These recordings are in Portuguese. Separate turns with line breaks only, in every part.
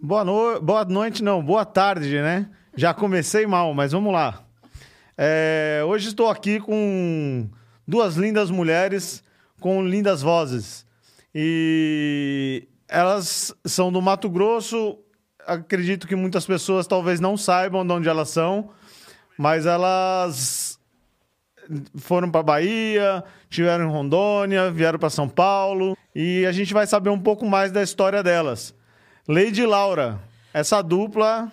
Boa, no... Boa noite, não. Boa tarde, né? Já comecei mal, mas vamos lá. É, Hoje estou aqui com duas lindas mulheres com lindas vozes. E elas são do Mato Grosso. Acredito que muitas pessoas talvez não saibam de onde elas são, mas elas foram para Bahia, tiveram em Rondônia, vieram para São Paulo e a gente vai saber um pouco mais da história delas. Lady e Laura, essa dupla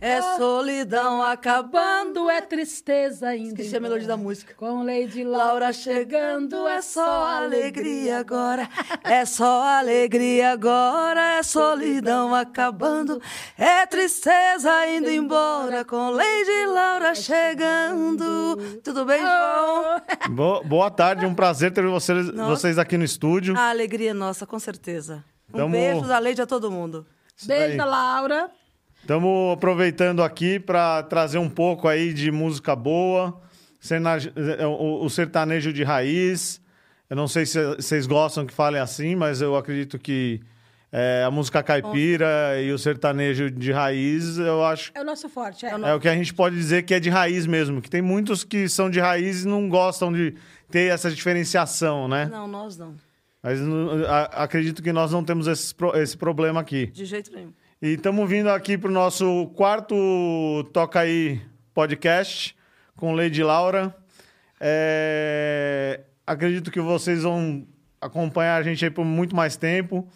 É solidão acabando, é tristeza ainda.
Esqueci a melodia da música.
Com Lady Laura
Laura chegando, é só alegria agora. É só alegria agora, é solidão acabando. É tristeza indo embora com Lady Laura chegando. Tudo bem, João?
Ah.
Bo- boa tarde, um prazer ter vocês, vocês aqui no estúdio.
A alegria é nossa, com certeza. Um
Tamo-
beijo da Lady a todo mundo.
aí.
beija Laura.
Estamos aproveitando aqui para trazer um pouco aí de música boa, serna- o o sertanejo de raiz. Eu não sei se vocês gostam que falem assim, mas eu acredito que é, a música caipira e o sertanejo de raiz, eu acho
É o nosso forte, é.
é o que a gente pode dizer que é de raiz mesmo. Que tem muitos que são de raiz e não gostam de ter essa diferenciação, né?
Não, nós não.
Mas não- a- acredito que nós não temos esses pro- esse problema aqui.
De jeito nenhum.
E estamos vindo aqui para o nosso quarto Toca Aí podcast com Lady Laura. É, Acredito que vocês vão acompanhar a gente aí por muito mais tempo.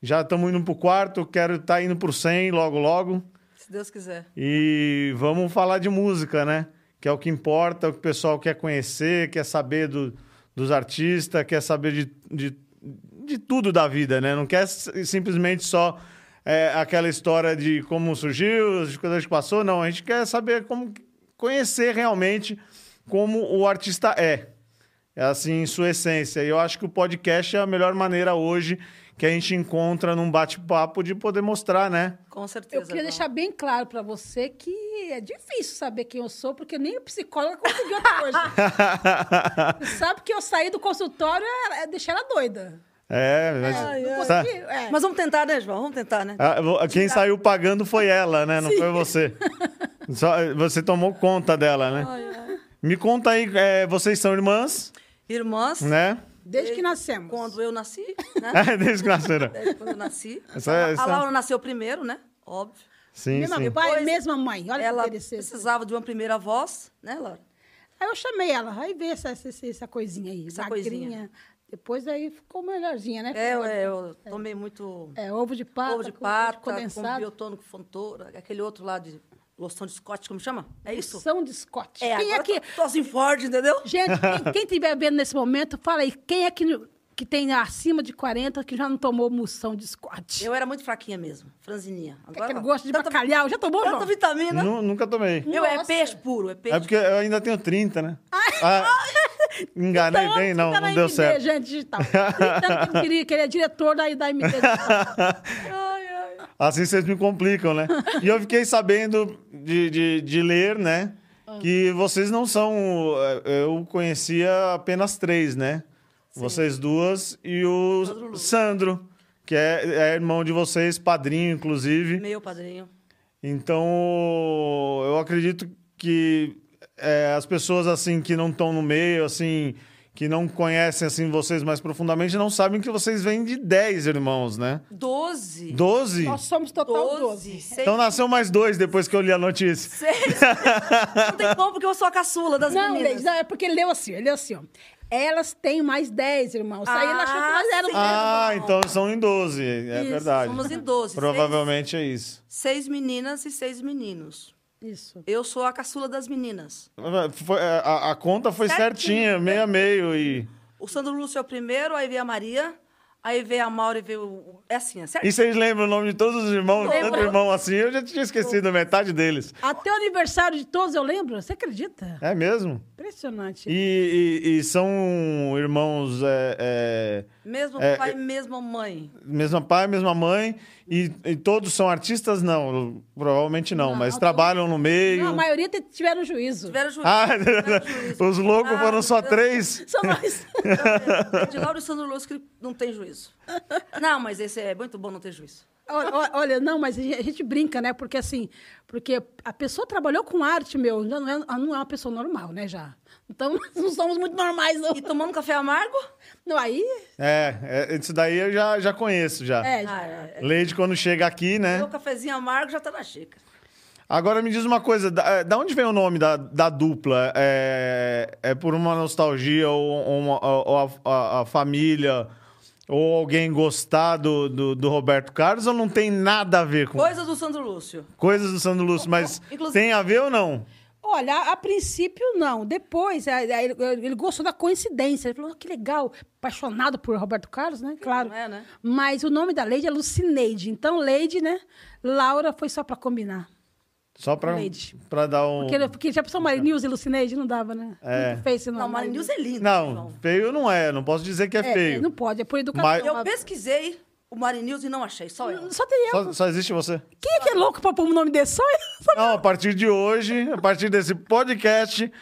Já estamos indo para o quarto, quero estar indo para o 100 logo, logo.
Se Deus quiser.
E vamos falar de música, né? Que é o que importa, é o que o pessoal quer conhecer, quer saber do- dos artistas, quer saber de, de, de tudo da vida, né? Não quer s- simplesmente só é, aquela história de como surgiu, as coisas que passou, não. A gente quer saber como conhecer realmente como o artista é. É assim, em sua essência. E eu acho que o podcast é a melhor maneira hoje que a gente encontra num bate-papo de poder mostrar, né?
Com certeza.
Eu queria
João.
deixar bem claro pra você que é difícil saber quem eu sou, porque nem o psicólogo conseguiu até hoje. Sabe que eu saí do consultório, era- é, deixei ela doida.
É, mas.
Não
Tá.
consegui, é.
Mas vamos tentar, né, João? Vamos tentar, né?
Ah, vo- Quem saiu pagando foi ela, né? Não foi você. Só- você tomou conta dela,
Ah.
né? Me conta aí, é, vocês são irmãs,
Irmãs,
né?
Desde que nascemos.
quando eu nasci, né?
Ah.
Desde que nasceram.
É, quando eu nasci.
Essa é-
A-
essa-
A Laura nasceu primeiro, né? Óbvio.
Sim,
Mesma
sim.
pai, é
Pois-
mesma mãe. Olha
Ela
que interessante.
precisava de uma primeira voz, né, Laura?
Aí eu chamei ela, aí veio essa, essa, essa coisinha aí,
Essa
magrinha.
coisinha.
Depois aí ficou melhorzinha, né?
É, eu,
Ficou-
é, eu tomei muito
é, ovo de pata,
ovo de
com
pata, com
condensado.
biotônico fontora, aquele outro lá de loção de Scott, como chama? É isso?
São de Scott.
É,
quem é
agora
que...
tô, tô assim forte, entendeu?
Gente, quem- quem estiver vendo nesse momento, fala aí, quem é que, que tem acima de 40 que já não tomou moção de Scott?
Eu era muito fraquinha mesmo, franzininha.
Tem aquele
ó,
gosto de
tanta,
bacalhau, já tomou, João?
tanta vitamina.
Nu- nunca tomei.
Meu, é
Nossa.
peixe puro, é peixe.
É porque eu ainda tenho 30, né? Ah, enganei
Então,
bem,
antes
não,
tá na
não deu
MD,
certo.
gente, digital. Então, que, ele queria, que ele é diretor da, da MD. digital.
Assim vocês me complicam, né? E eu fiquei sabendo de, de, de ler, né? Que vocês não são. eh, Eu conhecia apenas três, né? Vocês duas e o Sandro, que é, é irmão de vocês, padrinho, inclusive.
Meu padrinho.
Então, eu acredito que é, as pessoas assim que não estão no meio, assim, que não conhecem assim vocês mais profundamente, não sabem que vocês vêm de 10 irmãos, né?
Doze.
12?
Nós somos total 12.
Seis.
Então nasceu mais dois depois que eu li a notícia.
Seis. não tem como, porque eu sou a caçula das
Não,
meninas.
Leide, não, é porque ele leu assim, ele leu assim, ó. Elas têm mais 10, irmão. Isso aí ele achou que nós
Ah,
éramos
sim.
Ah, então são em 12, é
Isso,
verdade.
Somos em 12.
Provavelmente é isso.
Seis, seis meninas e seis meninos.
Isso.
Eu sou a caçula das meninas.
Foi- a- a, a conta foi certinha,
Certinho. né?
meio a meio e...
O Sandro Lúcio é o primeiro, aí veio a Maria, aí veio a Maura e veio. o- É assim, é certo?
E vocês lembram o nome de todos os irmãos,
Lembro.
tanto irmão assim? Eu já tinha esquecido metade deles.
Até o aniversário de todos eu lembro, você acredita?
É mesmo?
Impressionante.
E, e- e são irmãos, é, é,
Mesmo
É,
pai, mesma mãe.
mesma pai, mesma mãe, e, e todos são artistas? Não, provavelmente não,
Não,
mas
todos-
trabalham no meio.
Não, a maioria te- tiveram juízo.
Tiveram juízo.
Ah,
tiveram juízo.
os loucos
Ah,
foram
meu
só
Deus.
três?
Só nós.
De Laura e Sandro Lúcio que não tem juízo. Não, mas esse é muito bom não ter juízo.
Olha, olha, não, mas a gente a gente brinca, né? Porque assim, porque a pessoa trabalhou com arte, meu, já não é, ela não é uma pessoa normal, né, já. Então, nós não somos muito normais, não.
E tomando café amargo?
Não, aí,
É, é, isso daí eu já, já conheço já.
é,
Ah, é.
Leide quando chega aqui, né?
Meu cafezinho amargo já tá na xícara.
Agora me diz uma coisa, da, é, da onde vem o nome da, da dupla? É, é por uma nostalgia ou, ou uma- ou a, a- a família ou alguém gostar do, do, do Roberto Carlos ou não tem nada a ver com
Coisas do Sandro Lúcio.
coisas do Sandro Lúcio, mas
Inclusive-
tem a ver ou não?
Olha, a, a princípio não. Depois, aí- aí ele, é, ele gostou da coincidência. Ele falou, "Ah, que legal, apaixonado por Roberto Carlos, né? Claro.
Não é, né?
Mas o nome da Lady é Lucineide. Então, Lady, né? Laura foi só pra combinar.
Só pra,
Leide.
pra dar um...
Porque, é porque já pensou Marinils e Lucineide? Não dava, né?
É.
Muito feio esse nome.
Não, Marinilson é lindo.
Não,
João.
feio não é, não posso dizer que é,
É,
feio.
é, não pode, é por educação.
Mas-
Eu pesquisei o Marinilson e não achei, só eu.
Só tem eu.
Só, só existe você.
Quem é que é louco pra pôr um nome desse? Só eu.
Não, a partir de hoje, a partir desse podcast,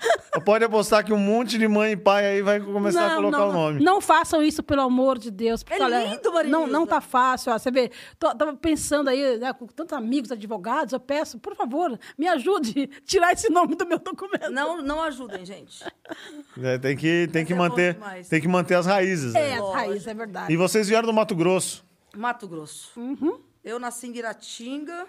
pode apostar que um monte de mãe e pai aí vai começar a colocar
não,
o nome.
Não façam isso, pelo amor de Deus. porque,
É lindo, né? Marinilda.
Não, não tá fácil. ó, você vê, tô- tava pensando aí, né, com tantos amigos, advogados, eu peço, por favor, me ajude a tirar esse nome do meu documento.
Não, não ajudem, gente.
É, tem que, tem
Mas
que
é bom
manter,
demais.
tem que manter as raízes.
É,
né?
as raízes, é verdade.
E vocês vieram do Mato Grosso.
Mato Grosso.
Uhum.
Eu nasci em Guiratinga.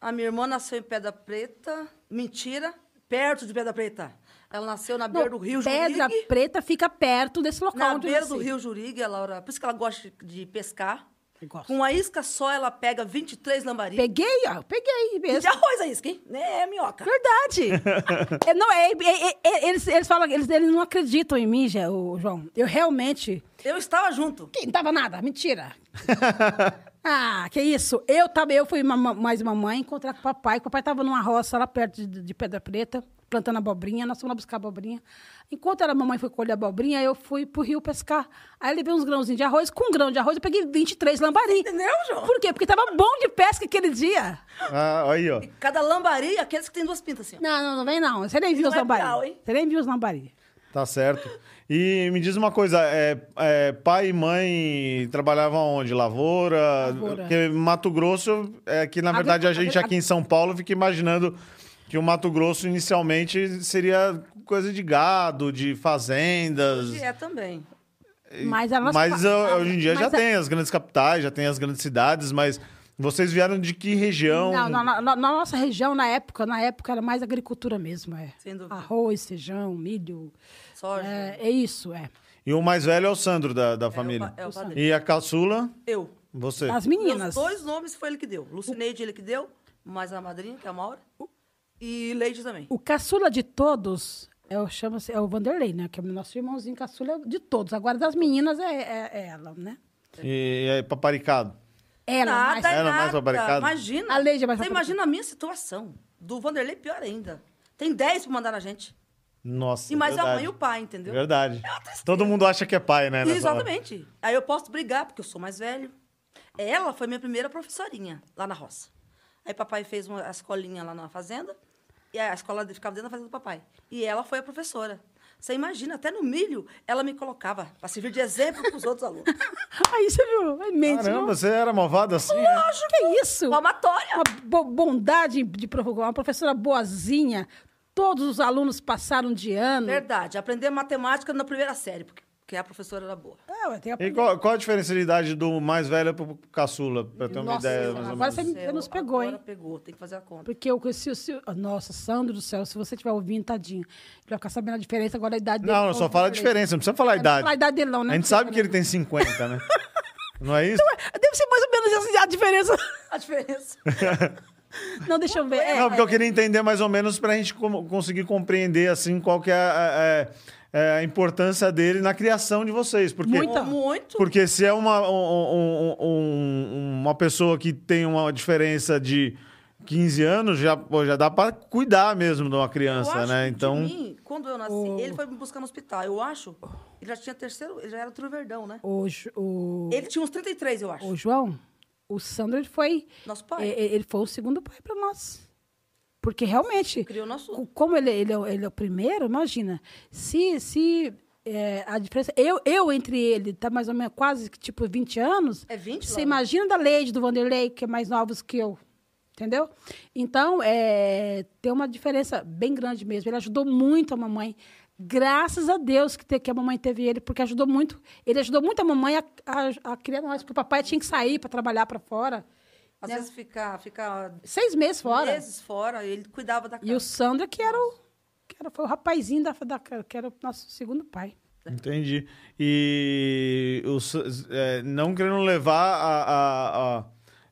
A minha irmã nasceu em Pedra Preta. Mentira, perto de Pedra Preta. Ela nasceu na beira
Não,
do Rio
Pedra
Jurigue.
Preta fica perto desse local
Na
onde eu
beira
nasci.
do Rio Jurigue, a Laura. Por isso que ela gosta de pescar.
Eu gosto.
Com a isca só, ela pega 23 lambaris.
Peguei, ó, peguei
De
mesmo.
arroz a isca, hein? É, minhoca.
Verdade. É, não, é, é- é- é- eles, eles falam, eles, eles não acreditam em mim, Gé, o João. Eu realmente
Eu estava junto.
Que não tava nada, mentira. ah, que isso. Eu também, eu fui ma- ma- mais uma mãe encontrar com o papai. O papai tava numa roça lá perto de, de Pedra Preta, plantando abobrinha. Nós fomos lá buscar abobrinha. Enquanto ela, a mamãe foi colher abobrinha, eu fui pro rio pescar. Aí levei uns grãozinhos de arroz. Com um grão de arroz, eu peguei 23 lambari.
Entendeu, João?
Por quê? Porque tava bom de pesca aquele dia.
Ah, aí, ó.
Cada lambari, aqueles que tem duas pintas assim. ó.
Não, não, não vem não. Você nem viu
Não
os
é
lambari.
legal, hein?
Você nem viu os lambari.
Tá certo. E me diz uma coisa, é, é, pai e mãe trabalhavam onde? Lavoura?
Lavoura.
Porque Mato Grosso, é que na
Agri-
verdade a
agri-
gente aqui em São Paulo fica imaginando que o Mato Grosso inicialmente seria coisa de gado, de fazendas.
E É também.
Mas, a nossa
Mas
fa-
ó, hoje em dia já
mas é- a-
tem as grandes capitais, já tem as grandes cidades, mas vocês vieram de que região?
Não, na, na- na nossa região, na época, na época era mais agricultura mesmo, é.
Sem dúvida.
Arroz, feijão, milho.
Soja.
É, é isso, é.
E o mais velho é o Sandro da, da família.
pa- é o padrinho.
e a caçula,
Eu.
você.
Meus
As meninas.
dois nomes foi ele que deu. Lucineide, ele que deu. Mais a madrinha, que é a Maura. E Leide também.
O caçula de todos é o, chama é o Vanderlei, né? Que é o nosso irmãozinho caçula de todos. Agora, das meninas é, é- é ela, né?
E, e aí, paparicado.
Ela,
nada,
mas-
é
Ela mais
nada.
fabricada?
Imagina.
A Leide é mais
Você
fabricada.
imagina a minha situação. Do Vanderlei, pior ainda. Tem 10 pra mandar na gente.
Nossa,
E mais a
É verdade.
mãe e o pai, entendeu?
Verdade.
É uma tristeza.
Todo mundo acha que é pai, né? nessa hora.
Exatamente. Aí eu posso brigar, porque eu sou mais velho. Ela foi minha primeira professorinha lá na roça. Aí papai fez uma a escolinha lá na fazenda, e a escola de- ficava dentro da fazenda do papai. E ela foi a professora. Você imagina, até no milho, ela me colocava para servir de exemplo para os outros alunos.
Aí você viu, é mente,
Caramba,
não?
você era malvado assim? né?
Que isso?
Palmatória!
Uma bo- bondade de provocar, uma professora boazinha. Todos os alunos passaram de ano.
Verdade, aprender matemática na primeira série, porque, porque a professora era boa.
É, ué, tem a
E qual, qual a diferença de idade do mais velho pro caçula? Pra ter uma
Nossa,
ideia.
Senhora,
É, Mais ou
agora
menos.
você me-
Seu,
nos pegou,
agora
hein?
pegou, tem que fazer a conta.
Porque eu conheci o seu. oh, Nossa, Sandro do céu, se você estiver ouvindo, tadinho. Ele vai ficar sabendo a diferença agora da idade dele.
Não, não,
com
só
o
fala a
Vanderlei.
diferença, não precisa falar a
É, não precisa
idade.
falar a idade dele, não, né?
A gente sabe que ele tem 50, né? Não é isso?
Deve ser mais ou menos assim a diferença.
A diferença.
Não, deixa eu ver. É,
Não, porque eu queria entender mais ou menos pra gente como- conseguir compreender, assim, qual que é a, a- é, a importância dele na criação de vocês. Porque,
Muita.
Muito.
porque se é uma, um- um- um- uma pessoa que tem uma diferença de 15 anos, já, pô, já dá pra cuidar mesmo de uma
Eu
criança,
acho
né?
que de
Então,
mim, quando eu nasci, ele foi me buscar no hospital. Eu acho. Ele já tinha terceiro. Ele já era Truverdão, né?
o, Jo- o,
Ele tinha uns 33, eu acho.
o João, o Sandro, ele foi.
Nosso pai.
é, é, Ele foi o segundo pai para nós. Porque realmente.
Criou nosso.
co- Como ele, ele, é, o- ele é o primeiro, imagina. Se, se é, a diferença. Eu, eu entre ele, tá mais ou menos quase que tipo 20 anos.
É 20
Você
logo?
imagina da Leide, do Vanderlei, que é mais novos que eu. Entendeu? Então, é, tem uma diferença bem grande mesmo. Ele ajudou muito a mamãe. Graças a Deus que, te- que a mamãe teve ele, porque ajudou muito. Ele ajudou muito a mamãe a, a, a criar nós, porque o papai tinha que sair para trabalhar para fora.
Às vezes ficar, ficar
Seis meses fora.
meses fora, ele cuidava da
E
casa.
o Sandra, que era o, que era, foi o rapazinho da, da, que era o nosso segundo pai.
Entendi. E o S- é, não querendo levar a, a- a-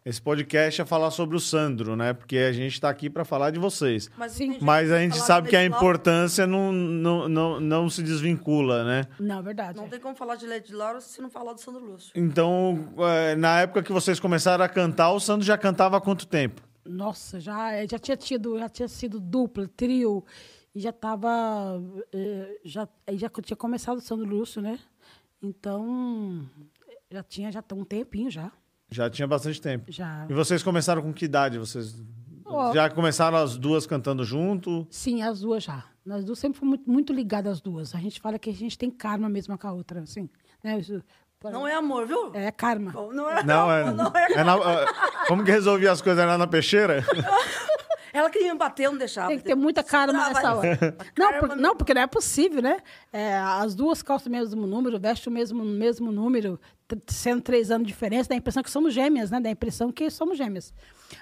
esse podcast a falar sobre o Sandro, né? Porque a gente está aqui para falar de vocês.
Mas,
Sim.
não tem
Mas
jeito
a
de
gente
falar
sabe que é a
de Lady Laura.
importância não, não, não, não se desvincula, né?
Não, verdade.
Não
é.
tem como falar de Lady Laura se não falar do Sandro Lúcio.
Então, é, na época que vocês começaram a cantar, o Sandro já cantava há quanto tempo?
Nossa, já, eh, já tinha tido, já tinha sido dupla, trio, e já tava. eh, Já, aí já tinha começado o Sandro Lúcio, né? Então, eh, já tinha já tá um tempinho já.
Já tinha bastante tempo.
já.
E vocês começaram com que idade? Vocês
Ó.
já começaram as duas cantando junto?
Sim, as duas já. Nós duas sempre fomos muito, muito ligadas as duas. A gente fala que a gente tem karma mesmo com a outra, assim. Né? Isso-
Não é amor, viu?
É karma.
Bom, Não é,
Não, é.
não é.
é na- é- como que resolvia as coisas? Era na peixeira?
Ela queria me bater, eu não deixava.
Tem que ter muita karma
Segurava
nessa
ela.
hora.
A
Não,
karma
porque, não, porque não é possível, né? É, as duas calçam o mesmo número, vestem o mesmo, o mesmo número, t- sendo três anos de diferença, dá a impressão que somos gêmeas, né? Dá a impressão que somos gêmeas.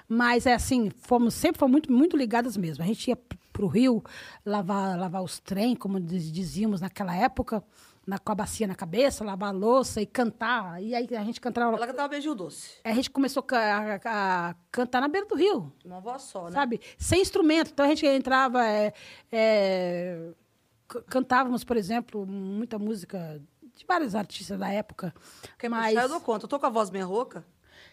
Mas é assim, fomos, sempre fomos muito, muito ligadas mesmo. A gente ia p- pro Rio lavar, lavar os trem, como diz- dizíamos naquela época, na, com a bacia na cabeça, lavar a louça e cantar. E aí a gente cantava.
Ela cantava beijinho doce.
A gente começou a, a- a cantar na beira do rio
Uma voz só, né?
sabe? Sem instrumento. Então a gente entrava, é, é, c- cantávamos, por exemplo, muita música de vários artistas da época.
Quem
mas
puxar, eu dou conta. Eu tô com a voz meio rouca.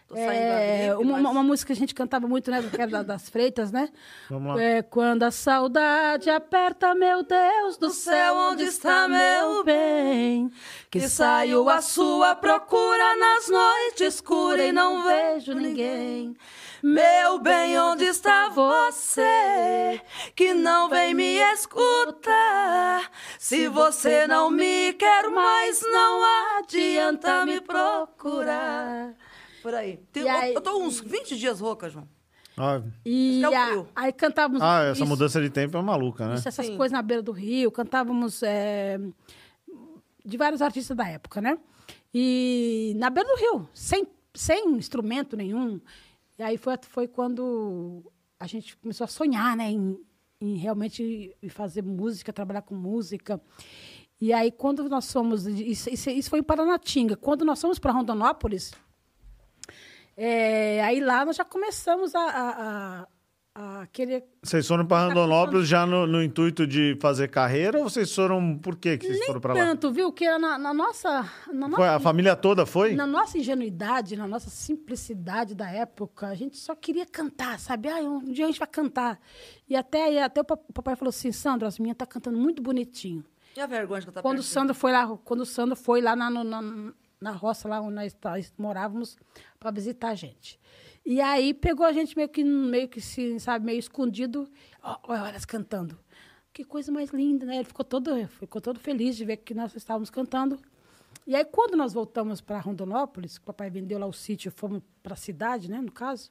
Tô
é,
saindo da gripe,
uma,
mas-
uma música que a gente cantava muito, né? Que era da- das freitas, né?
Vamos lá.
É, quando a saudade aperta, meu Deus do céu, onde está meu bem? Que saiu a sua procura nas noites escuras e não vejo ninguém.
Meu bem, onde está você? Que não vem me escutar. Se você não me quer mais, não adianta me procurar. Por aí. Tem-
E
eu-
aí-
Eu tô uns 20 dias rouca, João.
Ah,
E
Até é o
a-
frio.
aí cantávamos
ah, essa
isso,
mudança de tempo é maluca, né?
isso, essas
Sim.
coisas na beira do rio, cantávamos é, de vários artistas da época, né? E na beira do rio, sem, sem instrumento nenhum. E aí foi, foi quando a gente começou a sonhar, né? Em, em realmente fazer música, trabalhar com música. E aí quando nós fomos... Isso, isso, isso foi em Paranatinga. Quando nós fomos para Rondonópolis... é, aí lá nós já começamos a- a- a, a querer
Vocês foram para Randonópolis já no, no intuito de fazer carreira ou vocês foram. Por que, que vocês foram para lá?
tanto, viu? Que era na, na nossa. Na
Foi- ah,
nossa
a família toda foi?
na nossa ingenuidade, na nossa simplicidade da época, a gente só queria cantar, sabe? Ah, um dia a gente vai cantar. E até, e até o pa- papai falou assim, Sandro, as meninas tá cantando muito bonitinho.
E a vergonha que eu tava
Quando o Sandro foi lá, quando o Sandro foi lá na, no- na, na roça, lá onde nós tá- morávamos, para visitar a gente. E aí pegou a gente meio que, meio que se, sabe, meio escondido, ó, olha elas cantando. Que coisa mais linda, né? Ele ficou todo, ficou todo feliz de ver que nós estávamos cantando. E aí, quando nós voltamos para Rondonópolis, que o papai vendeu lá o sítio, fomos para a cidade, né, no caso,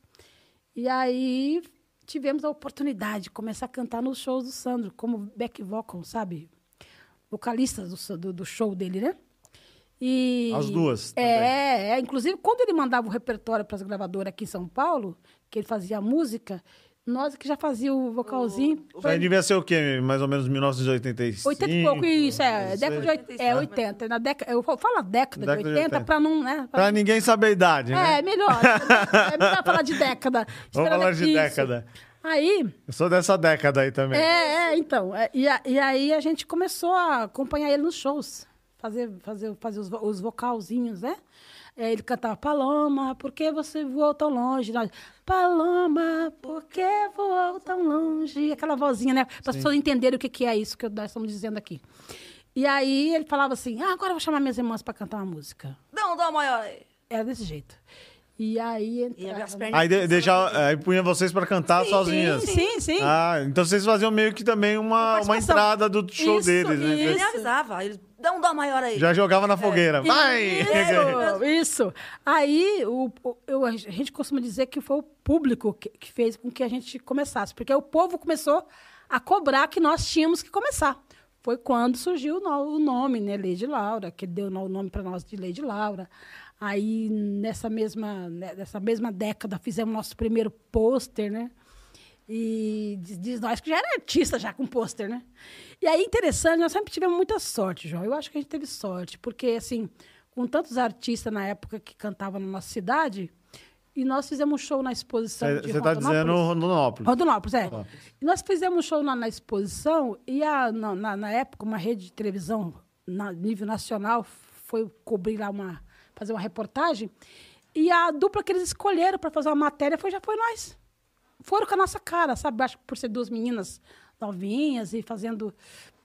e aí tivemos a oportunidade de começar a cantar nos shows do Sandro, como back vocal, sabe? vocalista do, s- do, do show dele, né? E
As duas
É,
também.
é, é. inclusive quando ele mandava o repertório para as gravadoras aqui em São Paulo, que ele fazia a música, nós é que já fazia o vocalzinho.
Isso Então, aí devia ser o quê? Mais ou menos 1985?
80 e pouco, isso, é,
isso
década
aí.
de oit- é, 80. Na década, eu falo a década,
Década de
de 80
80.
para não, né? pra-
Pra ninguém saber a idade,
é,
né?
melhor. é melhor falar de década. Esperando
falar de
isso.
década.
Aí,
Eu sou dessa década aí também.
É, é, então. é, e, a- e aí a gente começou a acompanhar ele nos shows, fazer, fazer, fazer os, vo- os vocalzinhos, né? É, ele cantava Paloma, por que você voou tão longe? Nós, Paloma, por que voou tão longe? Aquela vozinha, né? Para as pessoas entenderem o que, que é isso que nós estamos dizendo aqui. E aí ele falava assim: ah, agora eu vou chamar minhas irmãs para cantar uma música.
Não, dá uma um maior aí.
Era desse jeito. E aí
E as
entrava.
pernas
Aí de, deixava, aí punha vocês pra cantar sozinhas.
Sim, sim, sim.
Ah, então vocês faziam meio que também uma, uma
Participação.
entrada do show
Isso,
deles, né?
isso. É.
Ele avisava, ele dá um dó maior aí.
Já jogava na fogueira. Vai!
Isso, isso. Aí o, o- eu- a gente costuma dizer que foi o público que, que fez com que a gente começasse, porque o povo começou a cobrar que nós tínhamos que começar. Foi quando surgiu o no- o nome, né, Lady Laura, que deu no- o nome para nós de Lady Laura. Aí nessa mesma, né, nessa mesma década fizemos nosso primeiro pôster, né? E diz, diz nós que já era artista, já com pôster, né? E aí, interessante, nós sempre tivemos muita sorte, João. Eu acho que a gente teve sorte, porque, assim, com tantos artistas na época que cantavam na nossa cidade, e nós fizemos um show na exposição. de
Você tá dizendo
Rondonópolis.
Rondonópolis.
Rondonópolis, é. E nós fizemos um show na, na exposição e, a, na, na- na época, uma rede de televisão na nível nacional foi cobrir lá uma... fazer uma reportagem. E a dupla que eles escolheram para fazer uma matéria foi, já foi nós. Foram com a nossa cara, sabe? Acho que por ser duas meninas novinhas e fazendo...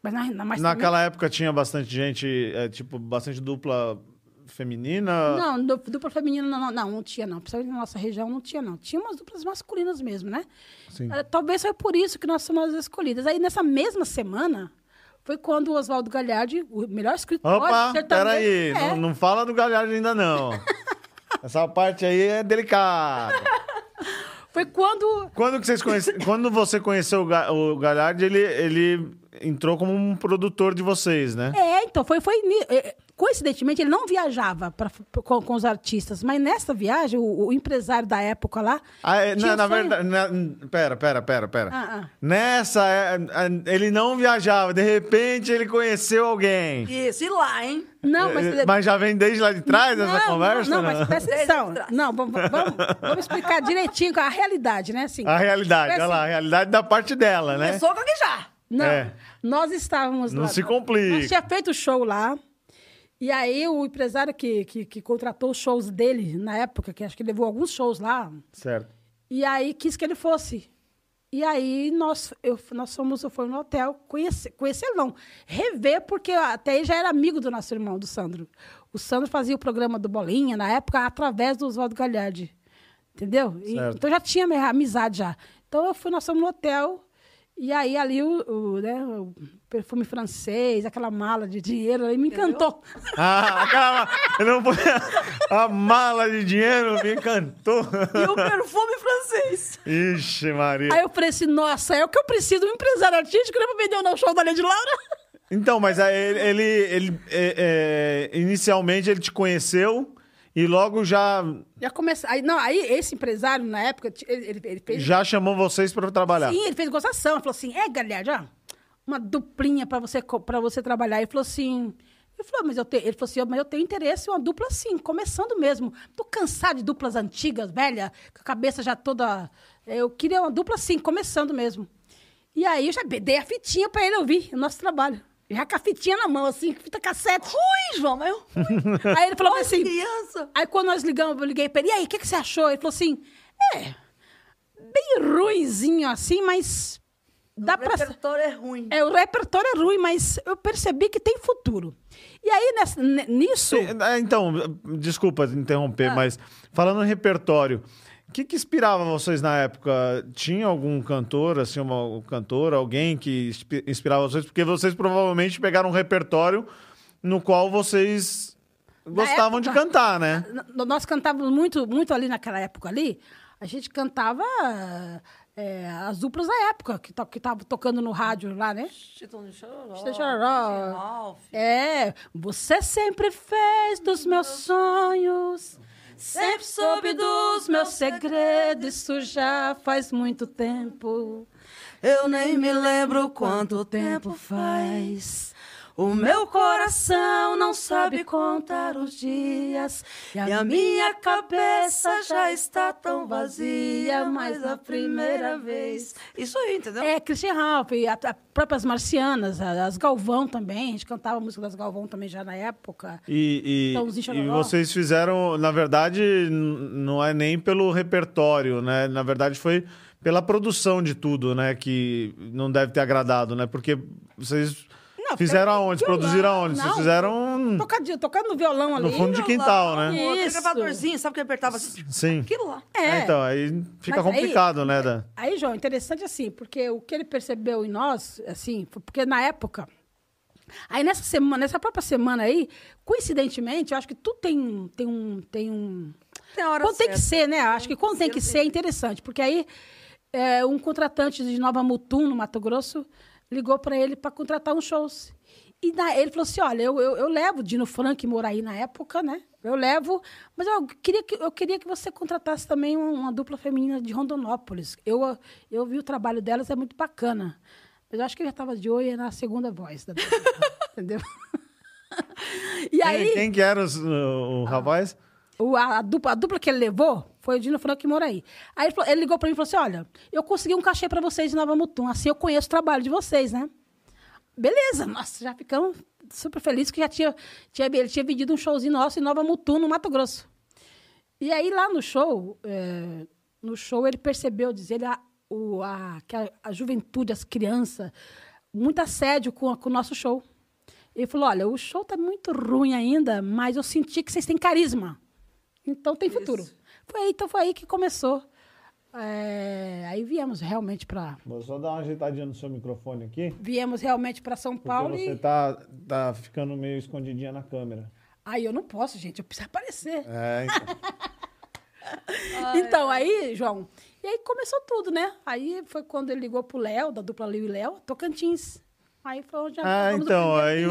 Mas, na, na, mas também-
Naquela época tinha bastante gente, é, tipo, bastante dupla feminina.
Não, du- dupla feminina não, não, não, não tinha, não. Principalmente na nossa região não tinha, não. Tinha umas duplas masculinas mesmo, né?
Sim.
Eh, Talvez foi por isso que nós somos as escolhidas. Aí nessa mesma semana foi quando o Oswaldo Galhardi, o melhor escritor
Opa,
sertanejo-
peraí,
É.
não, não fala do Galhardo ainda não. Essa parte aí é delicada.
Foi quando.
Quando, que vocês conhece... Quando você conheceu o, Ga... o Galhardo, ele, ele entrou como um produtor de vocês, né?
É, então, foi. foi ni- eh, eh, coincidentemente, ele não viajava pra, com, com os artistas, mas nessa viagem, o, o empresário da época lá.
Ah, é,
tinha
na,
um
na
sonho-
verdade, na- hum, pera, pera, pera, pera.
Ah, ah.
Nessa, é, é, ele não viajava, de repente ele conheceu alguém.
Isso, e lá, hein?
Não, mas.
É, já vem desde lá de trás essa conversa? né?
Não, mas é assim, presta atenção.
Desde
Não, vamos, vamos- vamos explicar direitinho a realidade, né? Assim,
A realidade,
Foi assim.
olha lá, a realidade da parte dela, né?
Começou com a já.
Não,
É.
nós estávamos
Não
lá.
se complica.
Nós tinha feito o show lá. E aí o empresário que, que, que contratou os shows dele na época, que acho que levou alguns shows lá,
Certo.
e aí quis que ele fosse. E aí nós, eu, nós fomos, eu fui no hotel conhecer, conhecer não, rever, porque até ele já era amigo do nosso irmão, do Sandro. O Sandro fazia o programa do Bolinha, na época, através do Oswaldo Galhardi. Entendeu? E-
Certo.
então já tinha minha amizade já. Então eu fui, nós fomos no hotel, e aí ali o, o, né, o perfume francês, aquela mala de dinheiro, aí me encantou.
Ah, aquela, eu não vou- a mala de dinheiro me encantou.
E o perfume francês.
Ixi, Maria.
Aí eu falei assim, nossa, é o que eu preciso, um empresário artístico, né, pra vender o meu show da Lady Laura.
Então, mas aí ele, ele, ele, é, é, inicialmente ele te conheceu e logo já,
Já começa. Aí, não, aí esse empresário, na época, ti- ele, ele- ele fez.
já chamou vocês pra trabalhar.
Sim, ele fez gozação. Ele falou assim: é, galera, já, uma duplinha pra você, co- pra você trabalhar. Ele falou assim. Ele falou, mas eu tenho, ele falou assim, mas eu tenho interesse em uma dupla assim, começando mesmo. Tô cansado de duplas antigas, velha, com a cabeça já toda. Eu queria uma dupla assim, começando mesmo. E aí eu já dei a fitinha pra ele ouvir, o nosso trabalho. Já com a fitinha na mão, assim, fita cassete.
Ui, João, mas eu...
aí ele falou
Olha,
mas assim.
criança.
Aí quando nós ligamos, eu liguei pra ele, e aí, o que, que você achou? Ele falou assim, é, bem ruinzinho assim, mas dá
o
pra...
repertório é ruim.
É, o repertório é ruim, mas eu percebi que tem futuro. E aí, nessa- n- nisso,
Sim, é, Então, desculpa interromper, mas falando em repertório, o que, que inspirava vocês na época? Tinha algum cantor, assim, uma cantora, alguém que inspi- inspirava vocês? Porque vocês provavelmente pegaram um repertório no qual vocês gostavam de
época-
cantar, né?
n- nós cantávamos muito, muito ali naquela época ali, a gente cantava é, as duplas da época, que to- que estavam tocando no rádio lá, né?
Chitão de Chororó.
Chitão de Chororó.
Ralph.
É, você sempre fez dos meus sonhos, sempre soube dos meus segredos, isso já faz muito tempo.
Eu nem me lembro quanto tempo faz. O meu coração não sabe contar os dias. E a minha cabeça já está tão vazia. Mas a primeira vez. Isso aí,
Então
entendeu?
É, Christian Ralph, e a, a próprias Marcianas, a- as Galvão também, a gente cantava a música das Galvão também já na época.
E,
Chitãozinho,
e, e
Chororó.
vocês fizeram, na verdade, n- não é nem pelo repertório, né? Na verdade, foi pela produção de tudo, né? Que não deve ter agradado, né? Porque vocês
Não,
Fizeram
porque-
aonde?
violão,
Produziram aonde?
não.
Vocês fizeram no
Tocadinho, tocando no violão ali.
Hum. fundo de quintal, né?
Isso.
Aquele gravadorzinho, Um sabe que apertava assim?
Sim.
Aquilo lá.
É.
Então, aí fica
Mas aí-
complicado, né? Da...
Aí, João, interessante assim, porque o que ele percebeu em nós, assim, foi porque na época. Aí nessa semana, nessa própria semana aí, coincidentemente, eu acho que tudo tem um. Tem um, tem um
Tem a hora
quando tem que
certa.
ser, né? Acho que quando tem que ser é interessante, porque aí é, um contratante de Nova Mutum, no Mato Grosso, ligou para ele para contratar uns shows. E na- ele falou assim: olha, eu, eu, eu levo Dino Frank morar aí na época, né? Eu levo, mas eu queria que, eu queria que você contratasse também uma, uma dupla feminina de Rondonópolis. Eu, eu vi o trabalho delas, é muito bacana. Mas eu acho que ele já estava de olho na segunda voz da dupla, entendeu?
É,
E aí. Ah.
Quem, quem que era os- o, o rapaz?
O- a, a dupla, a dupla que ele levou foi o Dino Franco e Moraí. Aí ele, falou- ele ligou pra mim e falou assim: olha, eu consegui um cachê pra vocês de Nova Mutum, assim eu conheço o trabalho de vocês, né? Beleza, nossa, já ficamos super felizes que já tinha, tinha, ele tinha vendido um showzinho nosso em Nova Mutum, no Mato Grosso. E aí lá no show, é, no show ele percebeu, diz ele, a, o, a, que a, a juventude, as crianças, muito assédio com, a- com o nosso show. Ele falou, olha, o show tá muito ruim ainda, mas eu senti que vocês têm carisma. Então tem futuro. Foi aí, então foi aí que começou. É, aí viemos realmente para
Vou só dar uma ajeitadinha no seu microfone aqui.
viemos realmente para São Paulo
Porque você
e
tá, tá ficando meio escondidinha na câmera.
aí eu não posso, gente, eu preciso aparecer.
É, então.
Ah,
Então, aí, João, e aí começou tudo, né? Aí foi quando ele ligou pro Léo, da dupla Léo e Léo, Tocantins. Aí foi onde
ah,
fomos no
então,
primeiro
aí,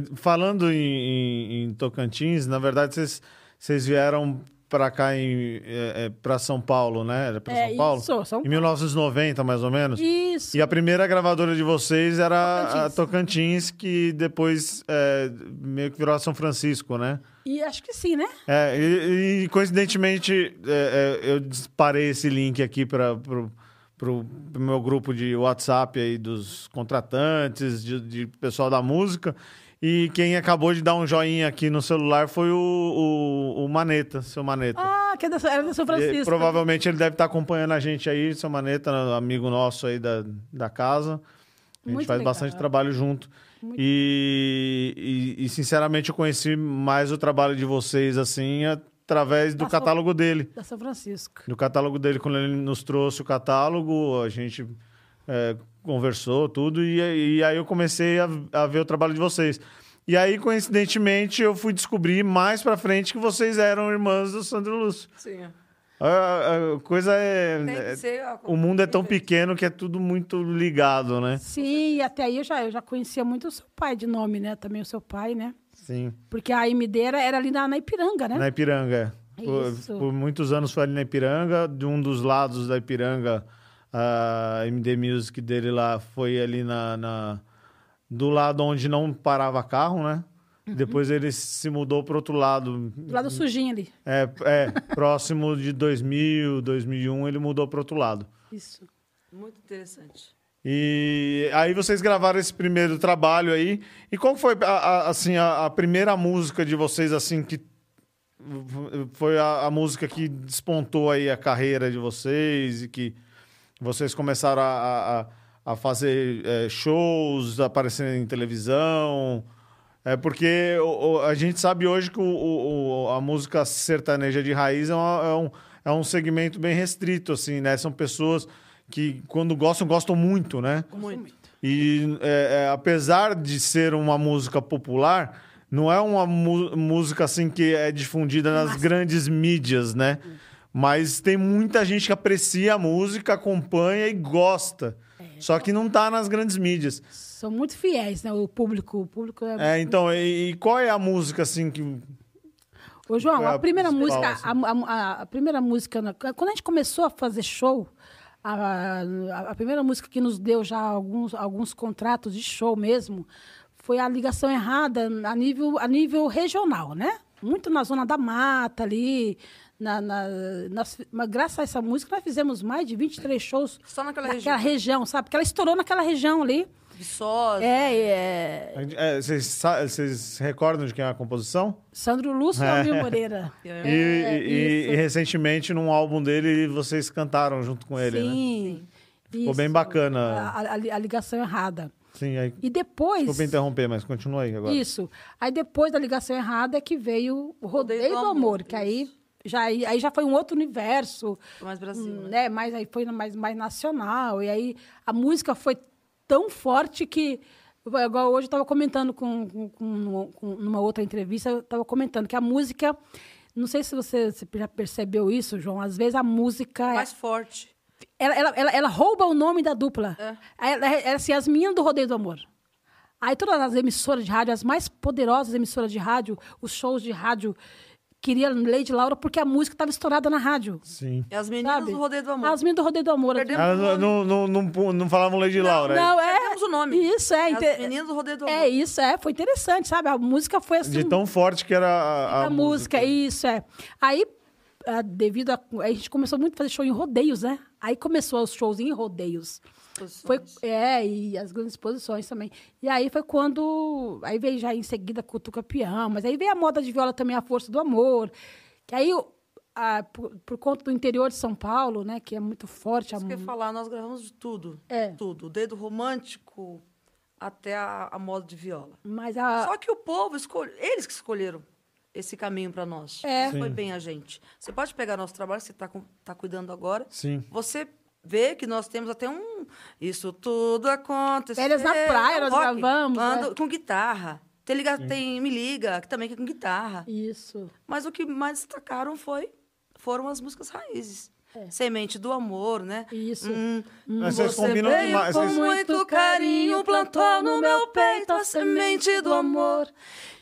clipe.
eu- eh, falando em, em- em Tocantins, na verdade, vocês, vocês vieram pra cá, em, eh, eh, pra São Paulo, né? Era pra
É,
São Paulo?
isso, São
Em 1990, mais ou menos?
Isso.
E a primeira gravadora de vocês era
Tocantins.
a Tocantins, que depois eh, meio que virou a São Francisco, né?
E acho que sim, né?
É, e, e, coincidentemente, é, é, eu disparei esse link aqui para pro, pro, pro meu grupo de WhatsApp aí dos contratantes, de, de pessoal da música. E quem acabou de dar um joinha aqui no celular foi o, o, o Maneta, seu Maneta.
Ah, que é da, era da São
E,
Francisco.
provavelmente ele deve estar acompanhando a gente aí, seu Maneta, amigo nosso aí da, da casa. A gente
Muito
faz
legal.
bastante trabalho junto. E, e- e, sinceramente, eu conheci mais o trabalho de vocês, assim, através do
Passou.
catálogo dele.
Da São Francisco.
Do catálogo dele, quando ele nos trouxe o catálogo, a gente é, conversou tudo. E, e aí eu comecei a, a ver o trabalho de vocês. E aí, coincidentemente, eu fui descobrir mais pra frente que vocês eram irmãs do Sandro Lúcio.
Sim, ó.
A, a coisa é.
Tem que
é-
ser, ó,
O mundo é tão pequeno que é tudo muito ligado, né?
Sim, e até aí eu já, eu já conhecia muito o seu pai de nome, né? Também o seu pai, né?
Sim.
Porque a MD era, era ali na, na Ipiranga, né?
Na Ipiranga. é.
Isso.
Por, por muitos anos foi ali na Ipiranga. De um dos lados da Ipiranga, a MD Music dele lá foi ali na, na- do lado onde não parava carro, né?
Uhum.
Depois ele se mudou para outro lado.
Do lado sujinho ali.
É, é, próximo de 2000, 2001, ele mudou para outro lado.
Isso.
Muito interessante.
E aí vocês gravaram esse primeiro trabalho aí. E qual foi a, a- assim, a, a primeira música de vocês assim que v- foi a, a música que despontou aí a carreira de vocês e que vocês começaram a, a- a, a fazer eh, shows, aparecer em televisão. É porque o- o- a gente sabe hoje que o- o- o- a música sertaneja de raiz é, uma- é um, é um segmento bem restrito, assim, né? São pessoas que, quando gostam, gostam muito, né?
Muito.
E é, é, apesar de ser uma música popular, não é uma mu- música assim que é difundida nas grandes mídias, né? Mas tem muita gente que aprecia a música, acompanha e gosta.
É.
Só que não tá nas grandes mídias.
São muito fiéis, né? O público. O público é
É, então, e, e qual é a música assim que.
Ô, João,
Qual é
a
a
primeira
principal,
música, a, a- a- a primeira música, na- quando a gente começou a fazer show, a, a- a primeira música que nos deu já alguns, alguns contratos de show mesmo, foi a ligação errada a nível, a nível regional, né? Muito na zona da mata ali. Na, na- nós- mas graças a essa música, nós fizemos mais de 23 shows
Só naquela
naquela
região.
região, sabe? Porque ela estourou naquela região ali.
Viçosa.
É, é,
é, vocês, sa- vocês recordam de quem é a composição?
Sandro Lúcio e
É.
Almir Moreira.
é
E, e- e recentemente, num álbum dele, vocês cantaram junto com ele, né?
Sim.
Ficou bem bacana.
A, a- a ligação errada.
Sim, aí.
E depois.
Desculpa interromper, mas continua aí então agora.
Isso. Aí depois da ligação errada é que veio o rodeio, do amor, que aí já, aí já foi um outro universo.
Mais Brasil,
hum,
né?
né? Mas aí foi mais, mais nacional. E aí a música foi tão forte que. Igual hoje eu estava comentando com, com, com- com- numa outra entrevista, eu estava comentando que a música. Não sei se você se já percebeu isso, João. Às vezes a música. é,
Mais forte.
Ela, ela, ela, ela rouba o nome da dupla.
É.
Aí Ela, ela, assim, as meninas do Rodeio do Amor. Aí todas as emissoras de rádio, as mais poderosas emissoras de rádio, os shows de rádio, queriam Lady Laura porque a música estava estourada na rádio.
Sim.
E as meninas
sabe?
do Rodeio do Amor.
As meninas do Rodeio do Amor.
Perdemos
Elas
o nome.
não, não, não, não, não falavam Lady Laura. né? aí.
um Não, é...
Perdemos o nome.
Isso, é. inte-
As meninas do Rodeio do Amor.
É isso, é. Foi interessante, sabe? A música foi assim...
De tão forte que era a,
a música, isso, é. Aí, ah, devido a... A gente começou muito a fazer show em rodeios, né? Aí começou os shows em rodeios. Foi, é, e as grandes exposições também. E aí foi quando. Aí veio já em seguida Cutuca Peão, mas aí veio a moda de viola também, A Força do Amor. Que aí, o- a- por, por conta do interior de São Paulo, né, que é muito forte a
Isso que eu ia
música.
falar, nós gravamos de tudo.
É.
Tudo. Desde o romântico até a, a moda de viola.
Mas a.
Só que o povo escolheu, eles que escolheram esse caminho para nós.
É.
Não Foi
Sim.
bem a gente. Você pode pegar nosso trabalho, que você está cuidando agora.
Sim.
Você vê que nós temos até um. Isso tudo aconteceu.
Férias na praia, nós
Rock,
gravamos,
quando-
é.
Com guitarra. Tem, liga, tem Me Liga, que também é com guitarra.
Isso.
Mas o que mais destacaram foi, foram as músicas raízes. Semente do amor, né?
Isso.
É. Hum,
Mas vocês
você
combinam
veio
demais,
com
vocês-
muito carinho, plantou no meu peito a semente do amor.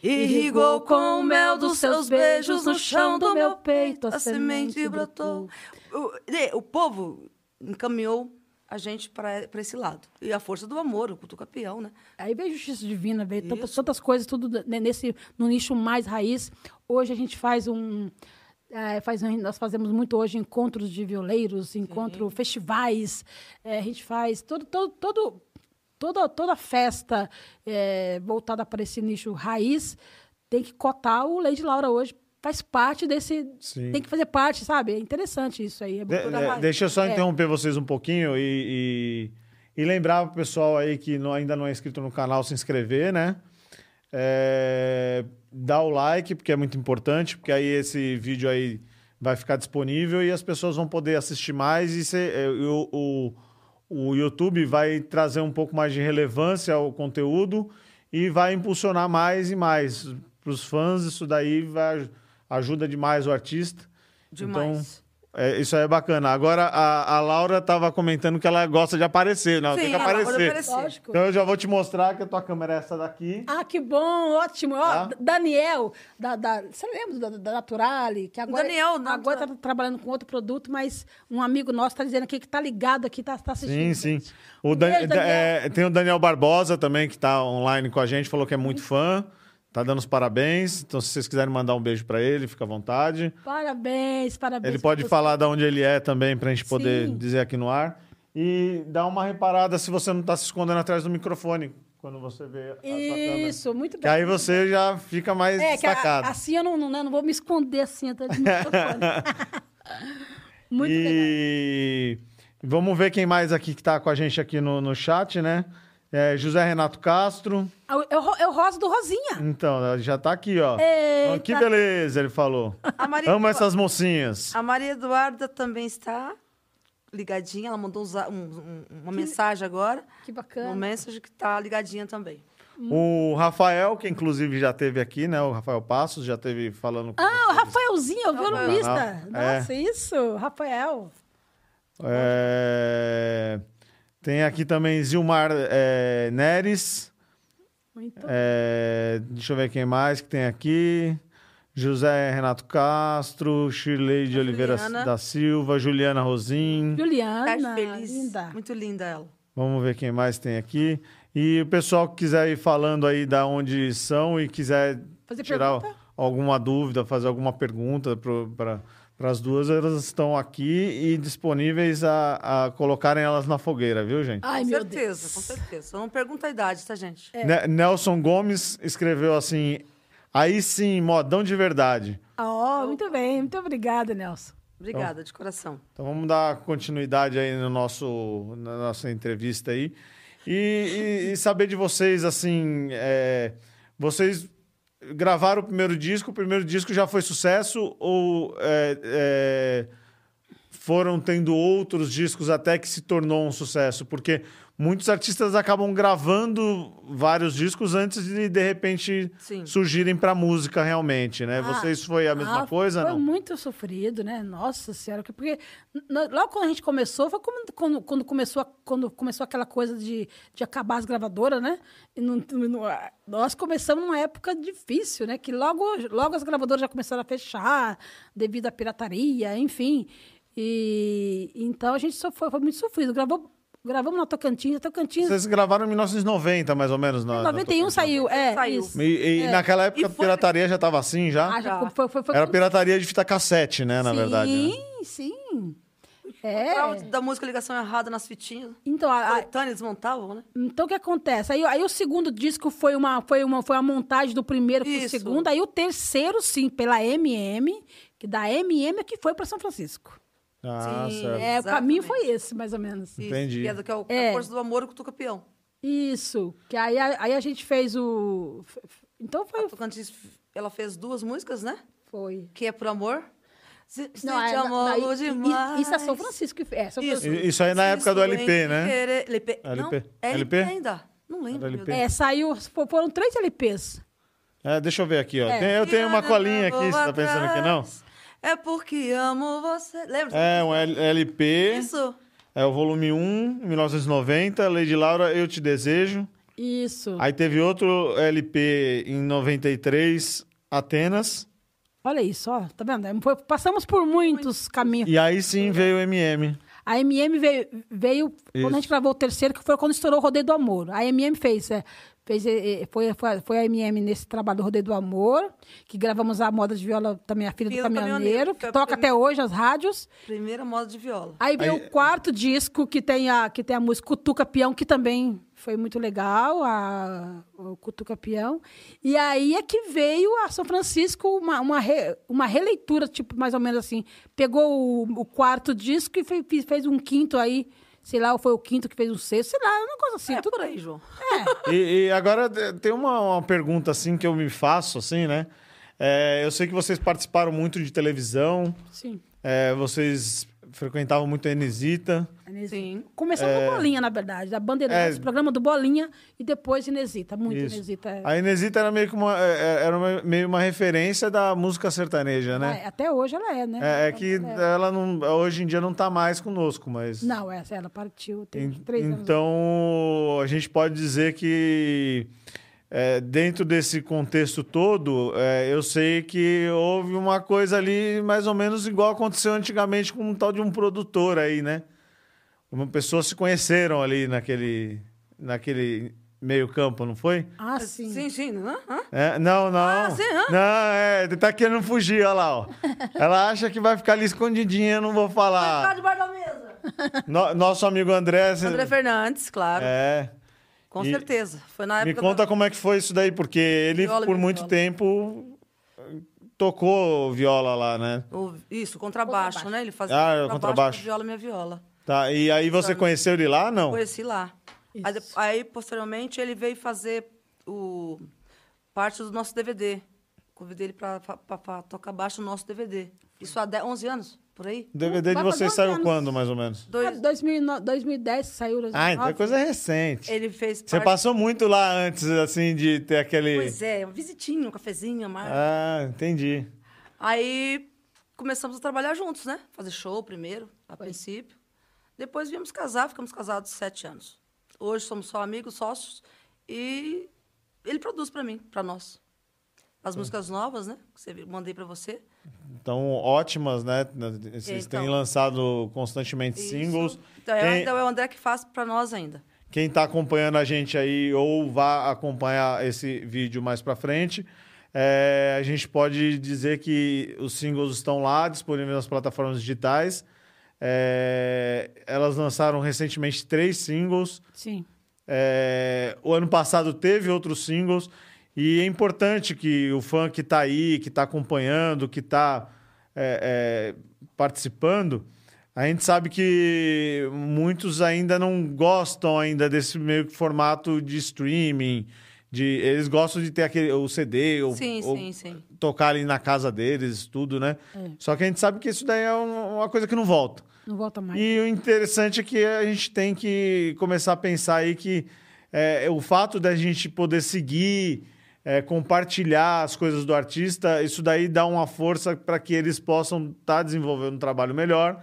E rigou com o mel dos seus beijos no chão do meu peito. A semente brotou. O, e o povo encaminhou a gente para esse lado. E a força do amor, o cutucapião, né?
Aí veio Justiça Divina, veio tantas, tantas coisas, tudo ne- nesse, no nicho mais raiz. Hoje a gente faz um. eh, faz, um- nós fazemos muito hoje encontros de violeiros, encontro, festivais. eh, a gente faz todo, todo, todo, toda, toda festa eh, voltada para esse nicho raiz. Tem que cotar o Lady Laura hoje. Faz parte desse.
Sim. né?
Tem que fazer parte, sabe? É interessante isso aí. É
De-
toda
de-
raiz.
deixa eu só
É.
interromper vocês um pouquinho e, e, e lembrar pro pessoal aí que não- ainda não é inscrito no canal se inscrever, né? É, dá o like, porque é muito importante, porque aí esse vídeo aí vai ficar disponível e as pessoas vão poder assistir mais e cê- é, e o, o, o YouTube vai trazer um pouco mais de relevância ao conteúdo e vai impulsionar mais e mais. Para os fãs, isso daí vai, ajuda demais o artista. Então,
Demais.
é, isso aí é bacana. Agora, a, a Laura estava comentando que ela gosta de aparecer. Não, tem
Sim,
que
ela gosta de
aparecer.
aparecer.
Lógico.
Então, eu já vou te mostrar que a tua câmera é essa daqui.
Ah, que bom, ótimo. Ó,
Tá?
D- Daniel, da, da- você lembra da, da Naturale? Que agora,
Daniel, da
agora tá trabalhando com outro produto, mas um amigo nosso tá dizendo aqui que tá ligado aqui, tá, tá
Sim,
assistindo.
sim.
gente.
O
Um
Dan-
beijo, Daniel.
é, tem o Daniel Barbosa também, que está online com a gente, falou que é muito fã. Tá dando os parabéns. Então, se vocês quiserem mandar um beijo para ele, fica à vontade.
Parabéns, parabéns.
Ele pode
Um pra você.
falar de onde ele é também, para a gente poder
Sim.
dizer aqui no ar. E dá uma reparada se você não está se escondendo atrás do microfone quando você vê a sua câmera.
Isso, muito
Que
bem.
aí você já fica mais
é, que a-
destacado.
assim eu não, não, né, não vou me esconder assim atrás do microfone. muito legal.
e vamos ver quem mais aqui que tá com a gente aqui no, no chat, né? É, José Renato Castro.
Ah, É o, Ro- é o Rosa do Rosinha.
Então, já tá aqui, ó.
Eita.
Ó, Que beleza, ele falou.
A Maria-
Amo essas mocinhas.
Ah.
A Maria Eduarda também está ligadinha. Ela mandou um za- um- um- uma mensagem agora.
Que bacana.
Um message que está ligadinha também.
O Rafael, que inclusive já teve aqui, né? O Rafael Passos já teve falando com
Ah, o Rafaelzinho, o violonista.
É.
Nossa, isso, Rafael.
É, Tem aqui também Zilmar é, Neres.
Muito
É, deixa eu ver quem mais que tem aqui. José Renato Castro, Shirley de Oliveira
Juliana.
da Silva, Juliana Rosim.
Tá
Juliana,
feliz.
linda.
Muito linda ela.
Vamos ver quem mais tem aqui. E o pessoal que quiser ir falando aí da onde são e quiser
Fazer
tirar
pergunta?
alguma dúvida, fazer alguma pergunta para as duas, elas estão aqui e disponíveis a, a colocarem elas na fogueira, viu, gente?
Ai,
com
meu
certeza,
Deus. É.
com certeza. Só não pergunta a idade, tá, gente?
Ne- Nelson Gomes escreveu assim: aí sim, modão de verdade.
Ah, Ó,
Então tá.
muito bem, muito obrigada, Nelson.
Obrigada, de coração.
Então vamos dar continuidade aí no nosso, na nossa entrevista aí. E, e- e saber de vocês, assim, é, vocês gravaram o primeiro disco, o primeiro disco já foi sucesso ou é, é, foram tendo outros discos até que se tornou um sucesso? Porque muitos artistas acabam gravando vários discos antes de, de repente,
Sim.
surgirem pra música realmente, né? vocês foi a mesma
Ah,
coisa,
Foi
não?
muito sofrido, né? Nossa senhora, que- porque n- logo quando a gente começou, foi como- quando, quando começou, a- quando começou aquela coisa de, de acabar as gravadoras, né? E não- não- ah, nós começamos numa época difícil, né? Que logo, logo as gravadoras já começaram a fechar devido à pirataria, enfim. E então a gente só foi, foi muito sofrido. Gravou, gravamos na Tocantins, a Tocantins.
Vocês Ah, gravaram em 1990, mais ou menos, não?
em 91 saiu, é.
Saiu.
Isso.
E, e naquela época
E
a
foi-
pirataria já tava assim, já?
Ah, já
Tá.
foi, foi, foi
Era pirataria de fita cassete, né, na verdade. né?
Sim, sim. É.
Pra- Da música Ligação Errada nas fitinhas.
Então, a- a-
Coletânea, eles montavam, né?
então o que acontece? Aí, aí o segundo disco foi uma, foi uma, foi a montagem do primeiro pro
Isso.
segundo. Aí o terceiro, sim, pela MM, que da MM é que foi para São Francisco.
Ah,
Sim,
certo.
É, o caminho
Exatamente.
foi esse, mais ou menos.
Isso,
Entendi.
Que é, do- que é o
É.
a Força do Amor e o Cutucapião.
Isso. Que aí, a- aí a gente fez o. f- f- Então
A
foi.
Tocantins, ela fez duas músicas, né?
foi.
Que é Por Amor. Se, se
Não, é,
te
na-
amo
daí- i-
demais.
Isso é São Francisco que fez. É, São
Então,
Francisco.
Isso. Isso aí na época do
Isso,
LP,
em
né?
querer- LP. Não,
LP.
é
LP?
LP ainda. Não lembro.
Era
meu
LP.
Deus.
É, saiu. fo- Foram três LPs.
É, deixa eu ver aqui, ó.
É.
Tem- eu tenho uma colinha aqui, você tá pensando que não?
É porque amo você. Lembra?
É, um L- LP,
Isso.
é o volume 1, 1990, Lady Laura, Eu Te Desejo.
Isso.
Aí teve outro LP em 93, Atenas.
Olha isso, ó. Tá vendo? É, foi- Passamos por muitos caminhos.
E aí sim veio o MM.
A MM veio, veio
Isso.
quando a gente gravou o terceiro, que foi quando estourou o Rodeio do Amor. A MM fez, é, fez é, é, foi, foi, foi a MM nesse trabalho do Rodeio do Amor, que gravamos a moda de viola também, a filha do
Filha do
caminhoneiro,
Caminhoneiro,
que
que é a
toca
primeira-
até hoje as rádios.
Primeira moda de viola.
Aí veio
Aí-
o quarto disco, que tem a, que tem a música Cutuca Peão, que também foi muito legal, a, o Cutuca Peão. E aí é que veio a São Francisco, uma, uma, re- uma releitura, tipo, mais ou menos assim. Pegou o, o quarto disco e fe- fez, um quinto aí, sei lá, ou foi o quinto que fez um sexto, sei lá, um negócio assim.
é
tudo
por aí, João.
E, e agora eh, tem uma, uma pergunta assim que eu me faço, assim, né? É, eu sei que vocês participaram muito de televisão,
Sim.
é, vocês frequentavam muito a Enesita.
Sim.
Começou com Bolinha, na verdade, da Bandeirantes,
É.
programa do Bolinha, e depois Inesita, muito
Isso.
Inesita. é.
A Inesita era meio que uma, é, é, era uma- meio uma referência da música sertaneja,
Ah,
né?
é, Até hoje ela é, né?
É, é que ela não, hoje em dia não tá mais conosco, mas.
Não, essa ela partiu, tem
En-
uns três anos.
Então, a gente pode dizer que é, dentro desse contexto todo, é, eu sei que houve uma coisa ali mais ou menos igual aconteceu antigamente com um tal de um produtor aí, né? Uma pessoa se conheceram ali naquele, naquele meio campo, não foi?
Ah, sim.
Sim, sim. né? Hã? Hã?
É, não, não.
sim, hã?
Não, é, tá querendo fugir, olha lá, ó. Ela acha que vai ficar ali escondidinha, eu não vou
Tá
falar.
debaixo da mesa.
No- nosso amigo André... cê-
André Fernandes, claro.
Hum. É.
Com
E-
certeza. Foi na
Me
época.
conta
da...
como é que foi isso daí, porque ele,
Viola,
por
viola.
muito tempo, tocou viola lá, né?
o- Isso, contrabaixo,
Contrabaixo.
né? Ele fazia
Ah,
contrabaixo,
contrabaixo.
minha viola, minha viola.
Tá, e aí você conheceu ele lá, não?
Conheci lá. Aí, de-
Isso.
aí, posteriormente, ele veio fazer o... parte do nosso DVD. Convidei ele pra, pra- pra tocar baixo no nosso DVD. Isso há 10, 11 anos, por aí.
O DVD de
Vai fazer
vocês
uns
saiu
anos.
quando, mais ou menos?
Ah,
Dois...
2009, 2010 saiu. 2009.
Ah, então é coisa recente.
Ele fez
Você
parte-
passou muito lá antes, assim, de ter aquele...
Pois é, um visitinho, um cafezinho, uma...
Ah, entendi.
Aí começamos a trabalhar juntos, né? Fazer show primeiro, a princípio. Depois viemos casar, ficamos casados sete anos. Hoje somos só amigos, sócios. E ele produz pra mim, pra nós.
Tá.
As músicas novas, né? Que você- mandei pra você.
Então, ótimas, né? Vocês têm
Então.
lançado constantemente singles.
Isso. Então, é,
Quem-
então é o André que faz pra nós ainda.
Quem está acompanhando a gente aí ou vá acompanhar esse vídeo mais para frente, é, a gente pode dizer que os singles estão lá, disponíveis nas plataformas digitais. É, elas lançaram recentemente três singles.
Sim.
É, o ano passado teve outros singles e é importante que o fã que tá está aí, que está acompanhando, que está tá, é, participando, A gente sabe que muitos ainda não gostam ainda desse meio que formato de streaming. De, eles gostam de ter aquele, o CD ou,
Sim,
ou
sim, É. sim.
tocar ali na casa deles, tudo, né? Só que a gente sabe que isso daí é um- uma coisa que não volta.
Não volta mais.
E o interessante é que a gente tem que começar a pensar aí que é, o fato da gente poder seguir, é, compartilhar as coisas do artista, isso daí dá uma força para que eles possam estar desenvolvendo um trabalho melhor,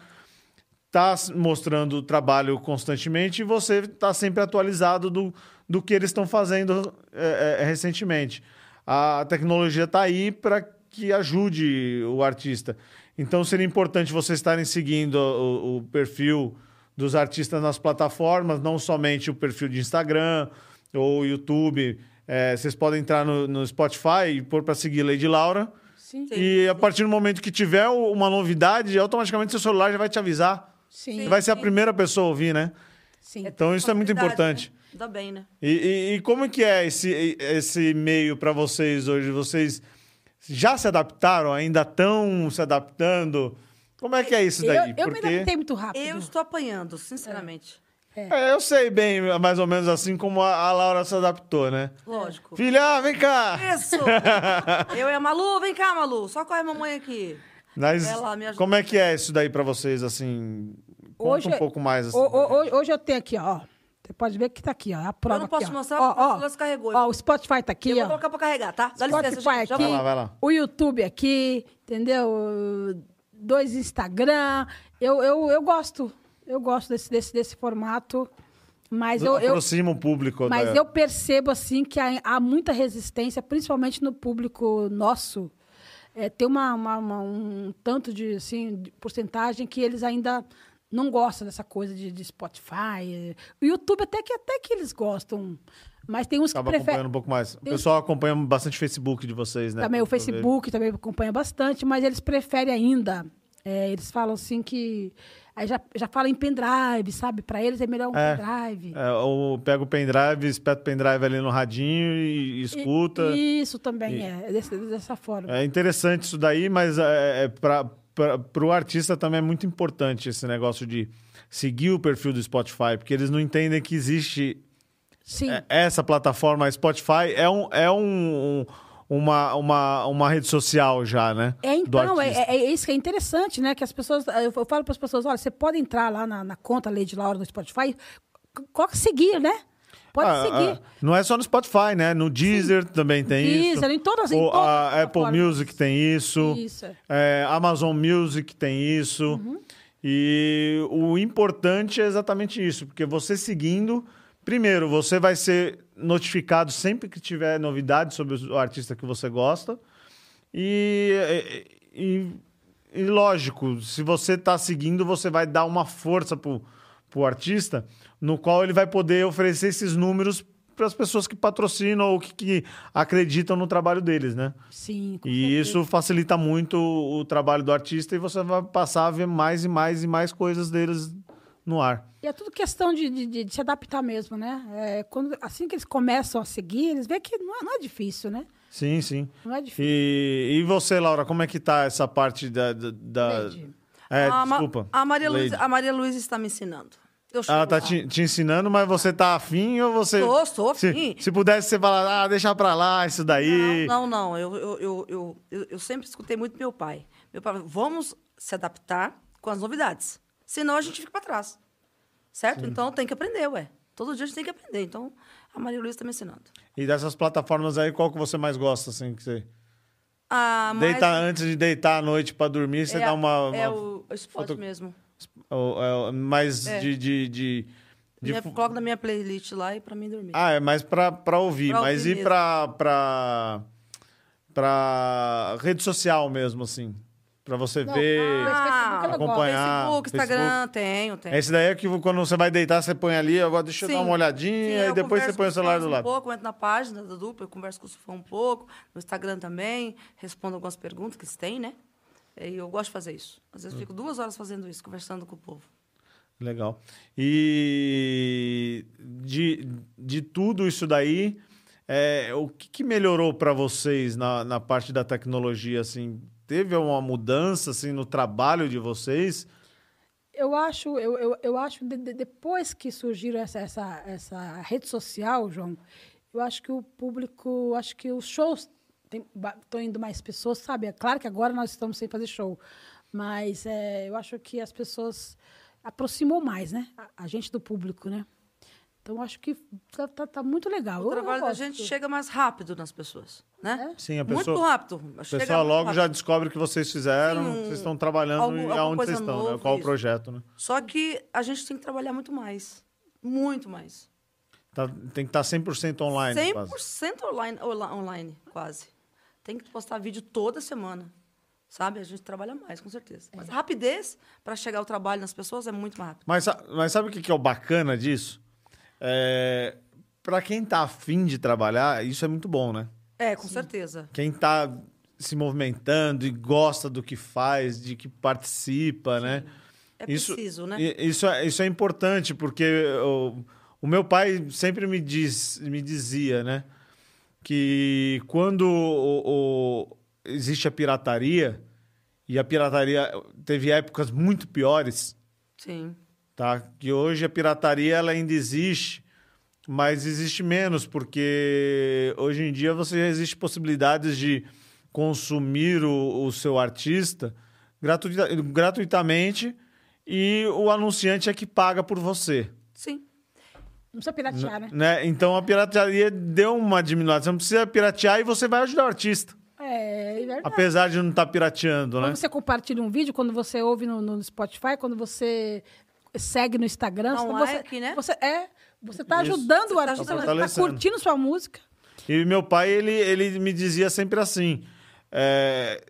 tá s- mostrando o trabalho constantemente e você está sempre atualizado do, do que eles estão fazendo é, é, recentemente. A tecnologia está aí para que ajude o artista. Então seria importante vocês estarem seguindo o, o perfil dos artistas nas plataformas, não somente o perfil de Instagram ou YouTube. É, vocês podem entrar no, no Spotify e pôr para seguir Lady Laura.
Sim.
E a partir do momento que tiver o- uma novidade, automaticamente seu celular já vai te avisar.
Sim.
Você vai ser a primeira pessoa a ouvir, né?
Sim.
Então isso é muito
Novidade,
importante.
Né? Ainda bem, né?
E, e- e como que é esse, esse meio para vocês hoje? Vocês já se adaptaram? Ainda estão se adaptando? Como é que é isso daí?
Eu, eu me adaptei muito rápido.
Eu estou apanhando, sinceramente.
É, eu sei bem, mais ou menos assim como a, a Laura se adaptou, né?
Lógico.
Filha, ah, vem cá!
Isso! Eu e a Malu, vem cá, Malu. Só corre a mamãe aqui.
Mas
Ela me ajuda.
como é que é isso daí para vocês, assim? Conta um pouco mais. Assim.
ho- ho- Hoje, hoje eu tenho aqui, ó. Você pode ver que tá aqui, ó. A prova
não posso
aqui, ó.
mostrar
Ó,
porque o
ó.
celular descarregou.
Ó, o Spotify tá aqui,
Eu vou
ó.
colocar pra carregar, tá? Dá licença.
Spotify
já- já
aqui,
Vai lá, vai lá.
o YouTube aqui, entendeu? Dois Instagram. Eu, eu, eu gosto. Eu gosto desse, desse, desse formato. Mas eu, eu,
Aproxima o público.
mas
da-
eu percebo, assim, que há, há muita resistência, principalmente no público nosso. É, tem uma, uma- uma- um tanto de, assim, de porcentagem que eles ainda não gostam dessa coisa de, de Spotify. O YouTube até que, até que eles gostam. Mas tem uns que
Acaba
preferem...
acompanhando um pouco mais. O pessoal acompanha bastante o Facebook de vocês, né?
Também Tá, o
Pelo que eu vejo.
Facebook também acompanha bastante, mas eles preferem ainda. é, eles falam assim que. Aí já, já falam em pendrive, sabe? Para eles é melhor um
É,
pendrive.
É, ou pega o pendrive, espeta o pendrive ali no radinho e, e
E-
escuta.
isso também é, é desse- dessa forma.
É interessante isso daí, mas é, é para o artista também é muito importante esse negócio de seguir o perfil do Spotify, porque eles não entendem que existe
Sim.
é, essa plataforma. A Spotify é, um, é um, um- uma, uma, uma rede social já, né?
É,
Do
então, é,
artista.
é- é isso que é interessante, né? Que as pessoas. Eu eu falo para as pessoas: olha, você pode entrar lá na, na conta Lady Laura no Spotify, c- coloca seguir, né? Pode
Ah, ah,
seguir.
não é só no Spotify, né? No Deezer também tem isso.
Deezer, em todas- em
O-
todas as
A Apple
plataformas.
Music tem isso.
Isso, é.
É, Amazon Music tem isso. E o importante é exatamente isso, porque você seguindo, primeiro, você vai ser notificado sempre que tiver novidade sobre o artista que você gosta. E, e- e lógico, se você está seguindo, você vai dar uma força pro, pro artista, no qual ele vai poder oferecer esses números para as pessoas que patrocinam ou que, que acreditam no trabalho deles, né?
Sim. com
E
certeza.
isso facilita muito o o trabalho do artista e você vai passar a ver mais e mais e mais coisas deles no ar.
E é tudo questão de, de- de- de se adaptar mesmo, né? É, quando, assim que eles começam a seguir, eles veem que não é, não é difícil, né?
Sim, sim.
Não é difícil.
E, e você, Laura, como é que tá essa parte da. da, da-
Lady.
É,
a, Ma-
desculpa.
Ah, A Maria, Luiz,
Lady.
a Maria Luiz está me ensinando. Eu chego
Ela tá
lá.
te, te ensinando, mas você tá afim ou você.
Tô, tô afim.
se, se pudesse, você falar, ah, deixa pra lá isso daí.
Não, não, não. Eu, eu, eu, eu, eu- eu sempre escutei muito meu pai. Meu pai, falou, vamos se adaptar com as novidades. Senão a gente fica para trás. Certo? Então tem que aprender, ué. Todo dia a gente tem que aprender. Então a Maria Luiz está me ensinando.
E dessas plataformas aí, qual que você mais gosta, assim? Que você...
Ah, mas
Deitar antes de deitar à noite pra dormir, você
é,
dá uma.
É
uma-
o o spot
foto-
mesmo.
ou- é, mais de. de, de, de
Minha, coloco na minha playlist lá e para mim dormir.
Ah, é mais pra, pra ouvir.
Pra
mas
ouvir
e
mesmo.
pra, pra. pra rede social mesmo, assim. Pra você
Não,
ver.
mas Facebook eu não gosto.
acompanhar.
Facebook, Instagram, tenho, tenho.
Esse daí é que quando você vai deitar, você põe ali, agora deixa eu
Sim.
dar uma
Sim,
olhadinha, e
eu
depois você põe
converso
o
com os
celular
fãs
do
Um
lado.
pouco, eu entro na página da dupla, eu converso com o Sufão um pouco, no Instagram também, respondo algumas perguntas que eles têm, né? E eu gosto de fazer isso. Às vezes
Hum.
fico duas horas fazendo isso, conversando com o povo.
Legal. E de, de tudo isso daí, é, o que, que melhorou para vocês na, na parte da tecnologia? Assim, teve uma mudança assim, no trabalho de vocês?
Eu acho, eu, eu, eu acho de- de- depois que surgiu essa, essa, essa rede social, João, eu acho que o público, acho que os shows estão indo mais pessoas, sabe? É claro que agora nós estamos sem fazer show, mas é, eu acho que as pessoas aproximou mais, né? A, a gente do público, né? Então eu acho que tá, tá- tá muito legal.
O
Eu- eu
trabalho da
gosto. É?
gente chega mais rápido nas pessoas, né?
Sim, a
Muito
pessoa.
rápido.
O
chega
pessoal
muito
logo já
rápido.
descobre o que vocês fizeram,
Sim, um-
vocês estão trabalhando
algum-
e
alguma
aonde vocês
coisa
estão, né?
nova,
Qual o
isso.
projeto, né?
Só que a gente tem que trabalhar muito mais. Muito mais.
Tá- tem que estar 100% online. quase.
100% online, ola- online, quase. Tem que postar vídeo toda semana. Sabe? A gente trabalha mais, com certeza.
É.
Mas a rapidez para chegar o trabalho nas pessoas é muito mais rápida.
Mas, sa- mas sabe o que que é o bacana disso? É, para quem tá afim de trabalhar, isso é muito bom, né?
É, com certeza.
Quem tá se movimentando e gosta do que faz, de que participa, né?
É
Isso-
preciso, né?
E- Isso é, isso é importante, porque o, o meu pai sempre me, diz, me dizia, né? Que quando o- o- existe a pirataria, e a pirataria teve épocas muito piores,
Sim.
tá? Que hoje a pirataria ela ainda existe, mas existe menos, porque hoje em dia você existe possibilidades de consumir o, o seu artista gratuita- gratuitamente e o anunciante é que paga por você.
Sim.
Não precisa piratear, né?
Né? Então a pirataria deu uma diminuição. Você não precisa piratear e você vai ajudar o artista.
É, é verdade.
Apesar de não estar pirateando, né?
Quando você compartilha um vídeo, quando você ouve no, no Spotify, quando você segue no Instagram,
Dá um
você,
like, né?
você é, você tá
Isso.
ajudando
Você
o
tá
artista,
ajudando.
você tá
Fortalecendo.
curtindo sua música.
E meu pai, ele, ele me dizia sempre assim: é,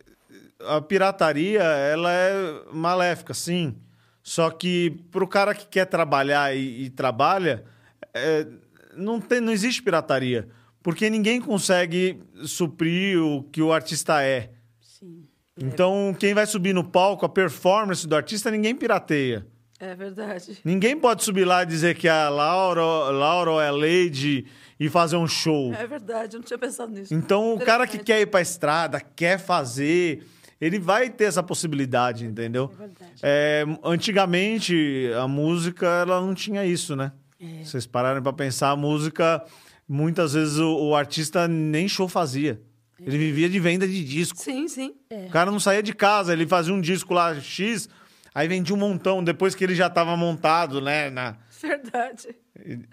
a pirataria, ela é maléfica, sim. Só que pro cara que quer trabalhar e, e trabalha, é, não, tem, não existe pirataria. Porque ninguém consegue suprir o que o artista é.
Sim.
Então, quem vai subir no palco, a performance do artista, ninguém pirateia.
É verdade.
Ninguém pode subir lá e dizer que a Laura, Laura é Lady e fazer um show.
É verdade. Eu não tinha pensado nisso.
Então, o cara que
Interessante.
quer ir pra estrada, quer fazer, ele vai ter essa possibilidade, entendeu?
verdade.
É, antigamente, a música, ela não tinha isso, né?
É.
Vocês pararem pra pensar, a música, muitas vezes o, o artista nem show fazia.
É.
Ele vivia de venda de disco.
Sim, sim.
O cara não saía de casa, ele fazia um disco lá, X, aí vendia um montão, depois que ele já tava montado, né? na-
Verdade.
E,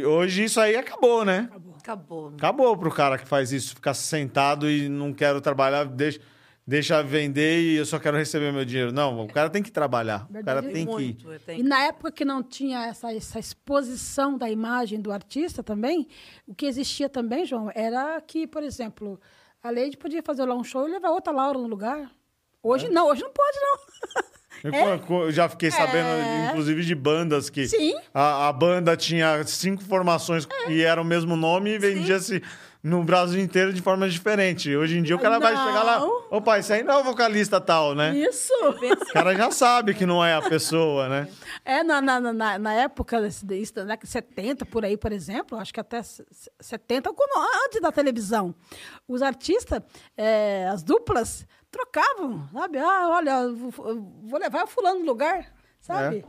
e hoje isso aí acabou, né?
Acabou.
Acabou pro cara que faz isso, ficar sentado e não quero trabalhar, deixa, deixa vender e eu só quero receber meu dinheiro. Não, o cara tem que trabalhar. O cara
Verdade,
tem que.
Muito. eu
E
tenho.
na época que não tinha essa, essa exposição da imagem do artista também, o que existia também, João, era que, por exemplo, a Lady podia fazer lá um show e levar outra Laura no lugar.
É.
Hoje não, hoje não pode, não.
Eu, eu já fiquei sabendo,
É.
inclusive, de bandas que
Sim. É.
a, a banda tinha cinco formações que eram o mesmo nome e vendia-se no Brasil inteiro de forma diferente. Hoje em dia o cara vai
Não.
chegar lá. Opa, isso aí não é o vocalista tal, né?
Isso!
O cara já sabe que não é a pessoa, né?
É, na, na, na- na, na época desse, desse, da década de 70, por aí, por exemplo, acho que até se- se- 70, ou quando- antes da televisão, os artistas, eh, as duplas, trocavam, sabe? Ah, olha, eu vou, eu vou levar o fulano no lugar, sabe?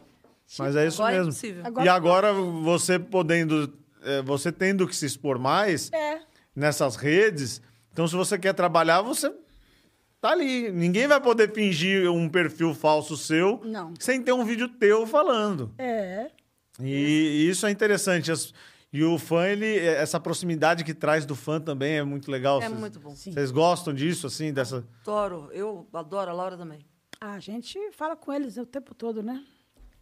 Mas é isso
Agora é
mesmo.
impossível.
e
Agora-
agora você podendo, eh, você tendo que se expor mais
É.
nessas redes, então se você quer trabalhar, você tá ali. Ninguém vai poder fingir um perfil falso seu
Não.
sem ter um vídeo teu falando.
É.
E isso é interessante. As- E o fã, ele, eh, essa proximidade que traz do fã também é muito legal.
É
Vocês-
muito bom.
Vocês gostam disso, assim, dessa...
Adoro. Eu adoro a Laura também.
A gente fala com eles o tempo todo, né?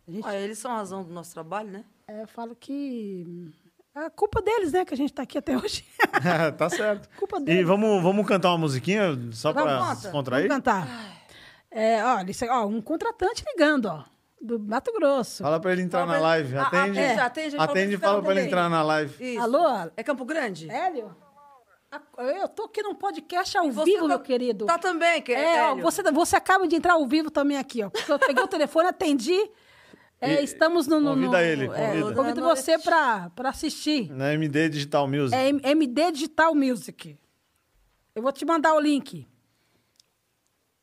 A gente
Ah, eles são a razão do nosso trabalho, né?
eh, fala que hum, é culpa deles, né? Que a gente tá aqui até hoje.
tá certo.
Culpa
E
deles.
vamos, vamos cantar uma musiquinha só
Vamos,
pra
conta.
descontrair?
Vamos cantar. É, olha, isso aí, ó, um contratante ligando, ó, do Mato Grosso.
Fala pra ele entrar
Fala
na
pra-
live.
Ah,
Atende.
atende, atende, fala pra
Atende e
ele
fala pra ele
também.
entrar na live.
Isso.
Alô?
É Campo Grande?
Hélio? a- Eu tô aqui num podcast ao
Você
vivo,
tá-
meu querido.
Tá também, que
é, ó,
Hélio.
você, você acaba de entrar ao vivo também aqui, ó. Porque eu peguei o telefone, atendi. É,
E-
estamos no. no
convida
no-
ele,
é, eu
convida.
convido
Boa
você pra, pra assistir.
Na MD Digital Music.
É M- MD Digital Music. Eu vou te mandar o link.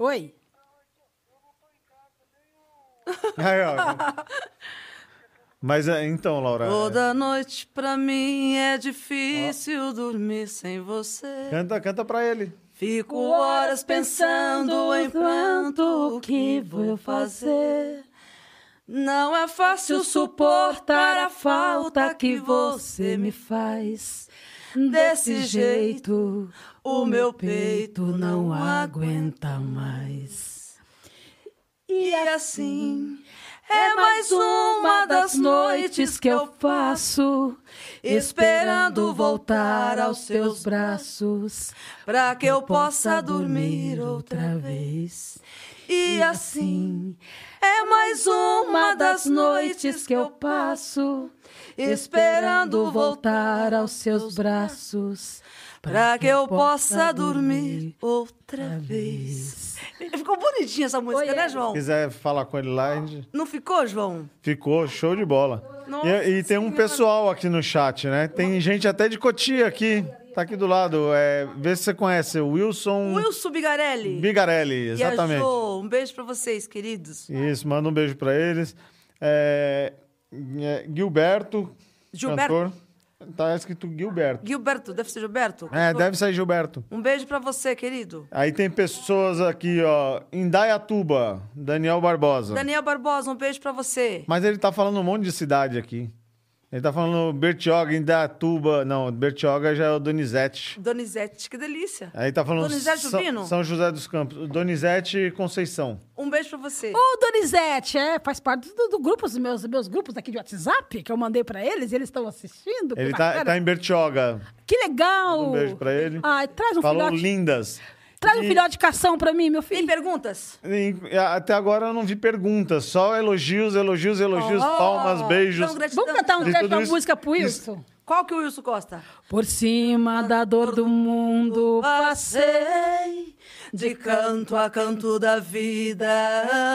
Oi.
Aí, ó. Mas é, então, Laura. é,
Toda noite pra mim é difícil dormir sem você.
é, Canta, canta pra ele.
Fico horas pensando em quanto o que vou fazer. Não é fácil suportar a falta que você me faz. Desse jeito, o meu peito não aguenta mais. E assim é mais uma das noites que eu faço, esperando voltar aos seus braços, para que eu possa dormir outra vez. E assim é mais uma das noites que eu passo, esperando voltar aos seus braços, para que eu possa dormir outra vez. Ficou bonitinha essa música,
Oi, é.
né, João?
Se quiser falar com ele lá, a gente...
Não ficou, João?
Ficou show de bola.
Nossa
E, e tem um
Senhora.
pessoal aqui no chat, né? Tem gente até de Cotia aqui. Tá aqui do lado. É, vê se você conhece. o Wilson
Wilson Bigarelli.
Bigarelli,
E a
exatamente.
Jo, um beijo pra vocês, queridos.
Isso, manda um beijo pra eles. É, é, Gilberto,
Gilberto?
cantor. Tá escrito Gilberto.
Gilberto, deve ser Gilberto?
É, deve ser Gilberto.
Um beijo pra você, querido.
Aí tem pessoas aqui, ó. Indaiatuba, Daniel Barbosa.
Daniel Barbosa, um beijo pra você.
Mas ele tá falando um monte de cidade aqui. Ele tá falando Bertioga, Indaiatuba. Não, Bertioga já é o Donizete.
Donizete, que delícia.
Aí tá falando
Donizete
São-
Juvino?
São José dos Campos. Donizete Conceição.
Um beijo pra você.
Ô, Donizete, é, faz parte do, do grupo, dos meus, meus grupos aqui de WhatsApp, que eu mandei pra eles, e eles estão assistindo. que
Ele tá,
bacana.
tá em Bertioga.
Que legal!
Um beijo pra ele.
Ai, traz um
Falou
filhote.
lindas.
Traz um
E-
filhote de cação pra mim, meu
Tem
filho.
perguntas?
E Até agora eu não vi perguntas, só elogios, elogios, elogios,
Oh,
palmas, beijos.
então, gratidão.
Vamos cantar um
De
trecho
tudo
da
isso-
música pro
isso-
Wilson?
Qual que o Wilson gosta?
Por cima da dor do mundo,
Passei de canto a canto da vida,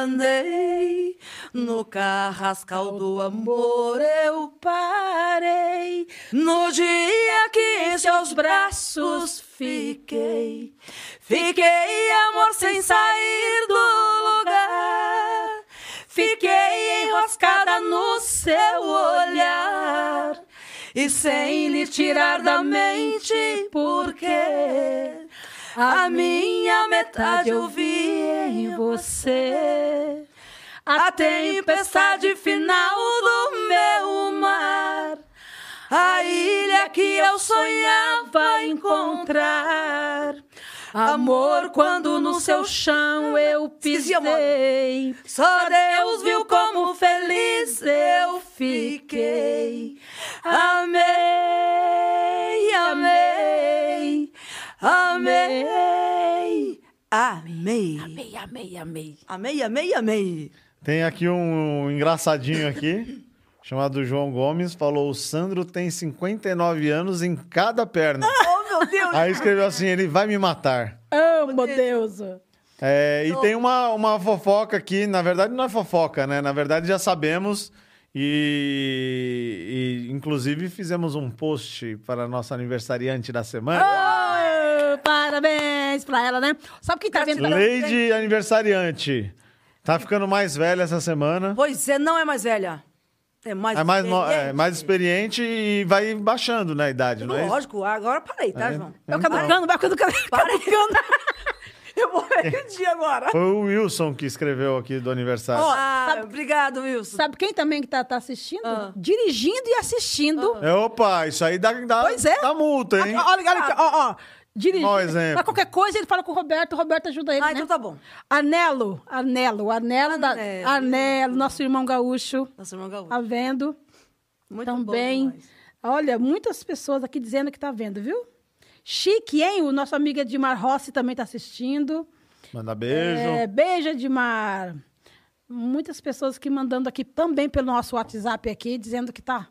andei no carrascal do amor. Eu parei no dia que em seus braços fiquei. Fiquei, amor, sem sair do lugar. Fiquei enroscada no seu olhar e sem lhe tirar da mente, porque a minha metade eu vi em você. A tempestade final do meu mar, a ilha que eu sonhava encontrar.
amor, quando no seu chão eu
Esqueci, amor.
pisei.
Só Deus viu como feliz eu fiquei. Amei, amei, amei, amei.
Amei, amei, amei.
Amei, amei, amei.
Tem aqui um engraçadinho aqui, chamado João Gomes, falou: o Sandro tem 59 anos em cada perna.
Oh, meu Deus.
Aí escreveu assim: ele vai me matar.
Oh, meu Deus!
É, e tem uma, uma fofoca aqui, na verdade não é fofoca, né? Na verdade já sabemos e, e, inclusive fizemos um post para a nossa aniversariante da semana.
Oh, parabéns pra ela, né? Sabe quem tá vendo?
Lady aniversariante. Tá ficando mais velha essa semana.
Pois é, não é mais velha. É mais
É mais, no- é
experiente.
mais experiente e vai baixando na idade, não é? isso? então.
Lógico, agora parei, tá, João?
É o caducando, vai o caducando. caducando.
Eu vou repetir agora.
É. Foi o Wilson que escreveu aqui do aniversário.
Ó, ah, obrigado, Wilson.
Sabe quem também que tá, tá assistindo? Dirigindo e assistindo.
É, Opa, isso aí dá, dá,
Pois é.
dá multa, hein?
Olha, olha aqui, ó, ó. Dirigindo.
Mau Ah. exemplo.
Mas qualquer coisa ele fala com o Roberto, o Roberto ajuda ele,
Ah,
né?
então tá bom.
Anelo, Anelo, Anelo, da,
Anelo.
Anelo, nosso irmão gaúcho,
Nossa, irmã Gaúcho.
tá vendo?
Muito
também.
bom demais.
Olha, muitas pessoas aqui dizendo que tá vendo, viu? Chique, hein? O nosso amigo Edmar Rossi também tá assistindo.
Manda beijo.
É, beijo, Edmar. Muitas pessoas que mandando aqui também pelo nosso WhatsApp aqui, dizendo que tá,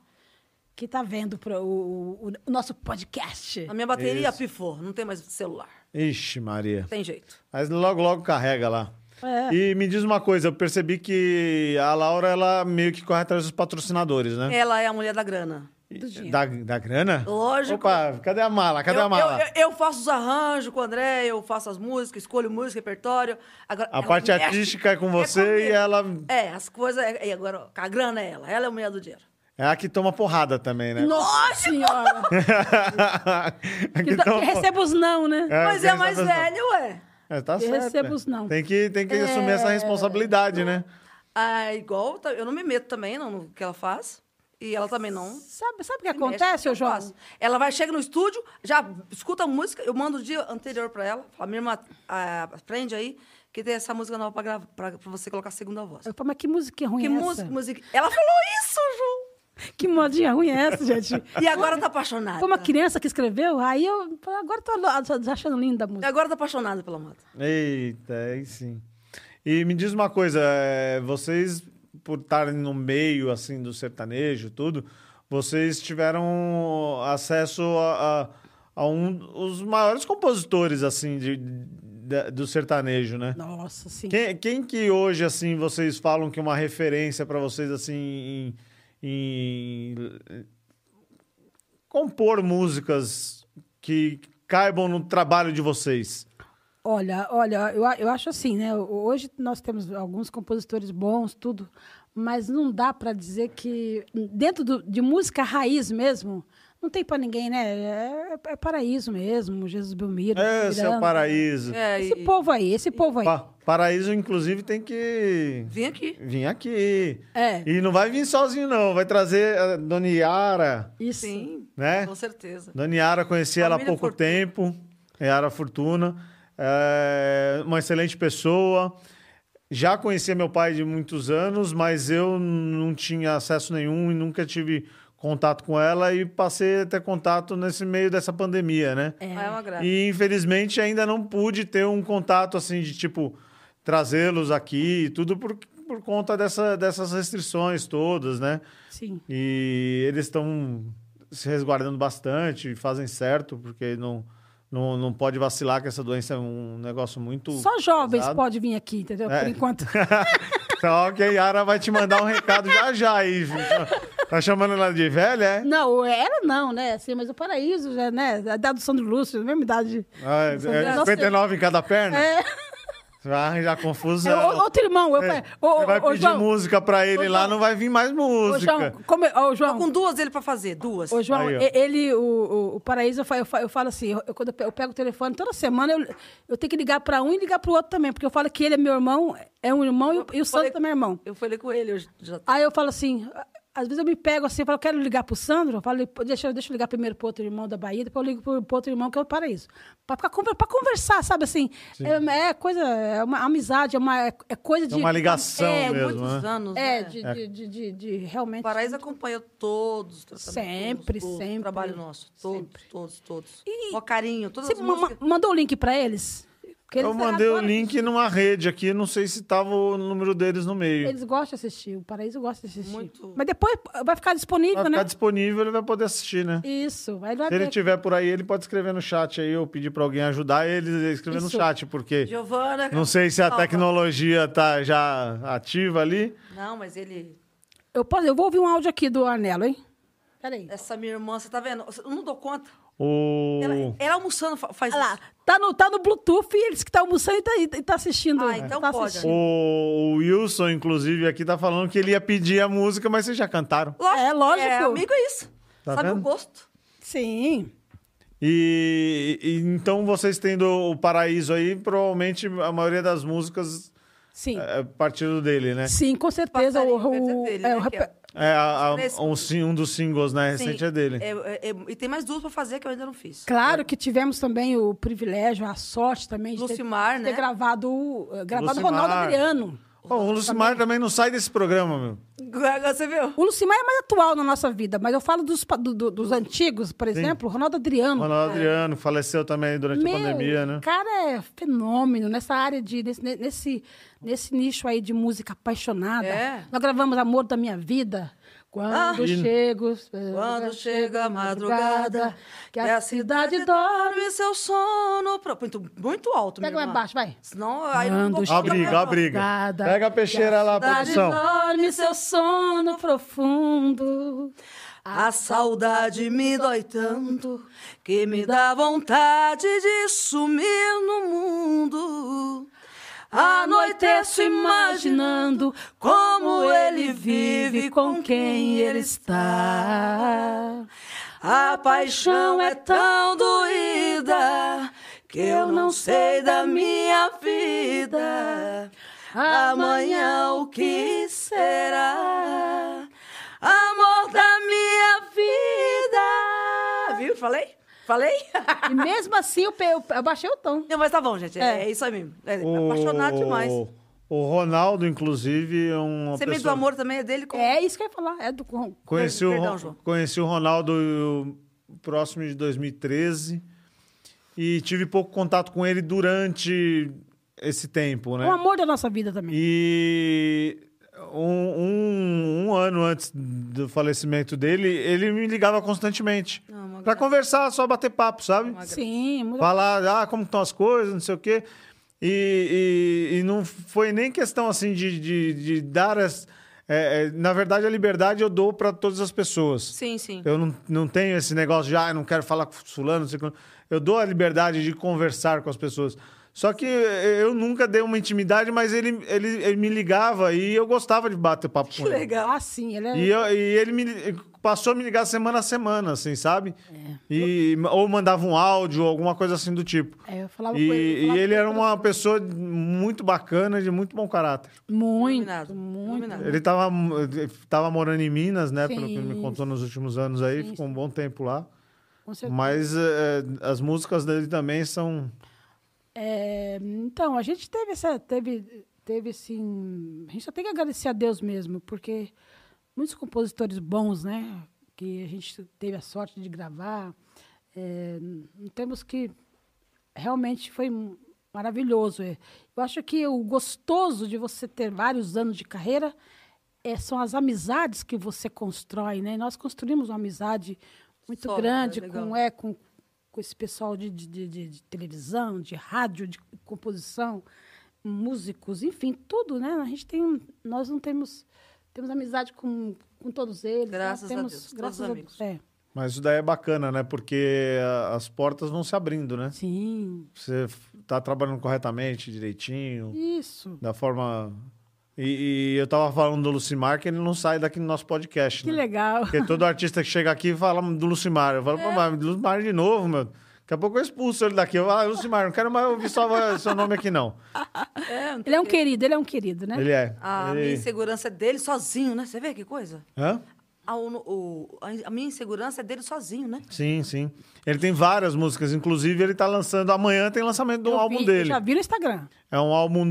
que tá vendo pro- o, o- o nosso podcast.
A minha bateria pifou, não tem mais celular.
Ixi, Maria.
Tem jeito.
Mas logo, logo carrega lá.
É.
E me diz uma coisa, eu percebi que a Laura, ela meio que corre atrás dos patrocinadores, né?
Ela é a é mulher da grana.
do dinheiro.
Da, da grana?
Lógico.
Opa, cadê a mala? Cadê
eu,
a mala?
Eu, eu- eu faço os arranjos com o André, eu faço as músicas, escolho música, repertório. Agora,
A
ela
parte
mexe-
artística é com você
comigo.
e ela
É, as coisas. E agora, ó, com a grana é ela. Ela é a mulher do dinheiro.
é a que toma porrada também, né?
Nossa senhora!
a que
Que, dá-
toma
que recebe os não, né?
Então, É,
Mas
tem
é
essa
mais
questão.
velha, ué.
É, tá
Que
certo.
recebos não. É.
Tem que, tem que assumir essa responsabilidade, né?
Ah, igual, tá- eu não me meto também não, no que ela faz. E ela também não.
Sabe, sabe o que
mexe no
acontece,
que eu
ô Jorge?
faço. Ela vai, chega no estúdio, já escuta a música, eu mando o dia anterior pra ela. Fala, minha irmã, ah, aprende aí que tem essa música nova pra, gravar, pra, pra você colocar a segunda voz.
Eu falo, mas que musiquinha ruim
Que
é essa?
música, música. Ela falou isso, Ju!
Que modinha ruim é essa, gente?
E agora tá apaixonada.
Foi uma criança que escreveu, aí eu agora tô lo- tô achando linda a música.
Agora tá apaixonada pela moto.
Eita, aí sim. E me diz uma coisa, é, vocês, por estarem no meio, assim, do sertanejo e tudo, vocês tiveram acesso a, a, a um dos maiores compositores, assim, de, da- do sertanejo, né?
Nossa, sim.
Quem, quem que hoje, assim, vocês falam que é uma referência pra vocês, assim, em, em compor músicas que caibam no trabalho de vocês?
Olha, olha, eu, a- eu acho assim, né? Hoje nós temos alguns compositores bons, tudo, mas não dá para dizer que dentro do- de música raiz mesmo, não tem para ninguém, né? É, é paraíso mesmo, Jesus Belmiro.
Esse é o
Miranda.
paraíso.
É,
Esse
e-
povo aí, esse povo aí.
Pa- paraíso, inclusive, tem que
Vem aqui.
vir aqui.
É.
E não vai vir sozinho, não. Vai trazer a Dona Yara,
Isso.
Sim,
né?
com certeza.
Dona Yara, conheci ela há
Família
pouco
Fortuna.
tempo. Yara Fortuna. É uma excelente pessoa. Já conhecia meu pai de muitos anos, mas eu não tinha acesso nenhum e nunca tive contato com ela e passei a ter contato nesse meio dessa pandemia, né?
É, é uma graça.
E infelizmente ainda não pude ter um contato assim de tipo trazê-los aqui e tudo por, por conta dessa, dessas restrições todas, né?
Sim.
E eles estão se resguardando bastante, e fazem certo, porque não, não, não pode vacilar que essa doença é um negócio muito.
Só jovens
pesado.
podem vir aqui, entendeu?
É.
Por enquanto.
Então, ok, a Yara vai te mandar um recado já já aí. viu? Tá chamando ela de velha, é?
Não, era não, né? Assim, mas o paraíso, já, né? A idade do Sandro Lúcio, mesma idade.
Ah, é, é
Nossa,
59 em cada perna?
É.
Você vai arranjar confusão.
É, ô- outro irmão, eu
É,
falei, ô,
você vai
ô, ô,
pedir
João,
música pra ele
ô,
lá,
João.
não vai vir mais
ô,
música.
João, como, ô, João,
Com duas ele pra fazer, duas.
ô, João
Aí, ó.
e- ele, o, o, o Paraíso, eu falo, eu falo, eu falo assim, eu, eu- quando eu pe- eu pego o telefone, toda semana eu, eu tenho que ligar pra um e ligar pro outro também, porque eu falo que ele é meu irmão, é um irmão e, o- e o Sandro
Falei-
também é irmão.
Eu falei com ele hoje. Já... tá
Aí eu falo assim, a- às vezes eu me pego assim, eu falo, quero ligar pro Sandro, eu falo, pô, deixa, eu- deixa eu ligar primeiro pro outro irmão da Bahia, depois eu ligo pro, pro outro irmão que é o Paraíso. Pra, ficar conver- pra conversar, sabe assim? É, é coisa, é uma amizade, é, uma, é coisa de.
uma ligação
é,
mesmo,
muitos
né?
anos. né?
É, de, de, de, de, de
O
realmente.
Paraíso acompanhou todos os tratamentos.
Sempre,
todos,
sempre.
O trabalho nosso. Todos, todos, todos.
E-
Mó carinho, todas
Você
as
ma-
músicas.
ma- mandou o link pra eles? Porque
Eu
eles
mandei o
adoram
link né? numa rede aqui, não sei se tava o número deles no meio.
assistir. Eles gostam de assistir, o Paraíso gosta de assistir.
Muito.
Mas depois vai ficar disponível,
Vai
né?
ficar disponível, ele vai poder assistir, né?
Isso. Aí vai
Se ele
ver.
tiver por aí, ele pode escrever no chat aí, eu pedir pra alguém ajudar ele a escrever no
Isso.
chat, porque
Giovana.
não sei se é a
Salva.
tecnologia tá já ativa ali.
Não, mas ele.
Eu, posso, eu vou ouvir um áudio aqui do Arnelo, hein? Peraí.
Essa minha irmã, você tá vendo? Eu não dou conta.
O...
Ela, é ela almoçando fa- faz
Olha lá.
isso.
Tá no, tá no Bluetooth, eles que tá almoçando e tá, e tá assistindo.
Ah, então
tá
pode.
assistindo.
o Wilson, inclusive, aqui tá falando que ele ia pedir a música, mas vocês já cantaram.
Lógico,
É, lógico.
É, amigo é isso.
Tá
Sabe
vendo?
o gosto.
Sim.
E, e- então vocês tendo o Paraíso aí, provavelmente a maioria das músicas
Sim.
é partido dele, né?
Sim, com certeza.
Passarinho,
O, o,
quer dizer,
é,
dele,
o
né, que
reper-
É a- a-
Nesse-
um, sim- um dos singles, né?
Sim,
Recente é dele.
é- é- e tem mais duas pra fazer que eu ainda não fiz.
Claro que tivemos também o privilégio, a sorte também de ter-
Lucimar,
de ter,
né?
gravado, o- eh, gravado o
Lucimar.
Ronaldo Adriano.
Ó, o Lucimar também. não sai desse programa, meu.
Você viu?
O Lucimar é mais atual na nossa vida, mas eu falo dos, pa- do- do- dos antigos, por exemplo, o Ronaldo Adriano.
Ronaldo Adriano faleceu também durante
Meu,
a pandemia, né?
o cara é fenômeno nessa área de. Nesse, nesse, nesse nicho aí de música apaixonada.
É.
Nós gravamos Amor da Minha Vida. Quando
Ah.
chego.
Quando chega a madrugada, que a cidade dorme seu sono. pro- Muito, muito alto,
Pega
minha
mais
irmã.
baixo, vai.
Senão, aí não
Quando
dou
Ó a
chega
conta
briga, ó a
mesmo.
briga.
madrugada,
Pega a peixeira lá,
que a cidade
produção.
Dorme seu sono profundo.
A saudade me dói tanto que me dá vontade de sumir no mundo. Anoiteço imaginando como ele vive, com quem ele está. A paixão é tão doída que eu não sei da minha vida. Amanhã o que será? Amor da minha vida. Viu? Falei? Falei?
E mesmo assim, eu, pe- eu, eu baixei o tom.
Não, mas tá bom, gente. É,
É.
é isso aí mesmo. É,
O-
Apaixonado demais.
O Ronaldo, inclusive, é uma
Semente do
pessoa...
Amor também é dele? Como...
É isso que eu ia falar. É do com-
Conheci, o,
Perdão,
Ron-
João.
conheci o Ronaldo eh, próximo de 2013 e tive pouco contato com ele durante esse tempo, né?
o amor da nossa vida também.
E um, um- um ano antes do falecimento dele, ele me ligava constantemente.
uma
Pra conversar, só bater papo, sabe?
Sim, muito
falar, ah, como estão as coisas, não sei o quê. E, e, e não foi nem questão assim de, de, de dar as. é, é, na verdade, a liberdade eu dou para todas as pessoas.
Sim, sim.
Eu não, não tenho esse negócio de, ah, eu não quero falar com fulano, não sei quando. Eu dou a liberdade de conversar com as pessoas. Só que eu nunca dei uma intimidade, mas ele, ele, ele me ligava e eu gostava de bater papo com ele.
legal.
Ah, sim, ele é.
E, eu- e ele me- passou a me ligar semana a semana, assim, sabe? E, ou mandava um áudio, alguma coisa assim do tipo.
É, eu falava
e
com ele. eu
e
falava
ele
com
era uma pessoa muito bacana, de muito bom caráter.
Muito,
Iluminado,
muito.
iluminado.
Ele tava, tava morando em Minas, né? Pelo que
Sim.
ele me contou nos últimos anos aí, ficou um bom tempo lá.
Com certeza.
Mas é, as músicas dele também são.
É, então, a gente teve essa. Teve, teve assim. A gente só tem que agradecer a Deus mesmo, porque muitos compositores bons, né? Que a gente teve a sorte de gravar. é, não temos que. Realmente foi um- maravilhoso. é. Eu acho que o gostoso de você ter vários anos de carreira é, são as amizades que você constrói, né? E Nós construímos uma amizade muito
Sólida,
grande
legal.
com, é, com, com esse pessoal de, de, de- de- de televisão, de rádio, de composição, músicos, enfim, tudo, né? A gente tem, um- nós não temos, temos amizade com, com todos eles. nós
Graças a
temos-
Deus,
graças
todos
a
amigos.
Deus. É.
Mas isso daí é bacana, né? Porque a- as portas vão se abrindo, né?
Sim,
Você f- tá trabalhando corretamente, direitinho.
isso.
Da forma. E, e eu tava falando do Lucimar que ele não sai daqui no nosso podcast.
Que
né?
legal.
Porque todo artista que chega aqui fala do Lucimar. Eu falo,
É.
pô, mas Lucimar de novo, meu. Daqui a pouco eu expulso ele daqui. Eu falo, ah, Lucimar, não quero mais ouvir só o seu nome aqui, não.
Ele é um querido, ele é um querido, né?
Ele é.
A
ele...
minha insegurança é dele sozinho, né? Você vê que coisa?
Hã?
A, o- o- a minha insegurança é dele sozinho, né?
Sim, sim. Ele tem várias músicas. Inclusive, ele tá lançando. Amanhã tem lançamento do
Eu
álbum
vi- Eu
dele.
já vi no Instagram.
É um álbum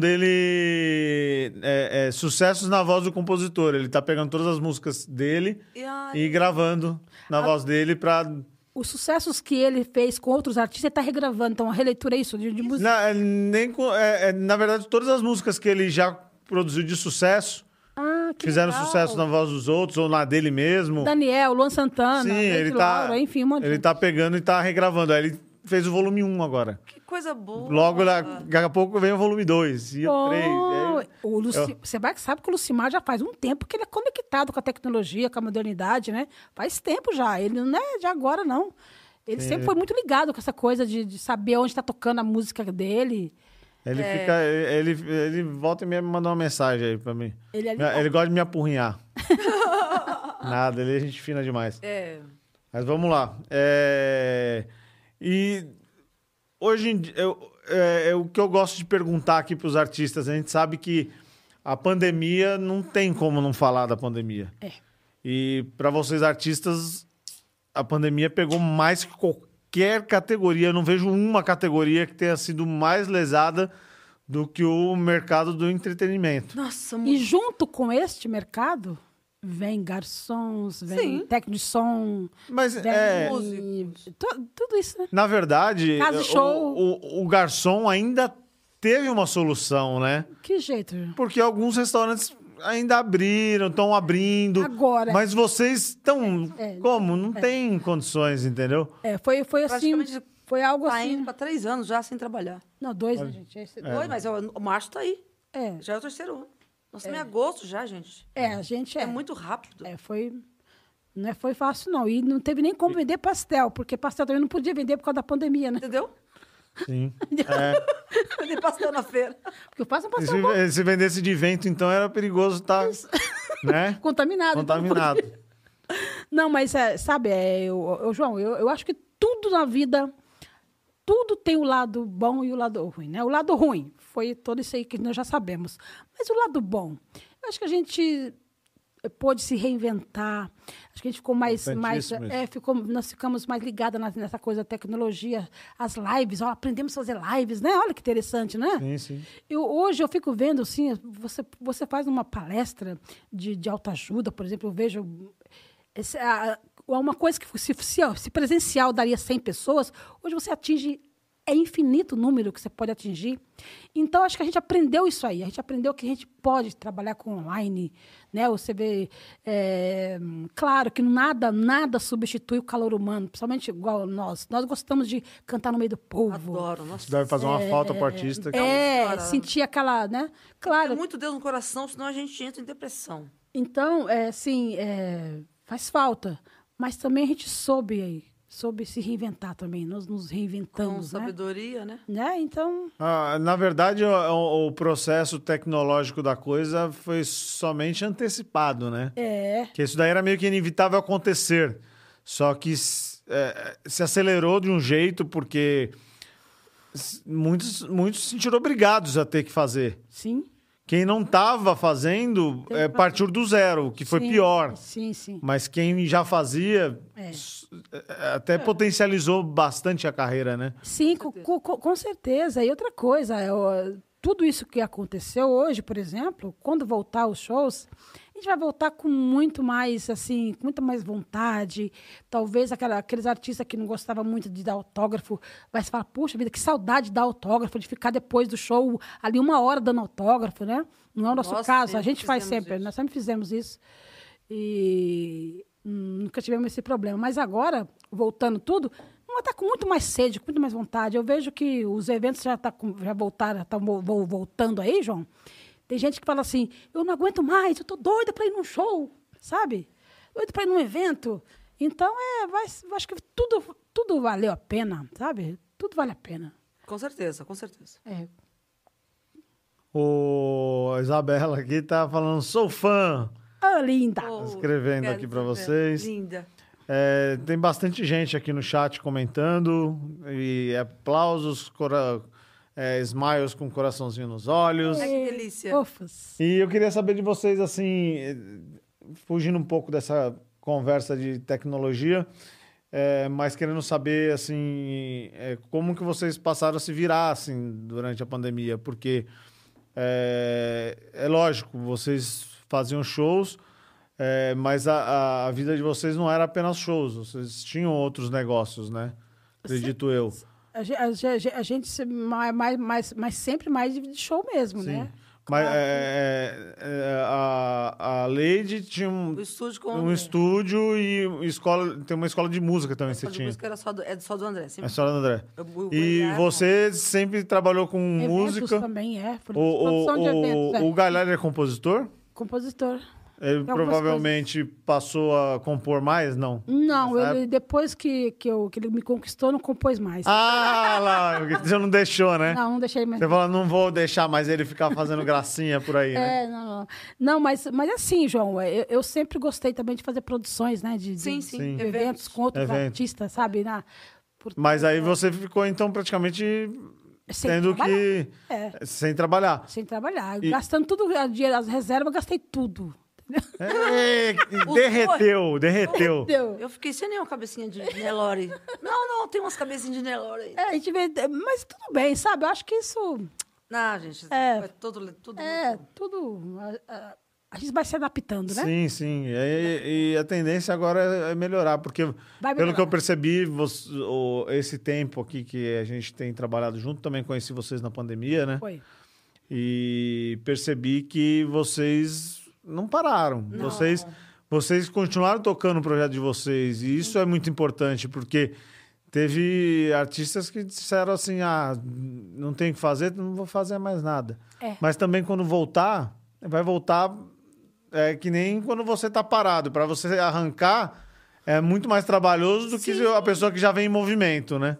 dele. é, é, sucessos na voz do compositor. Ele tá pegando todas as músicas dele
E a-
Ah,
e gravando na voz dele pra
Os sucessos que ele fez com outros artistas, ele está regravando. Então, a releitura é isso, de, de música.
Na, é, nem, com- é, é, na verdade, todas as músicas que ele já produziu de sucesso
Ah, que
fizeram
legal.
sucesso na voz dos outros ou na dele mesmo.
Daniel, Luan Santana,
Sim,
Leite
ele tá,
Laura, enfim, um monte de
ele
gente.
tá pegando e tá regravando. Aí ele fez o volume 1 agora.
Que coisa boa.
Logo, lá- daqui a pouco vem o volume 2 e o 3.
Oh,
aí-
o Luci... Você vai que sabe que o Lucimar já faz um tempo que ele é conectado com a tecnologia, com a modernidade, né? Faz tempo já. Ele não é de agora, não. Ele sempre foi muito ligado com essa coisa de, de saber onde está tocando a música dele.
Ele
é.
fica. Ele, ele- ele volta e meia me manda uma mensagem aí pra mim.
Ele é
Me- ele gosta de me apurrinhar. Nada, ele é gente fina demais.
É,
Mas vamos lá. É, E hoje em dia, eu- é, é o que eu gosto de perguntar aqui para os artistas, a gente sabe que a pandemia não tem como não falar da pandemia.
É.
E para vocês artistas, a pandemia pegou mais que qualquer categoria. Eu não vejo uma categoria que tenha sido mais lesada do que o mercado do entretenimento.
Nossa,
E
muito.
junto com este mercado, vem garçons, vem
Sim.
técnico de som,
Mas
vem
é,
tu- tudo isso, né?
Na verdade,
Casa e
o-
show.
O, o garçom ainda teve uma solução, né?
Que jeito.
Porque alguns restaurantes ainda abriram, estão abrindo.
Agora.
Mas vocês estão.
É, é,
como? Não tem condições, entendeu?
É, foi, foi assim.
Praticamente
Foi algo
Tá
assim.
indo pra três anos já sem trabalhar.
Não, dois, né, gente? Esse-
É.
Oi, mas o, o março tá aí.
É.
Já é o terceiro ano. Nós estamos em agosto já, gente.
É, a gente é.
É muito rápido.
É, foi. Não é- foi fácil, não. E não teve nem como vender pastel, porque pastel também não podia vender por causa da pandemia, né?
Entendeu?
Sim. É.
Ele passou na feira.
Porque eu faço um
E
pastel bom,
Se, se vendesse de vento, então era perigoso estar, né?
contaminado. então não podia.
Contaminado.
Não, mas é, sabe, é, eu, eu- João, eu, eu acho que tudo na vida, tudo tem o lado bom e o lado ruim, né? O lado ruim foi todo isso aí que nós já sabemos. Mas o lado bom, eu acho que a gente pôde se reinventar, acho que a gente ficou mais, mais
Importantíssimo isso.
é, ficou, nós ficamos mais ligadas na- nessa coisa da tecnologia, as lives, ó, aprendemos a fazer lives, né? Olha que interessante, né?
Sim, sim.
Eu, hoje eu fico vendo, assim, você, você faz uma palestra de, de autoajuda, por exemplo, eu vejo esse, a- a- uma coisa que se, se, se presencial daria 100 pessoas, hoje você atinge, é infinito o número que você pode atingir. Então, acho que a gente aprendeu isso aí, a gente aprendeu que a gente pode trabalhar com online, né? Você vê, é, claro que nada, nada substitui o calor humano, principalmente igual nós. Nós gostamos de cantar no meio do povo.
Adoro, nossa.
Deve fazer uma falta pro artista.
É,
Cara.
sentir aquela, né?
Tem
Claro.
É muito Deus no coração, senão a gente entra em depressão.
Então, é, assim, é, faz falta. Mas também a gente soube aí, soube se reinventar também. Nós nos
Com
reinventamos, né?
sabedoria, né?
né? Então,
Ah, na verdade, o- o, o processo tecnológico da coisa foi somente antecipado, né?
é,
Que isso daí era meio que inevitável acontecer. Só que s- é, se acelerou de um jeito porque s- muitos, muitos se sentiram obrigados a ter que fazer.
sim.
Quem não estava fazendo é, partiu do zero, o que foi
sim,
pior.
Sim, sim.
Mas quem já fazia
É.
s- é, até potencializou bastante a carreira, né?
Sim, co- co- co- com, certeza. E outra coisa, é, ó, tudo isso que aconteceu hoje, por exemplo, quando voltar os shows, a gente vai voltar com muito mais, assim, com muita mais vontade. Talvez aquela- aqueles artistas que não gostavam muito de dar autógrafo vai se falar, puxa vida, que saudade de dar autógrafo, de ficar depois do show ali uma hora dando autógrafo, né? Não é o nosso
Nós
caso, a
sempre
gente faz
fizemos
sempre, né?
isso.
nós sempre fizemos isso. E hum, nunca tivemos esse problema. Mas agora, voltando tudo, ela está com muito mais sede, com muito mais vontade. Eu vejo que os eventos já, tá com- já voltaram, já estão voltando aí, João. Tem gente que fala assim, eu não aguento mais, eu tô doida para ir num show, sabe? Doida para ir num evento. Então, é, vai, eu acho que tudo, tudo valeu a pena, sabe? Tudo vale a pena.
Com certeza, com certeza.
É,
O a Isabela aqui tá falando, sou fã.
Ah, linda!
Oh,
escrevendo
quero
aqui pra
saber.
vocês.
Linda.
É, tem bastante gente aqui no chat comentando e aplausos, cora- é, smiles com coraçãozinho nos olhos.
Ai, que delícia.
Fofos.
E eu queria saber de vocês, assim, eh, fugindo um pouco dessa conversa de tecnologia, eh, mas querendo saber, assim, eh, como que vocês passaram a se virar, assim, durante a pandemia, porque eh, é, lógico, vocês faziam shows, eh, mas a, a- a vida de vocês não era apenas shows, vocês tinham outros negócios, né? Acredito eu.
A, ge- a ge- a ge- a gente se- mais, mais, mais, mas sempre mais de- de show mesmo, né?
Mas eh, eh, a, a Lady tinha um,
O estúdio com
Um estúdio e escola. Tem uma escola de música também, você
Só de
tinha.
música era só do, é só do André.
A
Sempre.
história do André.
Eu- ah, eu-
E
eu-
você sempre trabalhou com
Eventos
música.
também, é. Pro-
O, o,
Produção de eventos,
o,
é.
o Galhardo é compositor?
Compositor.
Ele
algumas
provavelmente passou a compor mais? Não.
Não,
Nessa
ele, depois que, que, eu, que ele me conquistou, não compôs mais.
Ah, lá, você não deixou, né?
Não, não deixei mais.
Você fala, não vou deixar mais ele ficar fazendo gracinha por aí, né?
É, não, não. Não, mas, mas assim, João, eu, eu sempre gostei também de fazer produções, né? De, de-
tá. Sim, sim.
Sim.
de eventos com outros
Evento.
artistas, sabe? Na, por-
Mas aí você ficou, então, praticamente
Sem
tendo que.
trabalhar. É.
Sem trabalhar.
sem trabalhar.
E-
Gastando tudo, o dinheiro, as reservas, eu gastei tudo.
É, derreteu, derreteu.
Entendeu?
Eu fiquei sem nenhuma cabecinha de Nelore. não, não, tem umas cabecinhas de Nelore aí.
É, a gente vê, mas tudo bem, sabe? Eu acho que isso.
Não, gente,
É.
é todo, todo
É, tudo. A, a- a gente vai se adaptando, né?
Sim, sim. E, e a tendência agora é- é melhorar, porque
Vai
pelo
melhorar.
que eu percebi, você- o- esse tempo aqui que a gente tem trabalhado junto, também conheci vocês na pandemia, né?
Foi.
E percebi que vocês não pararam. Vocês, vocês continuaram tocando o projeto de vocês. E isso é muito importante, porque teve artistas que disseram assim: ah, não tem o que fazer, não vou fazer mais nada.
É.
Mas também quando voltar, vai voltar é, que nem quando você tá parado. Para você arrancar, é muito mais trabalhoso do que
Sim.
a pessoa que já vem em movimento, né?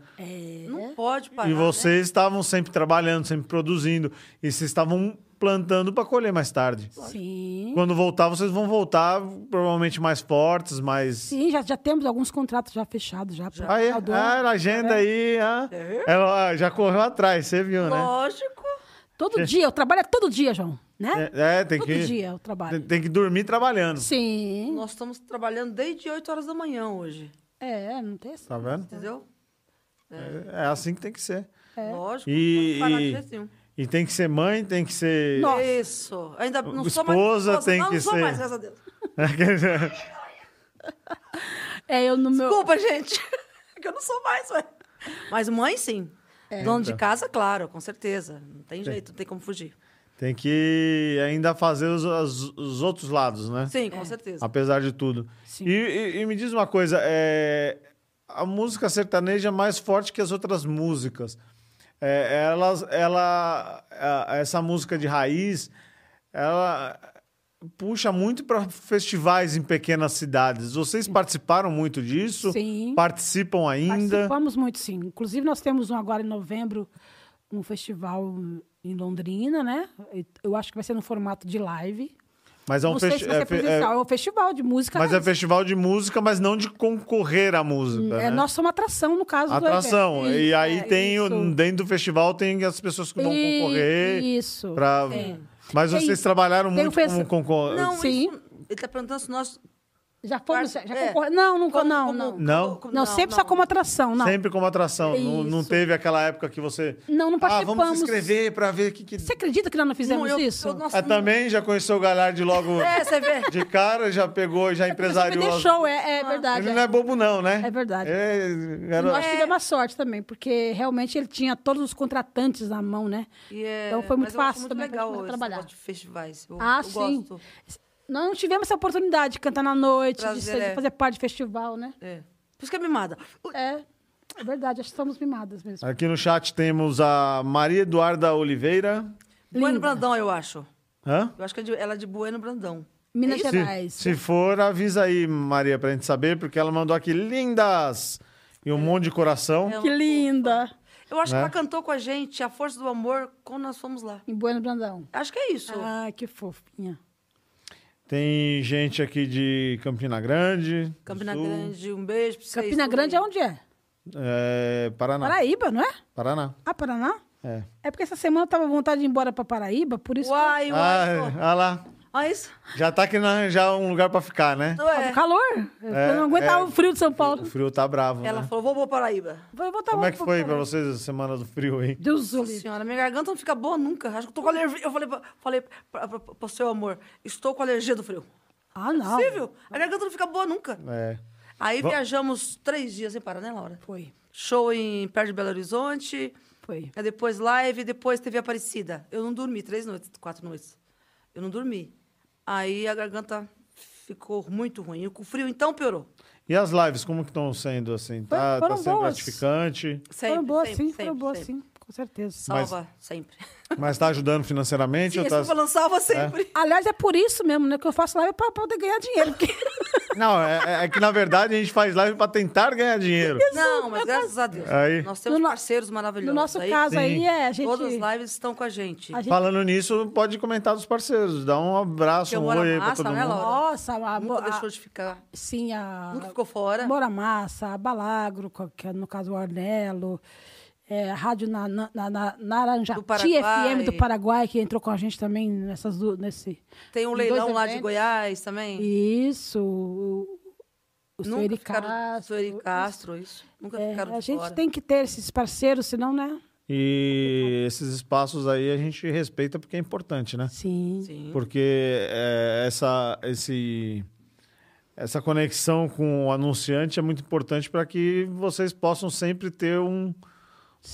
Não pode parar.
né?
né?
e vocês estavam sempre trabalhando, sempre produzindo. E vocês estavam plantando para colher mais tarde.
Sim.
Quando voltar, vocês vão voltar provavelmente mais fortes, mais.
Sim, já, já temos alguns contratos já fechados já. pra-
Aí,
pra do né? É.
ah,
ano.
ela agenda aí. ah. Ela já correu atrás, você viu,
Né?
né?
Lógico.
Todo dia, eu trabalho é todo dia, João, né?
É, é, tem
todo
que.
dia eu trabalho.
tem- Tem que dormir trabalhando.
Sim.
Nós estamos trabalhando desde 8 horas da manhã hoje.
É, não tem essa.
Tá vendo?
Entendeu?
É assim que tem que ser.
É.
Lógico.
E-
não pode parar de
e-
jeito nenhum.
E tem que ser mãe, tem que ser.
Nossa.
Isso. Ainda não sou mais
Esposa tem
não,
que
não sou
ser-
mais, graças a Deus.
Quer dizer,
É, eu no meu.
Desculpa, gente. É que eu não sou mais, ué. Mas mãe, sim.
É.
Dono de
Então.
casa, claro, com certeza. Não tem jeito, não tem como fugir.
tem que ainda fazer os, as- os outros lados, né?
Sim, com certeza.
Apesar de tudo.
Sim.
E, e- e me diz uma coisa: é, a música sertaneja é mais forte que as outras músicas. É, elas, ela, a- essa música de raiz, ela puxa muito para festivais em pequenas cidades. Vocês participaram muito disso?
Sim.
Participam ainda?
Participamos muito, sim. Inclusive, nós temos um agora em novembro, um festival em Londrina, né? Eu acho que vai ser no formato de live.
Mas é um
não sei se vai
festival.
ser presencial, é, um festival de música.
Mas
né?
é festival de música, mas não de concorrer à música.
É,
né?
nós somos atração, no caso do
Atração.
evento.
e aí
é,
tem o-
isso.
dentro do festival tem as pessoas que vão
I-
concorrer.
Isso.
Pra... Mas
Tem-
vocês trabalharam
tem o
muito
festi-
como concorrer.
Não,
Sim.
isso- ele está perguntando se nós.
Já fomos, já,
Parce-
já
é.
concorre- Não, nunca,
como-
não,
como-
não.
como-
Não?
como-
Não, sempre só como atração, não.
Sempre como atração. Não, não
Isso.
teve aquela época que você.
Não, não
Ah, vamos
participamos.
se inscrever pra ver o que. que...
Você acredita que nós não fizemos
Não, eu-
isso? É
eu- nossa,
Ah, também já conheceu o Galhardi logo
É, você vê.
de cara, já pegou, já
Você me
empresariou. as-
deixou, é, é verdade.
Ele
é.
não é bobo, não, né?
É verdade.
É, era-
Nós tivemos a sorte também, porque realmente ele tinha todos os contratantes na mão, né?
E é-
Então foi muito
mas eu acho
fácil
muito
também pra
legal
gente
esse
trabalhar.
negócio de festivais. Eu,
Ah,
eu
sim.
Gosto.
Nós não tivemos essa oportunidade de cantar na noite, de,
Prazer,
ser- de
é.
fazer parte de festival, né?
É. Por isso que é mimada. Ui,
É, é verdade, acho que estamos mimadas mesmo.
Aqui no chat temos a Maria Eduarda Oliveira.
Bueno
Linda.
Brandão, eu acho.
Hã?
Eu acho que é de- ela é de Bueno Brandão.
Minas
Se-
Gerais.
Se, for, avisa aí, Maria, pra gente saber, porque ela mandou aqui lindas e um monte de coração.
Que linda!
Eu acho
Né?
que ela cantou com a gente A Força do Amor quando nós fomos lá.
Em Bueno Brandão.
Acho que é isso.
Ai, que fofinha.
Tem gente aqui de Campina Grande. do
Campina
Sul,
Grande, um beijo pra vocês.
Campina
tudo
Grande
aí.
é onde é?
é, Paraná.
Paraíba, não é?
Paraná.
Ah, Paraná?
É.
É porque essa semana eu tava com vontade de ir embora pra Paraíba, por isso. que
Uai, uai.
Ah,
pô.
ah lá.
Ah, isso.
Já tá querendo arranjar um lugar pra ficar, né?
Então
eu...
é.
o calor. eu não aguentava
é.
o frio de São Paulo.
O frio tá bravo,
Ela
né?
falou, vou pra Paraíba.
Vou voltar
Como é que foi pra vocês a semana do frio, hein?
Deus o
Nossa
livre.
senhora, minha garganta não fica boa nunca. Acho que eu tô com alergia. Eu falei, pra- falei pra, pra, pra- pro seu amor, estou com alergia do frio.
Ah, não.
Possível? A garganta não fica boa nunca.
É.
Aí viajamos três dias sem parar, né, Laura?
Foi,
Show em perto de Belo Horizonte.
foi.
Aí depois live, depois teve Aparecida. Eu não dormi, três noites, quatro noites. Eu não dormi. Aí a garganta ficou muito ruim. E com frio, então, piorou.
E as lives, como que estão sendo, assim? Tá, tá
foram
sendo
boas.
gratificante,
Sempre,
foram boas,
sempre,
sim,
sempre,
foram boas,
sempre.
sim, com certeza.
Salva, sempre.
mas tá ajudando financeiramente?
Sim,
ou
eu
tá-
tô falando salva sempre.
Aliás, é por isso mesmo, né? Que eu faço live pra poder ganhar dinheiro. Porque...
Não, é, é- é que na verdade a gente faz live pra tentar ganhar dinheiro.
Não, mas graças a Deus.
Aí.
Nós temos
tá No no-
parceiros maravilhosos.
no nosso
aí.
caso aí, é, a gente.
Todas as lives estão com a gente.
A gente-
Falando nisso, pode comentar dos parceiros. Dá um abraço,
Que
um
mora
oi aí pra
massa,
todo
né,
mundo.
Laura?
Nossa, a,
Nunca
a-
deixou de ficar.
Sim, a.
Nunca ficou fora.
Bora Massa, a Balagro, co- que é, no caso o Arnello, é, a Rádio na, na, na, na Naranjati
Do Paraguai.
FM do Paraguai, que entrou com a gente também nessas, du- nesse.
Tem um
em dois
leilão lá de
eventos.
Goiás também.
Isso, o, o Sueli
ficaram...
Castro.
Sueli Castro, isso. Nunca
É,
ficaram de
a gente
fora.
tem que ter esses parceiros, senão, né?
E esses espaços aí a gente respeita porque é importante, né?
Sim.
Sim.
Porque é, essa, esse, essa conexão com o anunciante é muito importante para que vocês possam sempre ter um,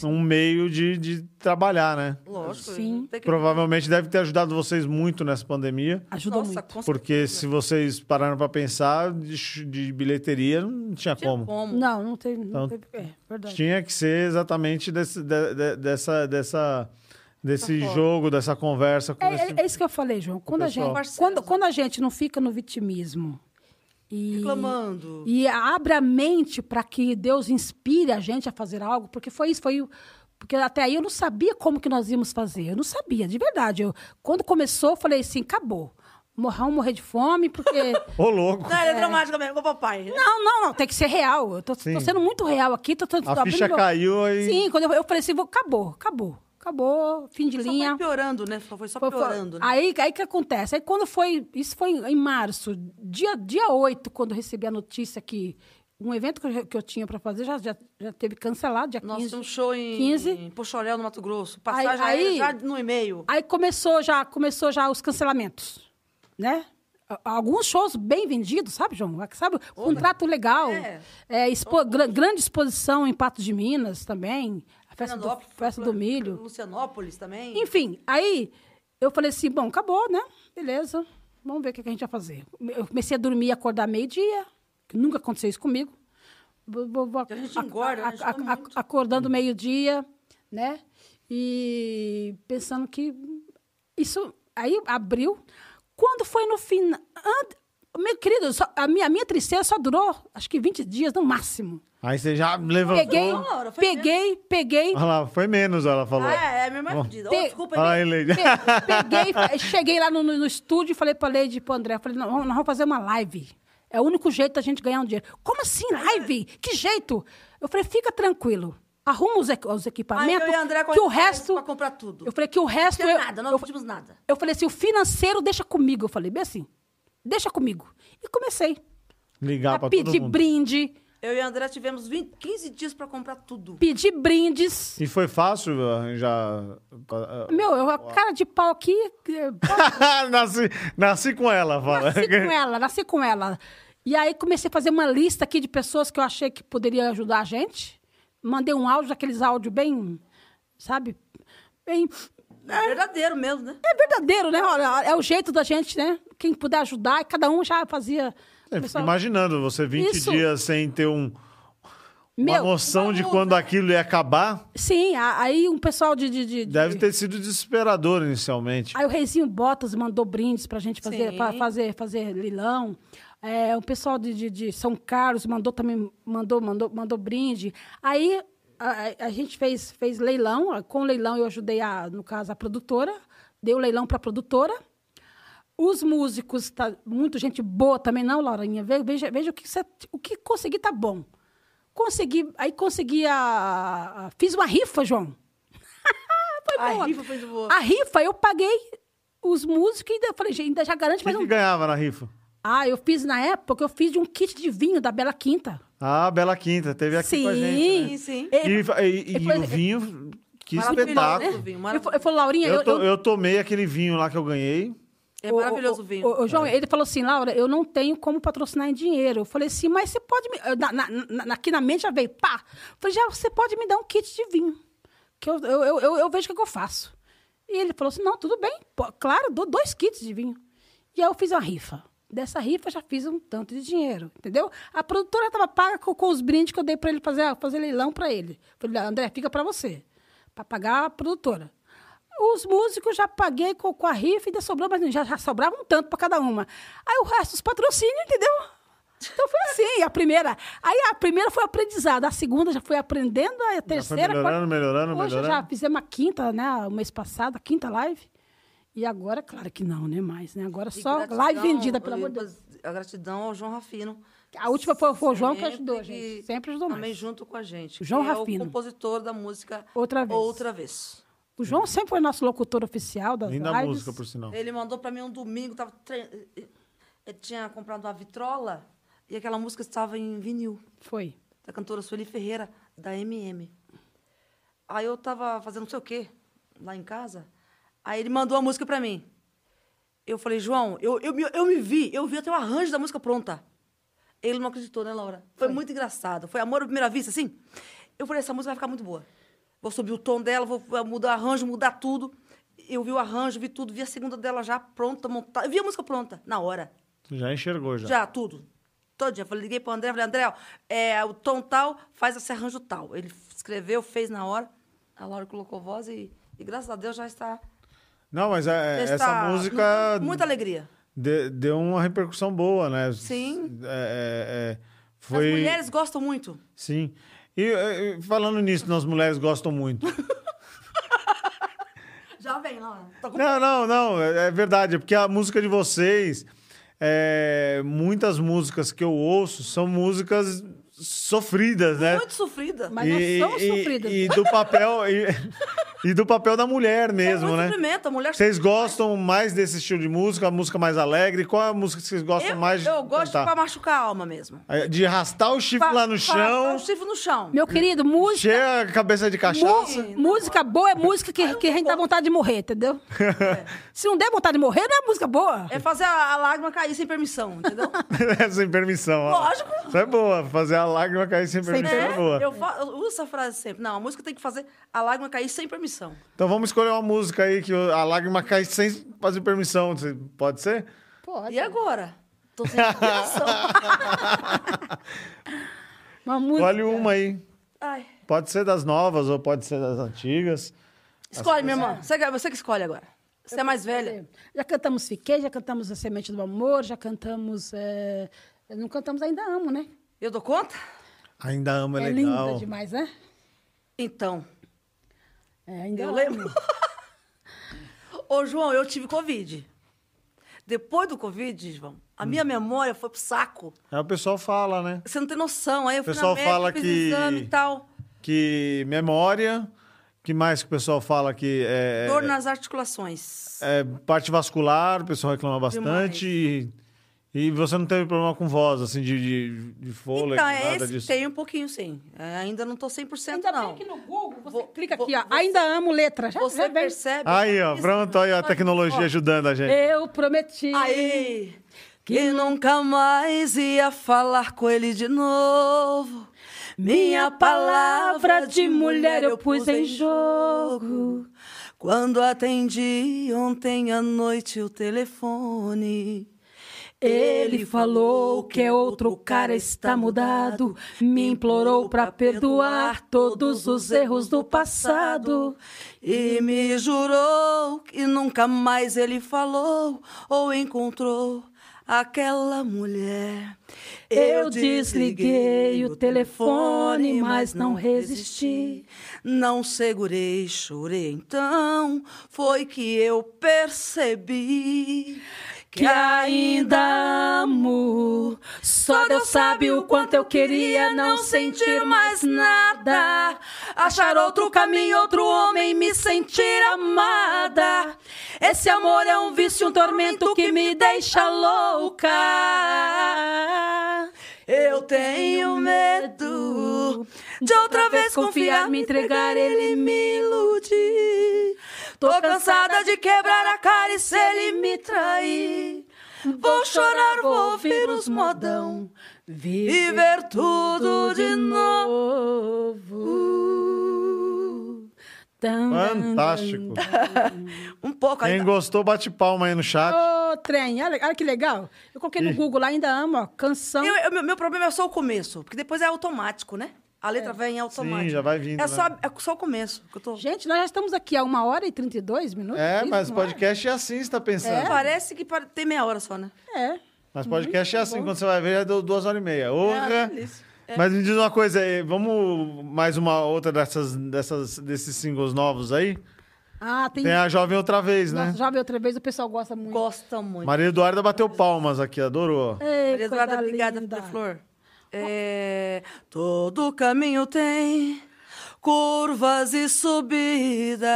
um meio de, de trabalhar, né?
Lógico.
Sim.
Tem que...
Provavelmente deve ter ajudado vocês muito nessa pandemia.
Ajudou
Nossa,
muito.
com
Porque se vocês pararam para pensar, de, ch- de bilheteria não tinha,
certeza.
é como.
Como?
Não, não teve. Não
Então,
teve- é, verdade.
Tinha que ser exatamente desse, de- de- dessa, dessa, desse
Essa forma.
jogo, dessa conversa. Com
É,
esse-
é- é isso que eu falei, João. Quando a, gente,
pessoal.
quando, quando a gente não fica no vitimismo E,
Reclamando.
E abre a mente para que Deus inspire a gente a fazer algo, porque foi isso, foi o- porque até aí eu não sabia como que nós íamos fazer, eu não sabia, de verdade. Eu, quando começou, eu falei assim, acabou. Morrer, um morrer de fome, porque
Ô, louco.
Não, ele é dramática mesmo, com o papai.
Não, não, não, tem que ser real. Eu tô, tô
Sim.
sendo muito real aqui. Tô, tô, tô
A
abrindo
ficha
meu-
caiu e.
Sim, quando eu, eu falei assim, vou, acabou, acabou, acabou, fim de
Só
linha.
foi piorando, né? Só foi só
Foi- foi-
piorando, né?
Aí, aí que acontece? Aí quando foi. Isso foi em, em março, dia, dia 8, quando eu recebi a notícia que um evento que eu, que eu tinha para fazer já, já, já teve cancelado, dia 15.
Nossa, tem um show em,
15.
em Pochorel, no Mato Grosso. Passagem
Aí-
aí,
aí- Ah,
já no e-mail.
Aí começou já, começou já os cancelamentos, né? A- Alguns shows bem vendidos, sabe, João? Sabe, contrato legal.
É.
É, expo- gra- grande exposição em Patos de Minas também. A festa do,
Fernandópolis,
festa do milho.
Lucianópolis também.
Enfim, aí eu falei assim, bom, acabou, né? Beleza, vamos ver o que que a gente vai fazer. Eu comecei a dormir e acordar meio-dia, que nunca aconteceu isso comigo. Vou- vou- vou-
A gente engorda, né? A gente come muito.
acordando meio-dia, né? E pensando que isso aí abriu. Quando foi no final... Meu querido, só- a, minha, a minha tristeza só durou acho que 20 dias no máximo.
Aí você já levantou.
Peguei, um
Não, Laura, foi
peguei, peguei,
Olha lá, foi menos, ela falou.
Ah, é, é minha mãe é fodida. Ô,
Tem-
desculpa,
Olha aí,
ele...
Leide.
Pe- Peguei, fa- cheguei lá no, no- no estúdio e falei pra Leide e pro André. Falei, "Não, vamos- nós vamos fazer uma live. É o único jeito da gente ganhar um dinheiro. Como assim, live? Que jeito? Eu falei, fica tranquilo. Arruma os, equi- os equipamentos.
Aí eu e o André
que o
corremos
resto.
pra comprar tudo.
Eu falei que o resto.
Não tinha
eu-
nada, nós
eu,
não pedimos nada.
eu falei assim, o financeiro deixa comigo. Eu falei, bem assim, deixa comigo. E comecei.
Ligar
a
pra
pedir
todo mundo.
brinde,
Eu e o André tivemos 20, 15 dias pra comprar tudo.
pedir brindes.
E foi fácil ah, arranjar. ah,
Meu, eu, a cara de pau aqui. eh,
nasci, nasci com ela, fala.
Nasci com ela, nasci com ela. E aí comecei a fazer uma lista aqui de pessoas que eu achei que poderia ajudar a gente. Mandei um áudio, aqueles áudios bem, sabe? Bem.
Verdadeiro mesmo, né?
É verdadeiro, né? Olha, É o jeito da gente, né? Quem puder ajudar, e cada um já fazia.
Eu fico
Pessoal,
É, imaginando você 20
Isso.
dias sem ter um, uma
meu,
noção de quando aquilo ia acabar.
sim, a- aí um pessoal de. de, de-
Deve
de-
ter sido desesperador inicialmente.
Aí o Reizinho Botas mandou brindes pra gente fazer,
Sim.
pra fazer, fazer leilão. É, o pessoal de, de- de São Carlos mandou também, mandou, mandou, mandou brinde. Aí a, a- a gente fez, fez leilão. Com o leilão eu ajudei, a, no caso, a produtora. Dei o leilão pra produtora. Os músicos, tá, muito gente boa também, não, Laurinha? Ve- Veja, veja o que você, o que conseguir tá bom. Consegui, aí consegui a- a- a- Fiz uma rifa, João. foi
A
boa.
rifa foi de boa.
A rifa, eu paguei os músicos e ainda, eu falei, gente, ainda já garante
O que,
mais
que
um.
ganhava na rifa?
Ah, eu fiz na época, eu fiz de um kit de vinho da Bela Quinta.
Ah, Bela Quinta, teve aqui com a gente. né?
Sim, sim.
Ele-
E, e- e
Ele foi-
o vinho, que
Maravilhoso,
espetáculo.
né? vinho,
Eu, fa- eu falei, Laurinha,
Eu,
eu,
to-
eu-
eu tomei aquele vinho lá que eu ganhei.
É maravilhoso o
Ô,
vinho.
ô, João, ele falou assim, Laura, eu não tenho como patrocinar em dinheiro. Eu falei assim, mas você pode me... eu, Na, na, na- aqui na mente já veio, pá! Eu falei, já, você pode me dar um kit de vinho. Que eu, eu, eu, eu- eu vejo o que, que eu faço. E ele falou assim, não, tudo bem. pô, claro, dou dois kits de vinho. E aí eu fiz uma rifa. Dessa rifa, já fiz um tanto de dinheiro, entendeu? A produtora estava paga com, com os brindes que eu dei para ele fazer, fazer leilão para ele. Falei, André, fica para você, para pagar a produtora. Os músicos já paguei com, com a rifa e ainda sobrou, mas não, já, já sobrava um tanto para cada uma. Aí o resto, os patrocínios, entendeu? Então foi assim, a primeira. Aí a primeira foi aprendizada, a segunda já foi aprendendo, a terceira. a
melhorando, melhorando,
Hoje
melhorando.
já fizemos a quinta, né? O mês passado, a quinta live. E agora, claro que não, né? Mais, né? Agora
E
só
gratidão,
live vendida, pelo
eu-
amor de Deus.
A gratidão ao João Rafino.
A última foi- foi o João que
Sempre
ajudou, gente. Sempre ajudou
Também
mais.
junto com a gente.
O João
que É
Rafino.
o compositor da música
Outra Vez.
Outra Vez.
O João sempre foi nosso locutor oficial das
Linda
lives.
música, por sinal.
Ele mandou pra mim um domingo, tava tre... eu tinha comprado uma vitrola e aquela música estava em vinil,
Foi.
da cantora Sueli Ferreira, da MM. Aí eu tava fazendo não sei o quê lá em casa, aí ele mandou a música pra mim. Eu falei, João, eu, eu, me- eu me vi, eu vi até o arranjo da música pronta. Ele não acreditou, né, Laura? Foi, muito engraçado. Foi amor à primeira vista, assim. Eu falei, essa música vai ficar muito boa. Vou subir o tom dela, vou eh, mudar o arranjo, mudar tudo. Eu vi o arranjo, vi tudo, vi a segunda dela já pronta, montada. Eu vi a música pronta, na hora.
Você já enxergou já.
Já, tudo. Todo dia. Falei, liguei pro André, falei, André, ó, é, o tom tal, faz esse arranjo tal. Ele escreveu, fez na hora. A Laura colocou voz e, e graças a Deus já está...
Não, mas é-
já
essa
está-
música
é Muita alegria.
de- deu uma repercussão boa, né?
Sim.
É, é, é, foi...
As mulheres gostam muito.
Sim. E eh, eh, falando nisso, nós mulheres gostam muito.
Já vem, Laura. Tô com-
Não, não, não, é é verdade, é porque a música de vocês, é, muitas músicas que eu ouço são músicas sofridas, né?
Muito sofrida.
Mas não são sofridas.
E, do papel e, e do papel da mulher
é
mesmo,
muito
né?
sofrimento. A mulher
Vocês gostam mais desse estilo de música, a música mais alegre? Qual é a música que vocês gostam
eu,
mais de
eu gosto
cantar?
pra machucar a alma mesmo.
De arrastar o chifre
Fa-
lá no
fa-
chão,
O chifre no chão.
Meu querido, música.
encher a cabeça de
mu-
cachaça.
música boa é música que, que a gente dá vontade de morrer, entendeu? Se não der vontade de morrer, não é música boa.
É fazer a, a lágrima cair sem permissão, entendeu?
sem permissão. ó.
Lógico.
Isso é boa. Fazer a lágrima cair sem permissão é boa.
Né? Eu, fa- eu uso essa frase sempre. Não, a música tem que fazer a lágrima cair sem permissão.
Então vamos escolher uma música aí que a lágrima cai sem fazer permissão. Você- Pode ser?
Pode.
E agora? Tô sem inspiração.
Uma música.
Escolhe uma aí.
Ai.
Pode ser das novas ou pode ser das antigas.
Escolhe, minha irmã. Você, que- você que escolhe agora. Você é mais velha.
Já cantamos Fiquei, já cantamos A Semente do Amor, já cantamos. é, Não cantamos Ainda Amo, né?
Eu dou conta?
Ainda amo é,
É,
legal.
linda demais, né?
Então,
É, ainda
eu
amo.
lembro. Ô, João, eu tive Covid. Depois do Covid, João, a
Hum.
minha memória foi pro saco.
Aí o pessoal fala, né?
Você não tem noção. Aí eu fui
Pessoal
na médica,
fala
fiz
que-
exame e tal.
Que memória. que mais que o pessoal fala que é,
Dor nas articulações.
é parte vascular, o pessoal reclama bastante. E, e você não teve problema com voz, assim, de, de, de fôlego,
então, é
nada
esse
disso.
tem um pouquinho, sim. É, ainda não tô 100%
Ainda
não.
bem que no Google você
Vou-
clica
vou-
aqui, ó.
você-
Ainda amo letra. Já, já
Você
vem.
percebe?
Aí, ó,
Isso.
pronto, aí ó, a tecnologia
Ó,
ajudando a gente.
Eu prometi.
Aí, que nunca mais ia falar com ele de novo. Minha palavra de mulher eu pus em jogo. Quando atendi ontem à noite o telefone.
Ele falou que outro cara está mudado, me implorou para perdoar todos os erros do passado.
E me jurou que nunca mais ele falou ou encontrou aquela mulher.
Eu desliguei o telefone, mas não resisti.
Não segurei, chorei então. Foi que eu percebi
que ainda amo. Só Deus sabe o quanto eu queria não sentir mais nada. Achar outro caminho, outro homem, me sentir amada. Esse amor é um vício, um tormento que me deixa louca.
Eu tenho medo de outra vez confiar, me entregar, ele me iludir. Tô cansada de quebrar a cara e se ele me trair. Vou chorar, vou ouvir os modão e ver tudo de novo.
novo. Tan, tan,
Fantástico.
Um pouco
Quem
ainda.
gostou, bate palma aí no chat.
Ô, trem, olha, olha que legal. Eu coloquei no Google lá, ainda amo, ó, canção.
Eu- eu- meu, meu problema é só o começo, porque depois é automático, né? A letra vem automática.
já vai vindo,
É, só,
né?
é só o começo. Que eu tô...
É. Gente, nós já estamos aqui há uma hora e 32 minutos.
É,
isso,
mas
não
podcast é assim, você tá pensando.
Parece que pare- tem meia hora só, né?
É. É.
Mas podcast é assim, quando você vai ver, já deu duas horas e meia. Orra!
É, delícia. É.
Mas me diz uma coisa aí, vamos mais uma outra dessas, dessas, desses singles novos aí?
Ah, tem.
Tem a Jovem Outra Vez, né?
Nossa, já vi outra vez, o pessoal gosta muito.
Gosta muito.
Maria Eduarda bateu palmas aqui, adorou.
Ei,
Maria Eduarda,
coisa
obrigada,
linda.
Vida Flor. É, todo caminho tem curvas e subidas.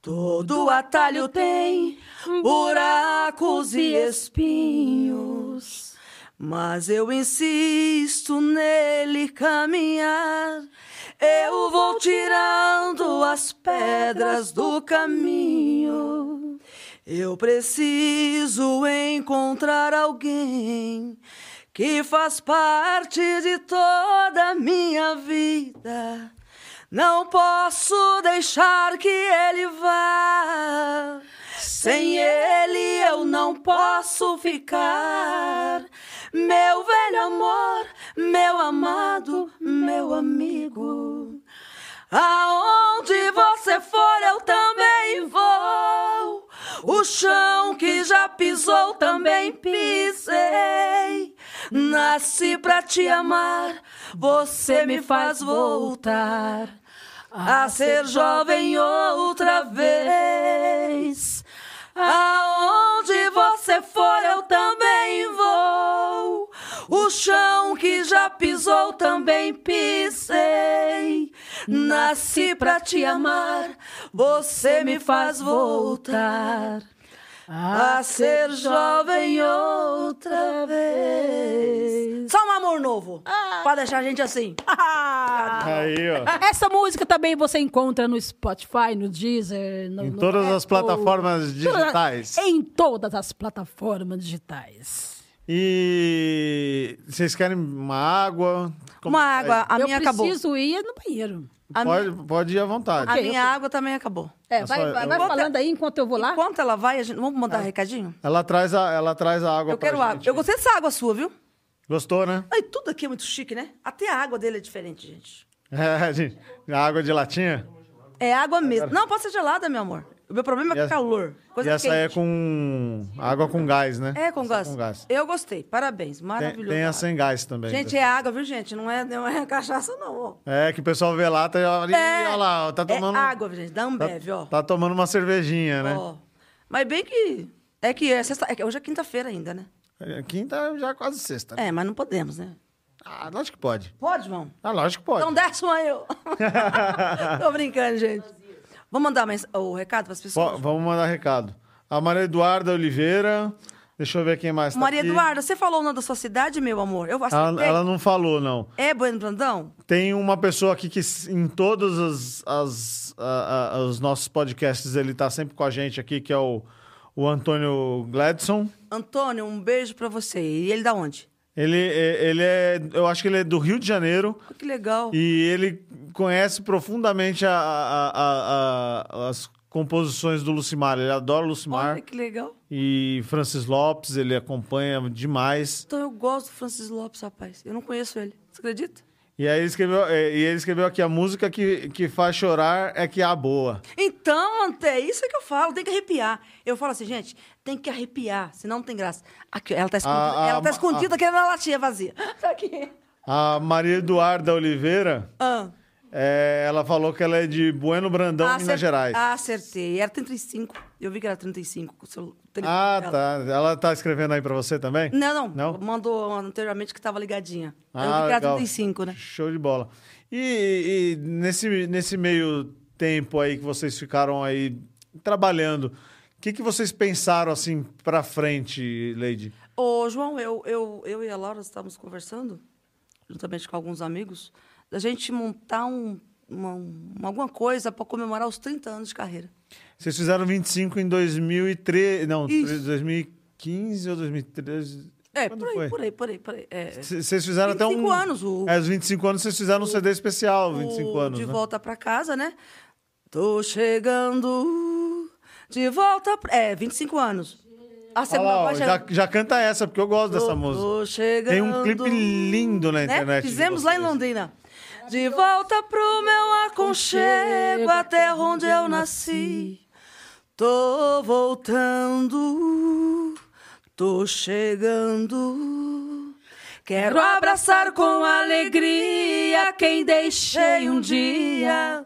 Todo atalho tem buracos e espinhos. Mas eu insisto nele caminhar. Eu vou tirando as pedras do caminho. Eu preciso encontrar alguém que faz parte de toda a minha vida. Não posso deixar que ele vá. Sem ele eu não posso ficar. Meu velho amor, meu amado, meu amigo. Aonde você for, eu também vou. O chão que já pisou nasci pra te amar, você me faz voltar a ser jovem outra vez. Aonde você for, eu também vou. O chão que já pisou, também pisei. Nasci pra te amar, você me faz voltar a ser jovem outra vez. Só um amor novo, pra deixar a gente assim. Ah.
Aí, ó.
Essa música também você encontra no Spotify, no Deezer, no,
Em
no
é
todas as
Apple,
plataformas
todas-
digitais.
em todas as plataformas digitais.
E vocês querem uma água? Como
Uma
que faz?
água, a
eu
minha acabou.
preciso ir no banheiro.
A
Pode, pode ir à vontade.
A
Ok,
minha
eu-
água também acabou.
É,
Eu
vai,
só-
vai-
eu-
vai falando aí enquanto eu vou lá.
Enquanto ela vai, a gente... vamos mandar um recadinho?
Ela traz a, ela traz a água
Eu
Ah. pra
quero
gente. né?
água. Eu gostei dessa água sua, viu?
Gostou, né?
Ai, tudo aqui é muito chique, né? Até a água dele é diferente, gente.
É, gente, a água de latinha?
É água mesmo. Não, pode ser gelada, meu amor. O meu problema
E
é
essa-
com calor. Coisa
e essa é
quente.
com água com gás, né?
É, com
Essa
gás. Eu gostei. Parabéns.
Tem,
Maravilhoso.
tem a sem gás também.
Gente, é água, viu, gente? Não é, não é cachaça, não.
É, que o pessoal vê lá, tá, olha,
É,
olha lá, ó, tá tomando,
É água, gente. Da
tá,
Ambev, ó.
tá tomando uma cervejinha, né?
Ó. Mas bem que... É que é sexta... é que hoje é quinta-feira ainda, né?
É, Quinta já é quase sexta.
É, mas não podemos, né?
Ah, lógico que pode.
Pode, João?
Ah, lógico que pode.
Então desce uma eu. Tô brincando, gente. Vou mandar mens- o recado para as
Pô,
pessoas.
vamos mandar recado. A Maria Eduarda Oliveira. Deixa eu ver quem mais tá
Maria
aqui.
Eduarda, você falou o nome da sua cidade, meu amor? Eu
Ela,
acertei.
ela não falou, não.
É Bueno Brandão?
Tem uma pessoa aqui que s- em todos as, as- a- a- os nossos podcasts ele tá sempre com a gente aqui, que é o, o Antônio Gladson.
Antônio, um beijo para você. E ele da onde?
Ele, é- ele é. Eu acho que ele é do Rio de Janeiro.
Oh, Que legal.
E ele conhece profundamente a- a- a- a- as composições do Lucimar. Ele adora Lucimar.
Olha que legal.
E Francis Lopes, ele acompanha demais.
Então eu gosto do Francis Lopes, rapaz. Eu não conheço ele. Você acredita?
E aí ele escreveu, é, e ele escreveu aqui, a música que, que faz chorar é que é a boa.
Então, Ante, isso é que eu falo. Tem que arrepiar. Eu falo assim, gente, tem que arrepiar, senão não tem graça. Aqui, ela tá escondida.
Ah, ah,
ela tá
ah,
escondida aqui na latinha vazia. Tá aqui.
A Maria Eduarda Oliveira,
Ah.
é, ela falou que ela é de Bueno Brandão,
Acer-
Minas Gerais. Ah,
Acertei. Era 35. Eu vi que era 35. com o seu telefone dela.
tá. Ela tá escrevendo aí pra você também?
Não, não.
Não?
Mandou anteriormente que estava ligadinha.
Ah,
eu vi que era
legal.
35, né?
Show de bola. E, e nesse, nesse meio tempo aí que vocês ficaram aí trabalhando, o que, que vocês pensaram assim pra frente, Lady?
Ô, João, eu, eu, eu e a Laura estávamos conversando, juntamente com alguns amigos, da gente montar um, uma- um- alguma coisa para comemorar os 30 anos de carreira.
Vocês fizeram 25 em 2013. Não,
Isso.
2015 ou 2013.
É,
Quando
por aí,
foi?
por aí, por aí, por aí. É,
C- Vocês fizeram até um.
25 anos, o-
É, os 25 anos vocês fizeram um CD especial, 25
o
anos.
De
né?
volta pra casa, né? Tô chegando de volta. Pra... É, 25 anos. A
Olha
semana
lá, ó,
vai
já,
chegar.
já canta essa, porque eu gosto dessa
Tô
música.
chegando.
Tem um clipe lindo na
né?
internet. de
Fizemos lá em
vocês.
Londrina. De volta pro meu aconchego, a terra onde eu nasci. Tô voltando, tô chegando. Quero abraçar com alegria quem deixei um dia.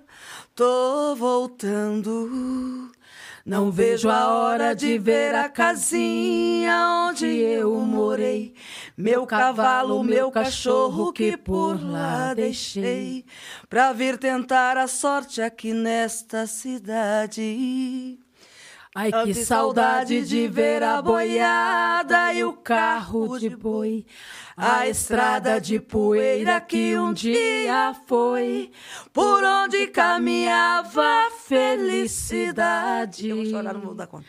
Tô voltando. Não vejo a hora de ver a casinha onde eu morei. Meu cavalo, meu cachorro que por lá deixei. Pra vir tentar a sorte aqui nesta cidade.
Ai,
que saudade de ver a boiada e o carro de boi, a estrada de poeira que um dia foi, por onde caminhava a felicidade. Eu vou chorar, não vou dar conta.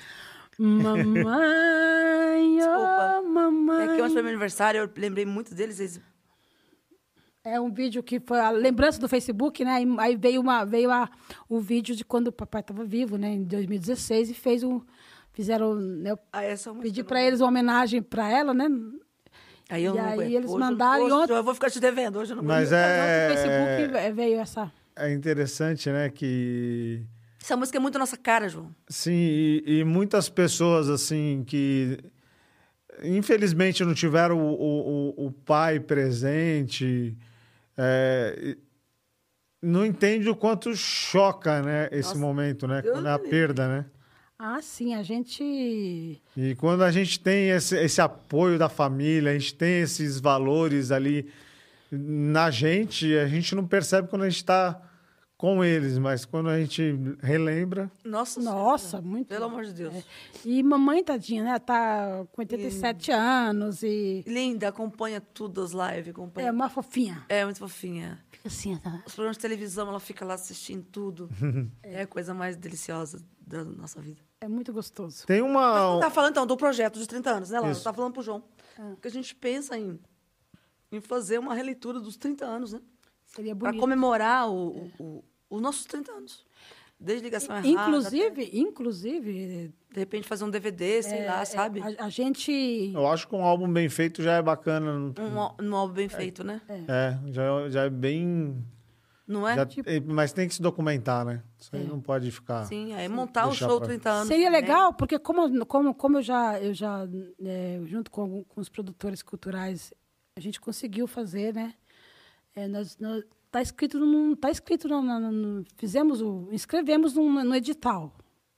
Mamãe,
Desculpa.
oh, mamãe.
É que ontem foi meu aniversário, eu lembrei muito deles. Eles...
É um vídeo que foi a lembrança do Facebook, né? Aí- Aí veio uma veio a, o vídeo de quando o papai estava vivo, né? Em 2016 e fez um fizeram, né, eu
Ah, essa é uma
pedi
música
para
nova.
eles uma homenagem para ela, né?
Aí eu
e
não
aí
aguento.
eles
Hoje eu-
mandaram, e
hoje
ontem-
Eu vou ficar te devendo, hoje eu não
Mas
vou...
Mas ontem no
é.
Facebook eh, veio essa.
É interessante, né? Que.
Essa música é muito nossa cara, João.
Sim, e, e muitas pessoas, assim, que infelizmente não tiveram o, o, o- o pai presente. é, e- não entende o quanto choca, né, esse momento, né?
Deus
Quando é a
me
perda, né?
Ah, sim, a gente.
E quando a gente tem esse, esse apoio da família, a gente tem esses valores ali na gente, a gente não percebe quando a gente está com eles, mas quando a gente relembra.
Nossa,
Nossa,
Senhora.
muito. é.
Pelo amor de Deus.
E mamãe, tadinha, né? Tá com 87 anos e.
Linda, acompanha tudo as lives. Acompanha.
É uma fofinha.
É, muito fofinha.
Fica assim, tá?
Os programas de televisão, ela fica lá assistindo tudo. é a coisa mais deliciosa da nossa vida.
É muito gostoso.
Tem
Mas
uma.
não tá falando, então, do projeto dos 30 anos, né, Laura?
Isso.
Tá falando pro João.
Ah.
Porque a gente pensa em, em fazer uma releitura dos 30 anos, né?
Seria
Pra
bonito.
comemorar o, o, o- os nossos 30 anos. Desligação errada.
Inclusive, inclusive,
até, De repente fazer um DVD, sei lá, sabe?
É, a, a gente.
Eu acho que um álbum bem feito já é bacana. não-
Um, ó- um álbum bem feito, né?
É, já, já é bem.
Não é?
já-
tipo
eh, Mas tem que se documentar, né? Isso
É.
aí não pode ficar.
Sim, aí montar
Deixar
o show
pra-
30 anos.
Seria
né?
legal, porque como, como, como eu já, eu já é, junto com, algum- com os produtores culturais, a gente conseguiu fazer, né? É, nós, nós- tá escrito, num, tá escrito na- na- no- fizemos o, inscrevemos num- no edital.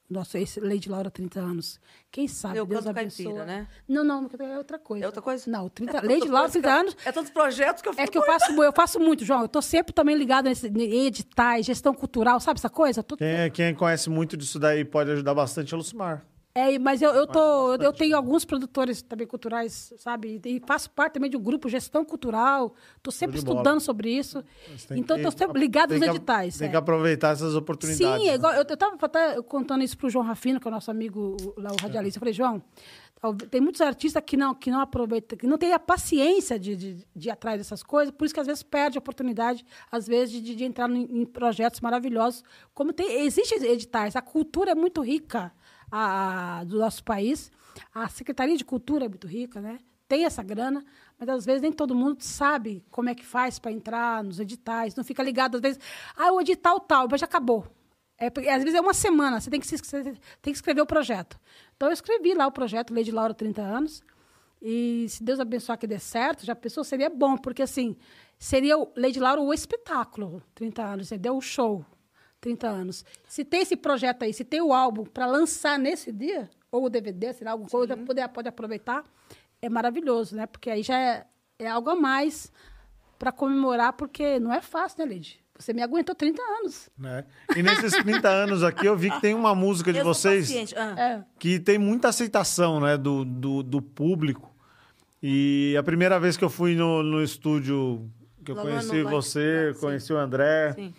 Nossa, esse Lady Laura 30 anos. Quem sabe,
Eu
Deus
canto
abençoa.
caipira, né?
Não, não, é outra coisa.
É outra coisa?
Não, 30,
É tanta
Lady Laura
coisa que
30
eu-
anos
É tantos projetos que eu fico...
é que eu faço, eu faço muito, João. Eu tô sempre também ligado nesse, em editais, gestão cultural, sabe essa coisa? Eu tô
Quem, é, quem conhece muito disso daí pode ajudar bastante é o Lucimar.
É, mas eu, eu, tô,
né?
eu tenho alguns produtores também culturais, sabe? E faço parte também de um grupo gestão cultural. Estou sempre
de bola.
estudando sobre isso.
Mas tem
Então,
que-
estou sempre ligado
tem
nos
que-
editais.
Tem
é.
que aproveitar essas oportunidades. né?
Sim, é igual, eu estava até contando isso para o João Rafino, que é o nosso amigo o- lá, o radialista. Eu falei, João, talvez- tem muitos artistas que não, que não aproveitam, que não têm a paciência de, de, de ir atrás dessas coisas, por isso que às vezes perde a oportunidade, às vezes, de- de, de entrar em, em projetos maravilhosos. Como tem, existem editais, a cultura é muito rica a- a- do nosso país, a Secretaria de Cultura é muito rica, né? Tem essa grana, mas às vezes nem todo mundo sabe como é que faz para entrar nos editais, não fica ligado, às vezes, ah, o edital tal, mas já acabou. É, porque às vezes é uma semana, você tem que, se, você tem que escrever o projeto. Então eu escrevi lá o projeto Lei de Laura 30 anos. E se Deus abençoar que dê certo, já pensou, seria bom, porque assim, seria o Lei de Laura o espetáculo 30 anos, entendeu? O show 30 anos. Se tem esse projeto aí, se tem o álbum para lançar nesse dia, ou o DVD, sei lá, alguma coisa, poder, pode aproveitar, é maravilhoso, né? Porque aí já é, é algo a mais para comemorar, porque não é fácil, né, Lady? Você me aguentou 30 anos.
né? E nesses 30 anos aqui, eu vi que tem uma música de
Eu sou
vocês
paciente. Ah.
É.
que tem muita aceitação né, do, do, do público. E a primeira vez que eu fui no, no estúdio que eu
Lá no-
conheci
no- lá-
você,
lá, sim.
conheci o André.
Sim.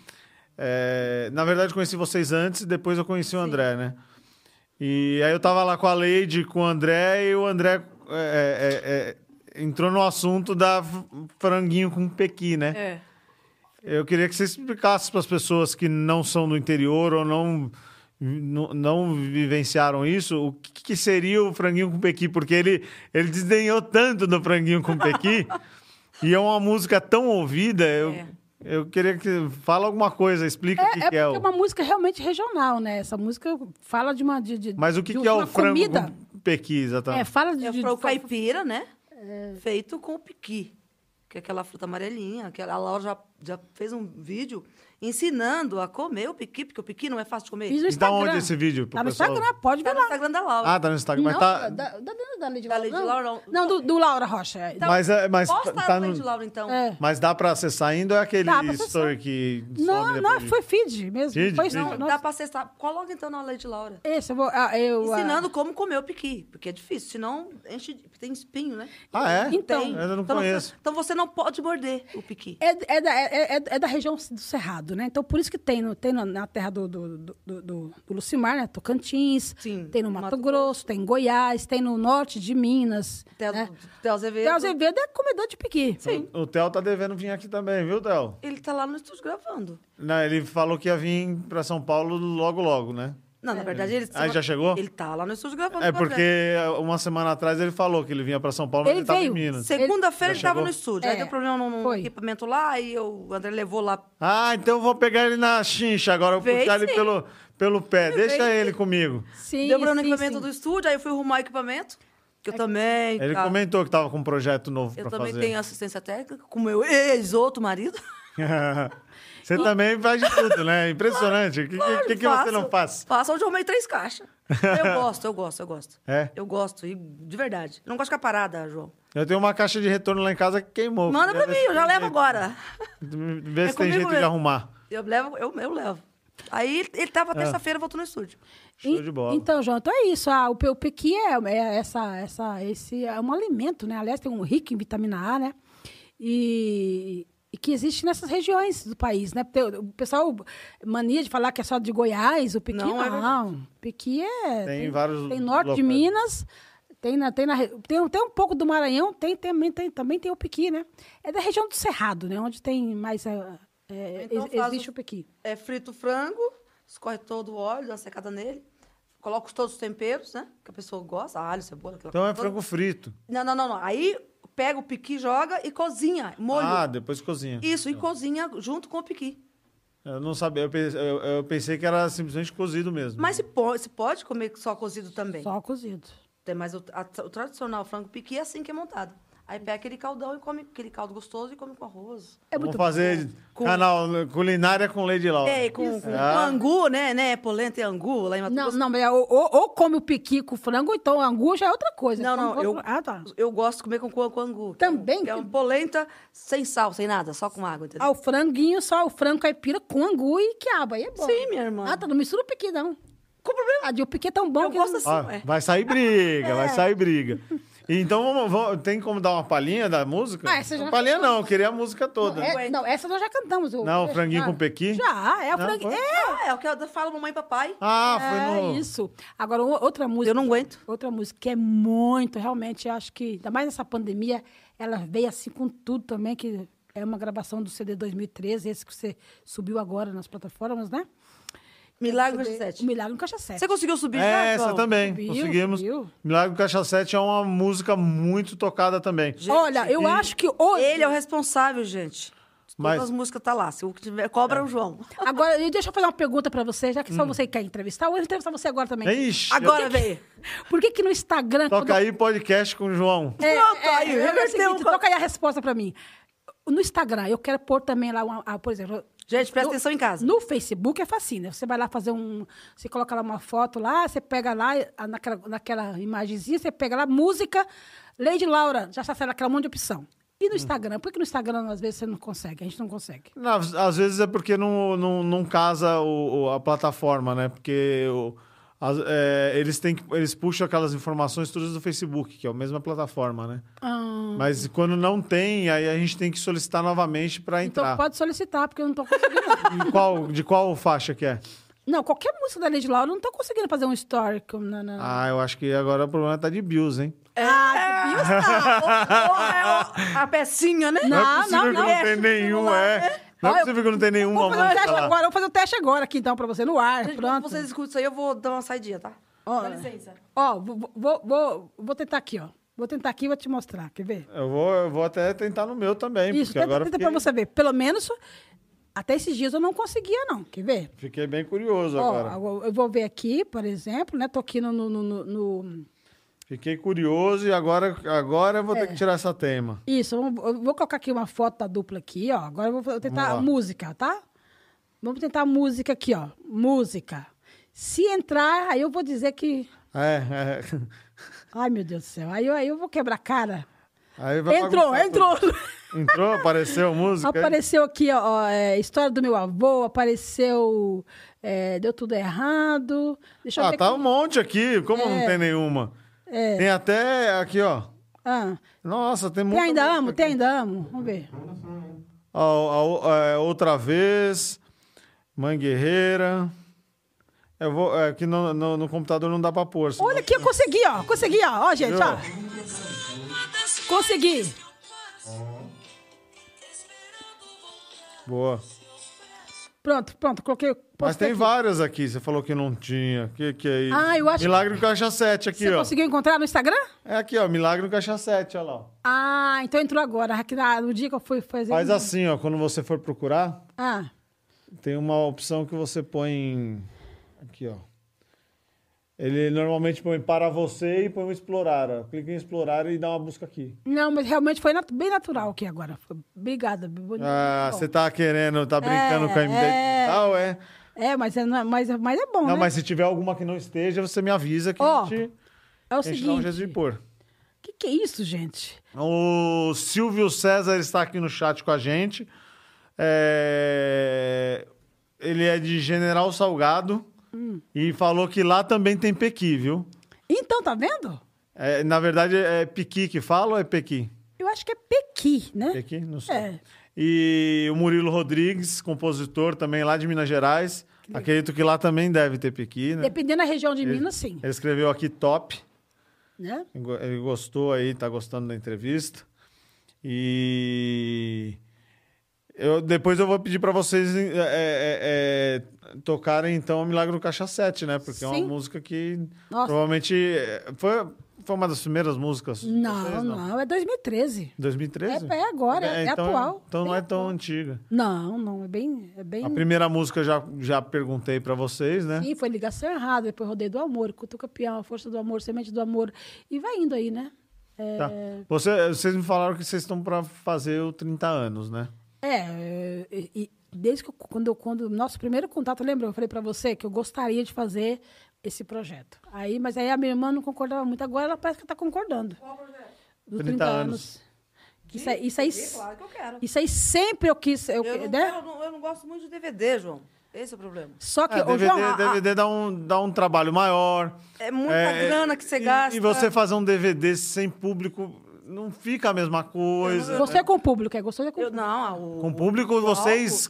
É, na verdade, conheci vocês antes, depois eu conheci o André, né? E aí eu tava lá com a Leide, com o André, e o André eh, é, é, é, entrou no assunto da f- franguinho com pequi, né?
É.
Eu queria que você explicasse para as pessoas que não são do interior ou não, não, não vivenciaram isso, o que, que seria o franguinho com pequi, porque ele, ele desdenhou tanto do franguinho com pequi e é uma música tão ouvida. Eu,
É.
eu queria que fala alguma coisa, explica o que,
É,
que
é
é o.
porque é uma música realmente regional, né? Essa música fala de uma. De, de-
Mas o que,
de
que é
uma
o frango
comida.
com pequi,
É,
exatamente?
fala de.
É
de-
o
de- É.
caipira, né? Feito com o piqui, que é aquela fruta amarelinha. Que a Laura já, já fez um vídeo ensinando a comer o piqui, porque o piqui não é fácil de comer.
Fiz no
E tá
Instagram.
onde esse vídeo, pro
Tá no
pessoal?
Instagram, pode
Tá
ver
no
lá.
Instagram da Laura.
Ah, tá no Instagram, mas
não,
tá.
da, da, da Lady
Da
Laura.
Lady
não.
Laura, não.
Não, do, do Laura Rocha.
Então,
mas é- mas
posta
tá-
a
tá
Lady
no-
Laura, então.
É.
Mas dá pra acessar ainda ou é aquele
Dá pra acessar.
story que some né,
não, não,
depois de-
foi feed mesmo.
Feed,
foi,
feed.
Não,
Não,
não,
dá pra acessar. Coloca então na Lady Laura.
Esse, eu vou. ah, eu, ah,
Ensinando como comer o piqui, porque é difícil, senão enche de... tem espinho, né?
Ah, é?
Então.
Eu ainda não
então,
conheço.
Você, então você não pode morder o piqui.
É, é da, é- é- é da região do Cerrado, né? Então, por isso que tem, no- tem na, na terra do, do, do- do- do Lucimar, né? Tocantins,
Sim,
tem no Mato,
Mato
Grosso, tem em Goiás, tem no norte de Minas.
Theo
né?
Theo Azevedo.
Theo Azevedo é comedor de piqui.
Sim.
O Theo tá devendo vir aqui também, viu, Theo?
Ele tá lá no estúdio gravando.
Não, ele falou que ia vir pra São Paulo logo, logo, né?
Não,
É.
na verdade, ele...
Ah, já chegou?
Ele tá lá no estúdio gravando.
É
o programa.
porque uma semana atrás ele falou que ele vinha pra São Paulo, mas
Ele
ele, tava
veio.
em Minas.
Segunda-feira
Já
ele tava
chegou?
no estúdio.
É,
Aí deu problema num
foi.
equipamento lá e eu- o André levou lá.
Ah, então eu vou pegar ele na chincha agora, eu vou
Veio
puxar ele
sim.
pelo, pelo pé. Deixa
veio
ele comigo.
Sim,
deu problema no
sim,
equipamento
sim. É.
do estúdio, aí eu fui arrumar o equipamento. Que eu também.
Ele
tá-
comentou que tava com um projeto novo
Eu
pra
também
fazer.
tenho assistência técnica com meu ex, outro marido.
você também faz de tudo, né? Impressionante. O que, que- que, que você
Faço-
não faz?
Faço onde eu arrumei três caixas. Eu gosto, eu gosto, eu gosto.
É.
Eu gosto, e de verdade. Eu não gosto de ficar parada, João.
Eu tenho uma caixa de retorno lá em casa que queimou.
Manda
Queria
pra
ver
mim,
se
eu já
tem
levo
jeito.
agora.
Vê
É
se tem
comigo
jeito de
mesmo.
arrumar.
Eu levo, eu, eu levo. Aí ele- ele
Ah.
tava terça-feira, voltou no estúdio.
Show
E-
de bola.
Então, João, então é isso. Ah, o pe- o pequi é, é essa, essa, esse é um alimento, né? Aliás, tem um rico em vitamina A, né? E, e que existe nessas regiões do país, né? Tem- O pessoal mania de falar que é só de Goiás, o pequi
Não,
não.
é
O pequi é...
Tem vários
Tem norte de
locais.
Minas, tem, na, tem, na, re- tem, tem um pouco do Maranhão, tem, também tem, também tem o pequi, né? É da região do Cerrado, né? Onde tem mais... eh, eh,
Então
ex-
faz o-
existe o pequi.
É frito o frango, escorre todo o óleo, dá uma secada nele. Coloco todos os temperos, né? Que a pessoa gosta, alho, cebola, aquela
Então é
coisa toda.
frango frito.
Não, não, não, não. Aí pega o piqui, joga e cozinha, molho.
Ah, depois cozinha.
Isso, e cozinha junto com o piqui.
Eu não sabia. Eu pensei, eu- eu pensei que era simplesmente cozido mesmo.
Mas se po- se pode comer só cozido também.
Só cozido.
Tem, mas o, a- o tradicional frango piqui é assim que é montado. Aí pega aquele caldão e come aquele caldo gostoso e come com arroz.
É
Vamos
muito
fazer
Com-
canal culinária com Lady Laura.
É, e com, com,
Ah.
com angu, né? né? Polenta e angu lá em Mato
Não,
Grosso.
não, mas é ou, ou- ou come o piqui com frango, então angu já é outra coisa.
Não,
Como-
não, eu,
Ah, tá.
eu gosto de comer com, com angu.
Também?
Que é uma polenta sem sal, sem nada, só com água, entendeu?
Ah, o franguinho, só o frango caipira com angu e quiabo, aí é bom.
Sim, minha irmã.
Ah, tá, não mistura o piqui, não.
Qual o problema?
Ah, de o piqui é tão bom
Eu
que...
gosto
não-
assim,
Ó,
ué.
vai sair briga,
É.
vai sair briga. Então, vamos- vamos- tem como dar uma palhinha da música?
Ah, essa já-
Palhinha não, eu queria a música toda.
É, não, essa nós já cantamos. o-
Não, o franguinho
já.
com pequi?
Já, é o
Não,
franguinho.
foi?
É,
Ah, é o que eu falo, mamãe e papai.
Ah, foi
é
no...
isso. Agora, o- outra música...
Eu não aguento.
Outra música que é muito, realmente, eu acho que, ainda mais nessa pandemia, ela veio assim com tudo também, que é uma gravação do CD 2013, esse que você subiu agora nas plataformas, né?
Milagre
CD,
27.
O Milagre no Caixa 7.
Você conseguiu subir já,
É, essa
João?
também,
Subiu,
conseguimos.
subiu.
Milagre do Caixa 7 é uma música muito tocada também.
Olha, eu
e-
acho que hoje...
Ele é o responsável, gente. Todas
Mas-
as músicas tá lá. Se o que tiver, cobra o João.
Agora, eu- deixa eu fazer uma pergunta pra você, já que só você quer entrevistar, eu vou entrevistar você agora também.
Ixi,
Agora
eu-
vem.
Por que que no Instagram...
Toca aí podcast com o João.
É,
Pronto,
é,
aí,
é o
reverteu
seguinte,
o-
Toca aí a resposta pra mim. No Instagram, eu quero pôr também lá, uma, ah, por exemplo...
Gente, presta
no-
atenção em casa.
No Facebook é fácil, né? Você vai lá fazer um. Você coloca lá uma foto lá, você pega lá, ah, naquela, naquela imagenzinha, você pega lá música, Lady Laura, já sai aquela um monte de opção. E no
Uhum.
Instagram? Por que no Instagram às vezes você não consegue? A gente não consegue.
Não, às- às vezes é porque não, não, não casa o, o- a plataforma, né? Porque o- as- é, eles, têm que, eles puxam aquelas informações todas do Facebook, que é a mesma plataforma, né?
Ah,
Mas quando não tem, aí a gente tem que solicitar novamente para entrar.
então pode solicitar, porque eu não tô conseguindo.
De, qual, de qual faixa que é?
não, qualquer música da Lady Laura, eu não tô conseguindo fazer um story. como na- na-
Ah, eu acho que agora o problema tá de bills, hein?
Ah, que bios-
Ah, o- o- é o- a pecinha, né?
Ah, Não,
é possível que não
não,
tem
mexe no
nenhum, é. Não
Olha,
é possível que não tenha nenhuma
Vou fazer um
música
teste
lá.
agora, vou fazer um teste agora aqui então pra você no ar.
Gente,
Pronto.
quando vocês escutam isso aí, eu vou dar uma saidinha, tá?
Ó.
Dá licença.
Ó, vou, vou, vou, vou tentar aqui, ó. Vou tentar aqui e vou te mostrar, quer ver?
Eu vou, eu vou até tentar no meu também,
Isso,
porque
tenta,
agora
tenta pra
fiquei,
você ver. Pelo menos, até esses dias eu não conseguia, não. Quer ver?
fiquei bem curioso
Ó,
agora.
eu- eu vou ver aqui, por exemplo, né? Tô aqui no... no, no- no- no-
Fiquei curioso e agora, agora eu vou
É.
ter que tirar essa tema.
Isso, eu vou- eu vou colocar aqui uma foto da dupla aqui, ó. Agora eu vou tentar
Vamos
a
lá.
música, tá? Vamos tentar a música aqui, ó. Música. Se entrar, aí eu vou dizer que...
É, é.
Ai, meu Deus do céu. Aí, eu- aí eu vou quebrar a cara.
Aí vai
Entrou,
bagunçar
entrou.
tudo. Entrou, apareceu a música.
Apareceu aqui, ó, ó, é, história do meu avô, apareceu. é, deu tudo errado. Deixa eu
Ah,
ver.
tá
aqui.
um monte aqui. Como não
É.
tem nenhuma? Tem até aqui, ó.
Ah,
Nossa, tem
É. tem
muita
ainda
música
amo,
aqui.
tem ainda amo. Vamos ver.
A- a- a- é, outra vez, Mãe Guerreira. Eu vou, é, aqui no, no- no computador não dá pra pôr. senão-
Olha aqui, eu consegui, ó. Consegui, ó. Ó, gente, ó. Consegui.
Boa.
Pronto, pronto, coloquei.
Mas
postei
tem
aqui.
várias aqui, você falou que não tinha. Que que é isso?
Ah, eu acho-
Milagre no Caixa 7 aqui,
Você
ó.
conseguiu encontrar no Instagram?
É aqui, ó, Milagre no Caixa 7, olha lá. ó.
Ah, então entrou agora. Aqui na- No dia que eu fui fazer. um-
Faz assim, ó, quando você for procurar,
Ah,
tem uma opção que você põe aqui, ó. Ele normalmente põe para você e põe um explorar. ó. Clica em explorar e dá uma busca aqui.
Não, mas realmente foi nat- bem natural aqui agora. Foi- Obrigada. bem bonito,
Ah,
bom.
você tá querendo, tá brincando com a MD.
é.
Ah, ué.
É, mas é, não é- mas, é- mas é bom,
Não,
né?
mas se tiver alguma que não esteja, você me avisa que
Ó,
a gente,
É o
a gente dá um
seguinte,
jeito de pôr.
que que é isso, gente?
O Silvio César está aqui no chat com a gente. É, Ele é de General Salgado e falou que lá também tem Pequi, viu?
Então, tá vendo?
É, na verdade, é Piqui que fala ou é Pequi?
Eu acho que é Pequi, né?
Pequi? Não sei.
É.
E o Murilo Rodrigues, compositor também lá de Minas Gerais. Acredito que lá também deve ter Pequi, né?
Dependendo da região de Minas, sim.
Ele escreveu aqui top. é.
Né?
Go- Ele gostou aí, tá gostando da entrevista. E eu, depois eu vou pedir para vocês eh, eh, eh, tocarem então o Milagre do Caixa 7, né? Porque é uma
Sim.
música que
Nossa.
provavelmente eh, foi, foi uma das primeiras músicas. de
Não,
vocês,
não, é 2013.
2013?
É- é agora, é
então,
atual.
Então não
Bem
é tão antiga.
Não, não, é bem... É bem...
A primeira música eu já, já perguntei para vocês, né?
Sim, foi ligação errada, depois rodei do amor, cutuca peão, força do amor, semente do amor. E vai indo aí, né? É,
Tá. Você- vocês me falaram que vocês estão para fazer o 30 anos, né?
é, e- e desde que eu, quando, eu- quando nosso primeiro contato, lembra? Eu falei pra você que eu gostaria de fazer esse projeto. Aí, mas aí a minha irmã não concordava muito. Agora ela parece que tá concordando. Qual projeto? Do
30
30,
anos.
anos. Isso, aí- isso aí,
Sim, claro que eu quero.
isso aí sempre eu quis. Eu,
Eu não,
né?
quero- eu não- eu não gosto muito de DVD, João. Esse é o problema.
Só que
É,
ô,
DVD,
João, a- a-
DVD dá, um, dá um trabalho maior.
É muita
É,
grana que você
e-
gasta.
E você fazer um DVD sem público não fica a mesma coisa.
você é com o público, é gostoso é com o
Eu,
público.
não, ah, o-
Com público, vocês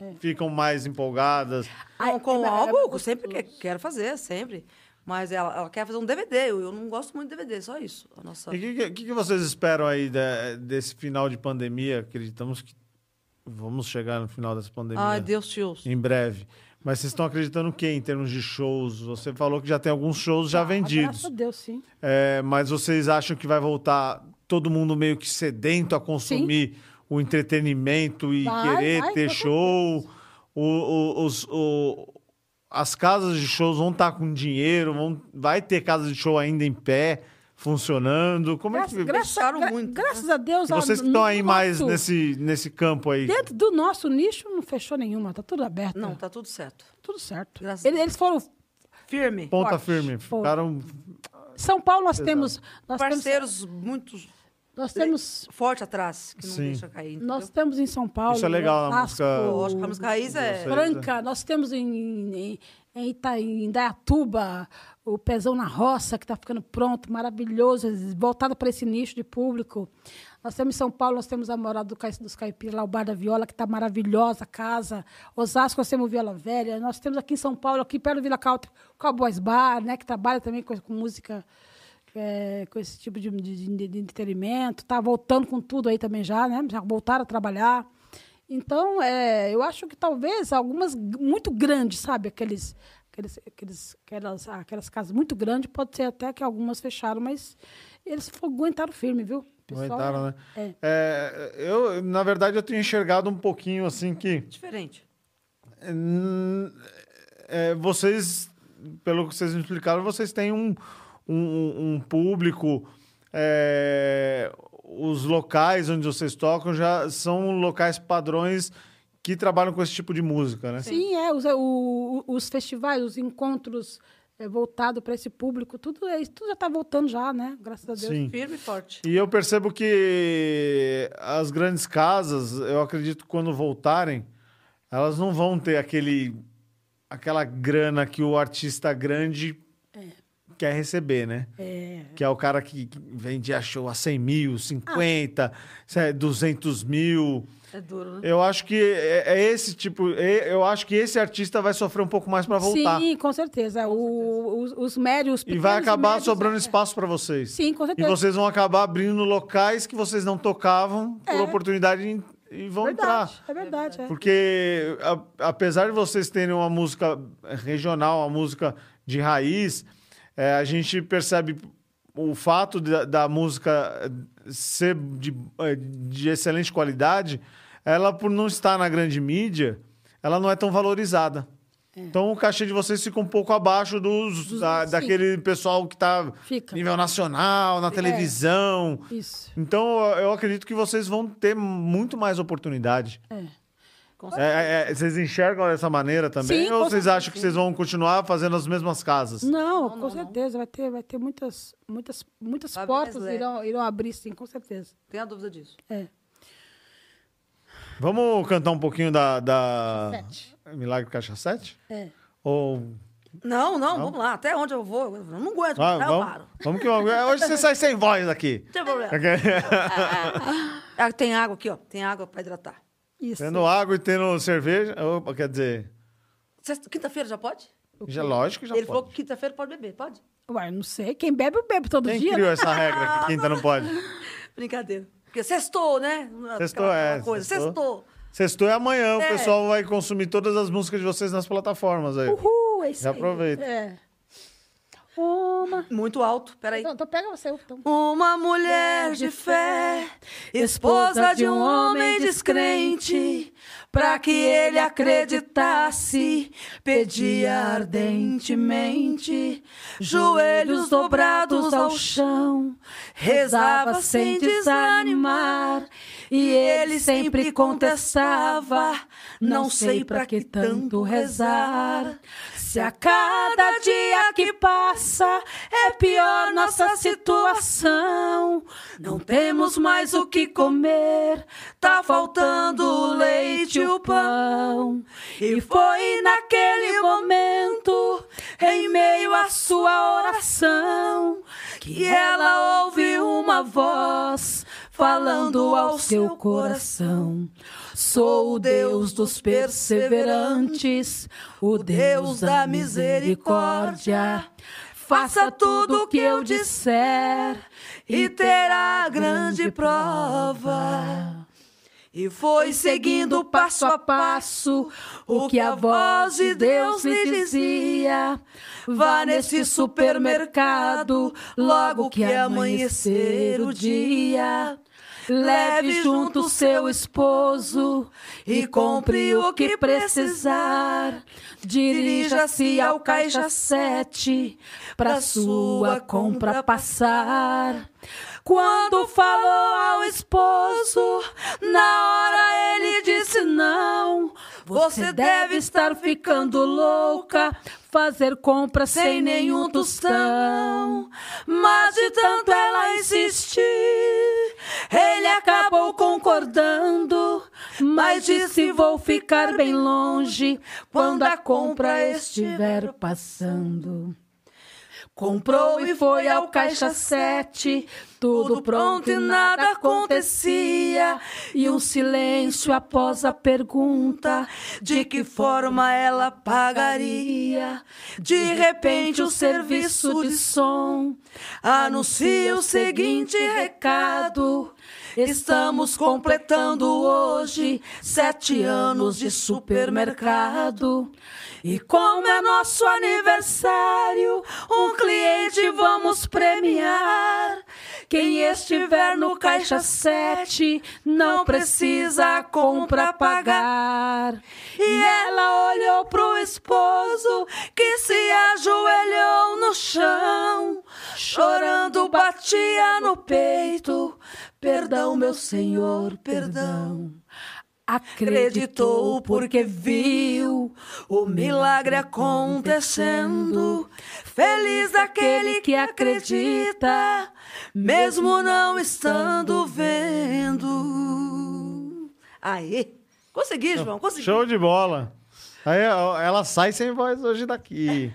É.
ficam mais empolgadas.
Ai,
Com, com
é- é-
algo,
é
eu sempre que- quero fazer, sempre. Mas ela, ela quer fazer um DVD. Eu, eu não gosto muito de DVD, só isso. A
Tá.
nossa...
E o que, que- que, que vocês esperam aí da- desse final de pandemia? Acreditamos que vamos chegar no final dessa pandemia
Ai, Deus te ouça.
em breve. Mas vocês estão acreditando o quê em termos de shows? Você falou que já tem alguns shows já vendidos.
Ah, Graças a Deus, sim.
É, mas vocês acham que vai voltar todo mundo meio que sedento a consumir o entretenimento e
Vai,
querer
vai,
ter
com
show? O- o- os- o- as casas de shows vão estar com dinheiro, vão- vai ter casa de show ainda em pé, funcionando? Como é que...
Graças, graças,
Gostaram muito,
graças a Deus.
E vocês
a-
que estão
no
aí mais
nosso-
nesse, nesse campo aí.
Dentro do nosso nicho, não fechou nenhuma. Tá tudo aberto.
É.
Não, tá tudo certo.
Tudo certo.
Graças
Eles,
a
eles foram...
Firme.
Ponta
forte,
firme.
forte.
Ficaram...
São Paulo, nós temos... Nós temos,
Parceiros muito
nós temos...
forte atrás, que não
Sim.
deixa cair. entendeu?
Nós temos em São Paulo...
Isso é legal, a
Osasco,
música-
Eu acho que a música raiz é...
Você-
Franca, nós temos em, em, em, Ita, em Indaiatuba o Pezão na Roça, que está ficando pronto, maravilhoso, voltado para esse nicho de público. Nós temos em São Paulo, nós temos a Morada do Cai- dos Caipiras, lá o Bar da Viola, que está maravilhosa, a casa. Osasco, nós temos o Viola Velha. Nós temos aqui em São Paulo, aqui perto do Vila Cautra, o Cowboys Bar, né, que trabalha também com, com música... é, com esse tipo de, de, de- de entretenimento, tá voltando com tudo aí também já, né? Já voltaram a trabalhar. Então, é, eu acho que talvez algumas g- muito grandes, sabe? Aqueles, aqueles, aqueles, aquelas, ah, aquelas casas muito grandes, pode ser até que algumas fecharam, mas eles fo- aguentaram firme, viu? Pessoal,
Aguentaram, né?
É.
É, eu, na verdade, eu tenho enxergado um pouquinho assim que...
Diferente.
Hum, é, vocês, pelo que vocês me explicaram, vocês têm um, um, um público. é, os locais onde vocês tocam já são locais padrões que trabalham com esse tipo de música, né?
Sim, é, os, o- o- os festivais, os encontros é, voltados para esse público, tudo, é, isso tudo já está voltando já, né? Graças a Deus.
Sim.
Firme e forte.
E eu percebo que as grandes casas, eu acredito que quando voltarem, elas não vão ter aquele aquela grana que o artista grande quer receber, né?
É,
Que é o cara que que vendia show a 100 mil, 50,
Ah.
cé- 200 mil.
É duro, né?
Eu acho que é, é esse tipo. é- Eu acho que esse artista vai sofrer um pouco mais para voltar.
Sim, com certeza. É, O- os, os médios, os
e vai
pequenos
acabar
médios,
sobrando
é.
espaço para vocês.
Sim, com
E
certeza.
vocês vão acabar abrindo locais que vocês não tocavam por oportunidade e- e vão
É. verdade,
entrar.
é verdade. É.
Porque a- apesar de vocês terem uma música regional, uma música de raiz, é, a gente percebe o fato da, da música ser de, eh, de excelente qualidade, ela por não estar na grande mídia, ela não é tão valorizada. Então o cachê de vocês fica um pouco abaixo dos, da-
sim.
daquele pessoal que tá
Fica.
nível nacional,
É.
na televisão.
Isso.
Então eu- eu acredito que vocês vão ter muito mais oportunidade.
É.
É, é, é, vocês enxergam dessa maneira também?
Sim,
ou
com
vocês
certeza,
acham que vocês vão continuar fazendo as mesmas casas?
Não, com certeza. Vai ter, vai ter muitas, muitas, muitas
Vai abrir mais
portas
leque.
irão, irão abrir, sim, com certeza.
Tenha dúvida disso.
É.
Vamos cantar um pouquinho da. da...
Sete.
Milagre Caixa 7?
É.
Ou.
Não, não, vamos lá. Até onde eu vou? Eu não aguento.
Tá
Ah,
aí eu
vamos,
paro.
vamos que vamos. É, Hoje você sai sem voz aqui.
Não tem problema.
Tá. É,
Ah, tem água aqui, ó. Tem água pra hidratar.
Isso.
tendo água e tendo cerveja. Opa, quer dizer.
Sexta- Quinta-feira já pode?
Já, lógico que já
Ele falou
pode.
que quinta-feira pode beber, pode?
Uai, não sei. Quem bebe, eu bebo todo
Quem
dia.
criou
né?
essa regra que quinta não pode?
Brincadeira. Porque sextou, né? Aquela-
Sextou
aquela
é.
Coisa. Sextou.
Sextou é amanhã. O
É.
pessoal vai consumir todas as músicas de vocês nas plataformas aí.
Uhul, é isso
Já
aí.
aproveita.
É. Uma.
Muito alto, peraí.
Então, então pega você. Então.
Uma mulher de fé, esposa de um homem descrente, para que ele acreditasse, pedia ardentemente, joelhos dobrados ao chão, rezava sem desanimar, e ele sempre contestava, não sei para que tanto rezar. Se a cada dia que passa é pior nossa situação, não temos mais o que comer, tá faltando o leite e o pão. E foi naquele momento, em meio à sua oração, que ela ouve uma voz falando ao seu coração. Sou o Deus dos perseverantes, o Deus da misericórdia. Faça tudo o que eu disser e terá grande prova. E foi seguindo passo a passo o que a voz de Deus lhe dizia. Vá nesse supermercado logo que amanhecer o dia. Leve junto seu esposo e compre o que precisar. Dirija-se ao caixa 7 para sua compra passar. Quando falou ao esposo, na hora ele disse não. Você deve estar ficando louca, fazer compra sem nenhum tostão. Mas de tanto ela insistir, ele acabou concordando. Mas disse: Vou ficar bem longe quando a compra estiver passando. Comprou e foi ao caixa 7, tudo pronto e nada acontecia. E um silêncio após a pergunta de que forma ela pagaria. De repente, o serviço de som anuncia o seguinte recado: Estamos completando hoje sete anos de supermercado. E como é nosso aniversário, um cliente vamos premiar. Quem estiver no caixa 7 não precisa a compra pagar. E é ela olhou pro esposo que se ajoelhou no chão, chorando batia no peito. Perdão, meu senhor, perdão. Acreditou porque viu o milagre acontecendo. Feliz aquele que acredita, mesmo não estando vendo. Aí, consegui, João, consegui.
Show de bola. Aí ó, ela sai sem voz hoje daqui.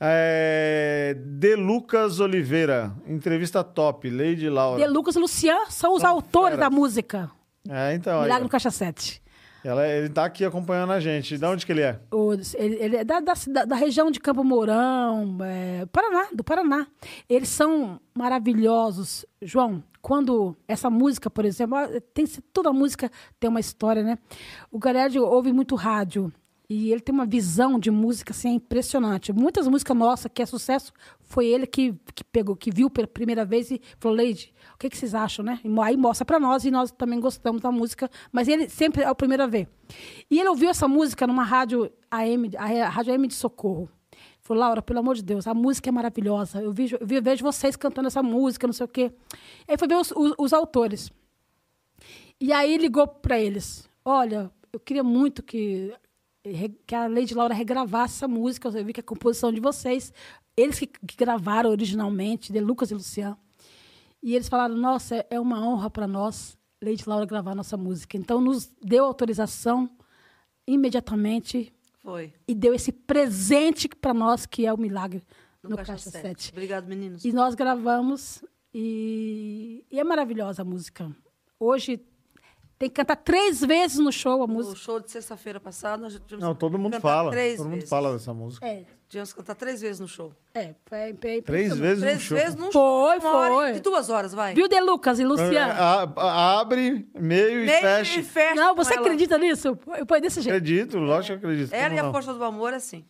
É, De Lucas Oliveira, entrevista top, Lady
De
Laura.
Lucas e Lucian são os
São
autores
feras.
da música.
É, então, aí,
Milagre
ó.
no Caixa 7.
ela, ele tá aqui acompanhando a gente. De onde que ele é?
O- Ele, ele é da, da, cida- da região de Campo Mourão, é, Paraná, do Paraná. Eles são maravilhosos. João, quando essa música, por exemplo, ah, tem se- toda música tem uma história, né? O Galhardo ouve muito rádio. E ele tem uma visão de música assim, impressionante. Muitas músicas nossas que é sucesso, foi ele que, que pegou, que viu pela primeira vez e falou, Leide, o que, que vocês acham, né? E mo- aí mostra pra nós e nós também gostamos da música, mas ele sempre é o primeiro a ver. E ele ouviu essa música numa rádio AM, a Rádio AM de Socorro. Falou, Laura, pelo amor de Deus, a música é maravilhosa. Eu, vejo, eu vejo vocês cantando essa música, não sei o quê. Aí foi ver os- os- os autores. E aí ligou para eles: Olha, eu queria muito que, que a Lady Laura regravasse essa música. Eu vi que é a composição de vocês. Eles que, que gravaram originalmente, de Lucas e Luciano. E eles falaram: Nossa, é uma honra para nós, Lady Laura, gravar nossa música. Então, nos deu autorização imediatamente
Foi.
e deu esse presente para nós, que é o milagre
No,
no,
Caixa,
Caixa
7.
7.
Obrigado, meninos.
E nós gravamos e, e é maravilhosa a música. Hoje tem que cantar três vezes no show a
O
música.
show de sexta-feira passada, nós já tivemos
Não,
que
todo mundo
cantar
fala.
Três
Todo mundo
vezes.
fala dessa música.
É,
Tivemos que cantar três vezes no show.
é, é, é, é
Três
impressionante.
vezes no
Três
um show.
vezes no
Foi,
show. Uma hora
foi.
e duas horas, vai.
Viu, De Lucas e Luciano?
É, A- a- abre, meio, e
Meio
fecha.
e fecha
Não,
com
você
ela.
acredita nisso? Eu põe desse jeito.
Acredito, lógico que acredito.
Ela
como
e a
não?
força do amor, assim.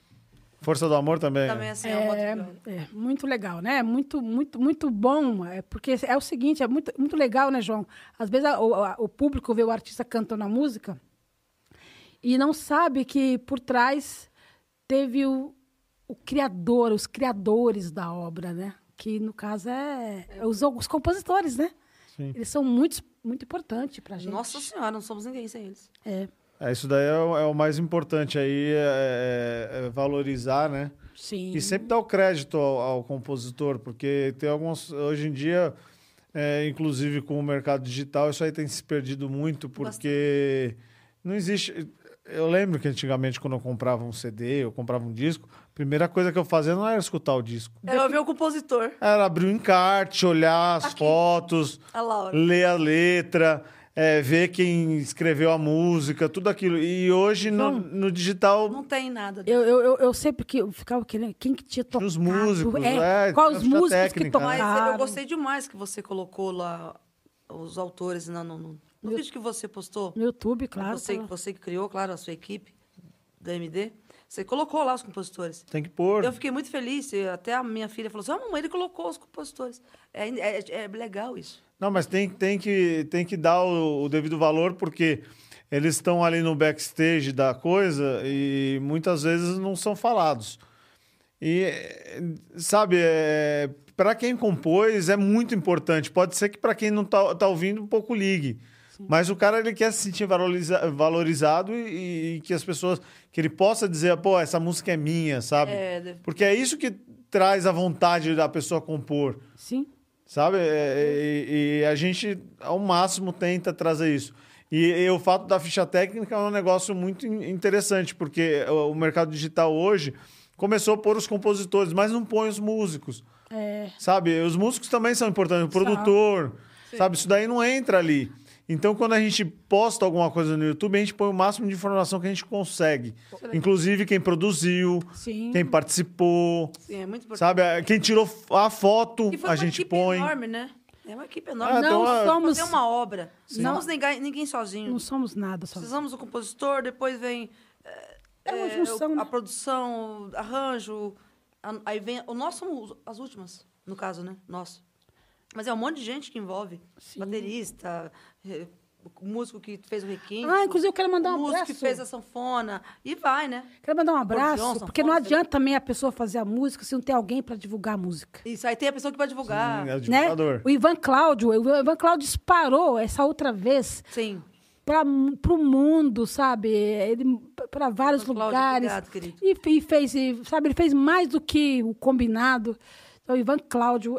Força do Amor também.
Também assim, é, uma
É,
outra pior.
é, muito legal, né? Muito, muito, muito bom. É porque é o seguinte, é muito, muito legal, né, João? Às vezes a- o, a- o público vê o artista cantando a música e não sabe que por trás teve o, o criador, os criadores da obra, né? Que no caso é, é os, os compositores, né?
Sim.
Eles são muito, muito importantes pra gente.
Nossa senhora, não somos ninguém sem eles.
É,
É, isso daí é o, é o mais importante aí, é- é- é valorizar, né?
sim.
E sempre dar o crédito ao, ao compositor, porque tem alguns. Hoje em dia, é, inclusive com o mercado digital, isso aí tem se perdido muito, porque não existe. Eu lembro que antigamente, quando eu comprava um CD, eu comprava um disco, a primeira coisa que eu fazia não era escutar o disco.
Eu ouvi o compositor,
Era abrir o encarte, olhar as fotos,
a Laura.
ler a letra, é, ver quem escreveu a música, tudo aquilo. E hoje no, no digital.
Não tem nada.
Eu, eu, eu, eu sempre que eu ficava querendo quem que tinha tocado.
Os músicos, é,
qual os
tinha
músicos que
técnica, né?
Mas
tocaram.
eu gostei demais que você colocou lá os autores na- no, no, no vídeo que você postou.
No YouTube, claro.
você,
tá lá.
você que criou, claro, a sua equipe da MD. Você colocou lá os compositores.
Tem que pôr.
Eu fiquei muito feliz. eu- Até a minha filha falou assim: ah, mamãe, ele colocou os compositores. É, é, é legal isso.
Não, mas tem, tem, que, tem que dar o, o devido valor, porque eles estão ali no backstage da coisa e muitas vezes não são falados. E, eh, sabe, para quem compôs é muito importante. Pode ser que para quem não tá, tá ouvindo, um pouco ligue. Mas o cara ele quer se sentir valoriza- valorizado e, e que as pessoas. que ele possa dizer, pô, essa música é minha, sabe?
É, de-
Porque é isso que traz a vontade da pessoa compor.
Sim.
Sabe? É, é, E, e a gente, ao máximo, tenta trazer isso. E, e o fato da ficha técnica é um negócio muito in- interessante, porque o, o mercado digital hoje começou a pôr os compositores, mas não põe os músicos.
É,
Sabe? Os músicos também são importantes, o produtor, sabe? Isso daí não entra ali. Então, quando a gente posta alguma coisa no YouTube, a gente põe o máximo de informação que a gente consegue. Inclusive quem produziu,
sim.
quem participou,
Sim, é muito importante.
sabe? Quem tirou a foto,
E foi
a
uma
gente
equipe
põe.
enorme, né? É uma equipe
Ah,
enorme.
então,
não
ah,
somos.
Fazer uma obra. Não
Não.
somos ninguém, ninguém
Não
sozinho.
somos nada só.
Precisamos do compositor, depois vem
É uma
é,
junção.
o-
né?
a produção, arranjo. a- aí vem. O nosso somos as últimas, no caso, né? Nosso. Mas é um monte de gente que envolve.
Sim.
Baterista, eh, o músico que fez o requinto.
Ah, inclusive eu quero mandar um
o músico que
abraço.
fez a sanfona. E vai, né?
Quero mandar um abraço,
Johnson,
porque não
Fonseca.
adianta também a pessoa fazer a música se não tem alguém para divulgar a música.
Isso. Aí tem a pessoa que vai divulgar.
Sim, é o
Né?
divulgador.
O Ivan Cláudio, o Ivan Cláudio disparou essa outra vez
Sim.
para o mundo, sabe? Ele para vários
Cláudio,
lugares.
obrigado, querido.
e, e fez, e, sabe, ele fez mais do que o combinado. Então, Ivan Cláudio,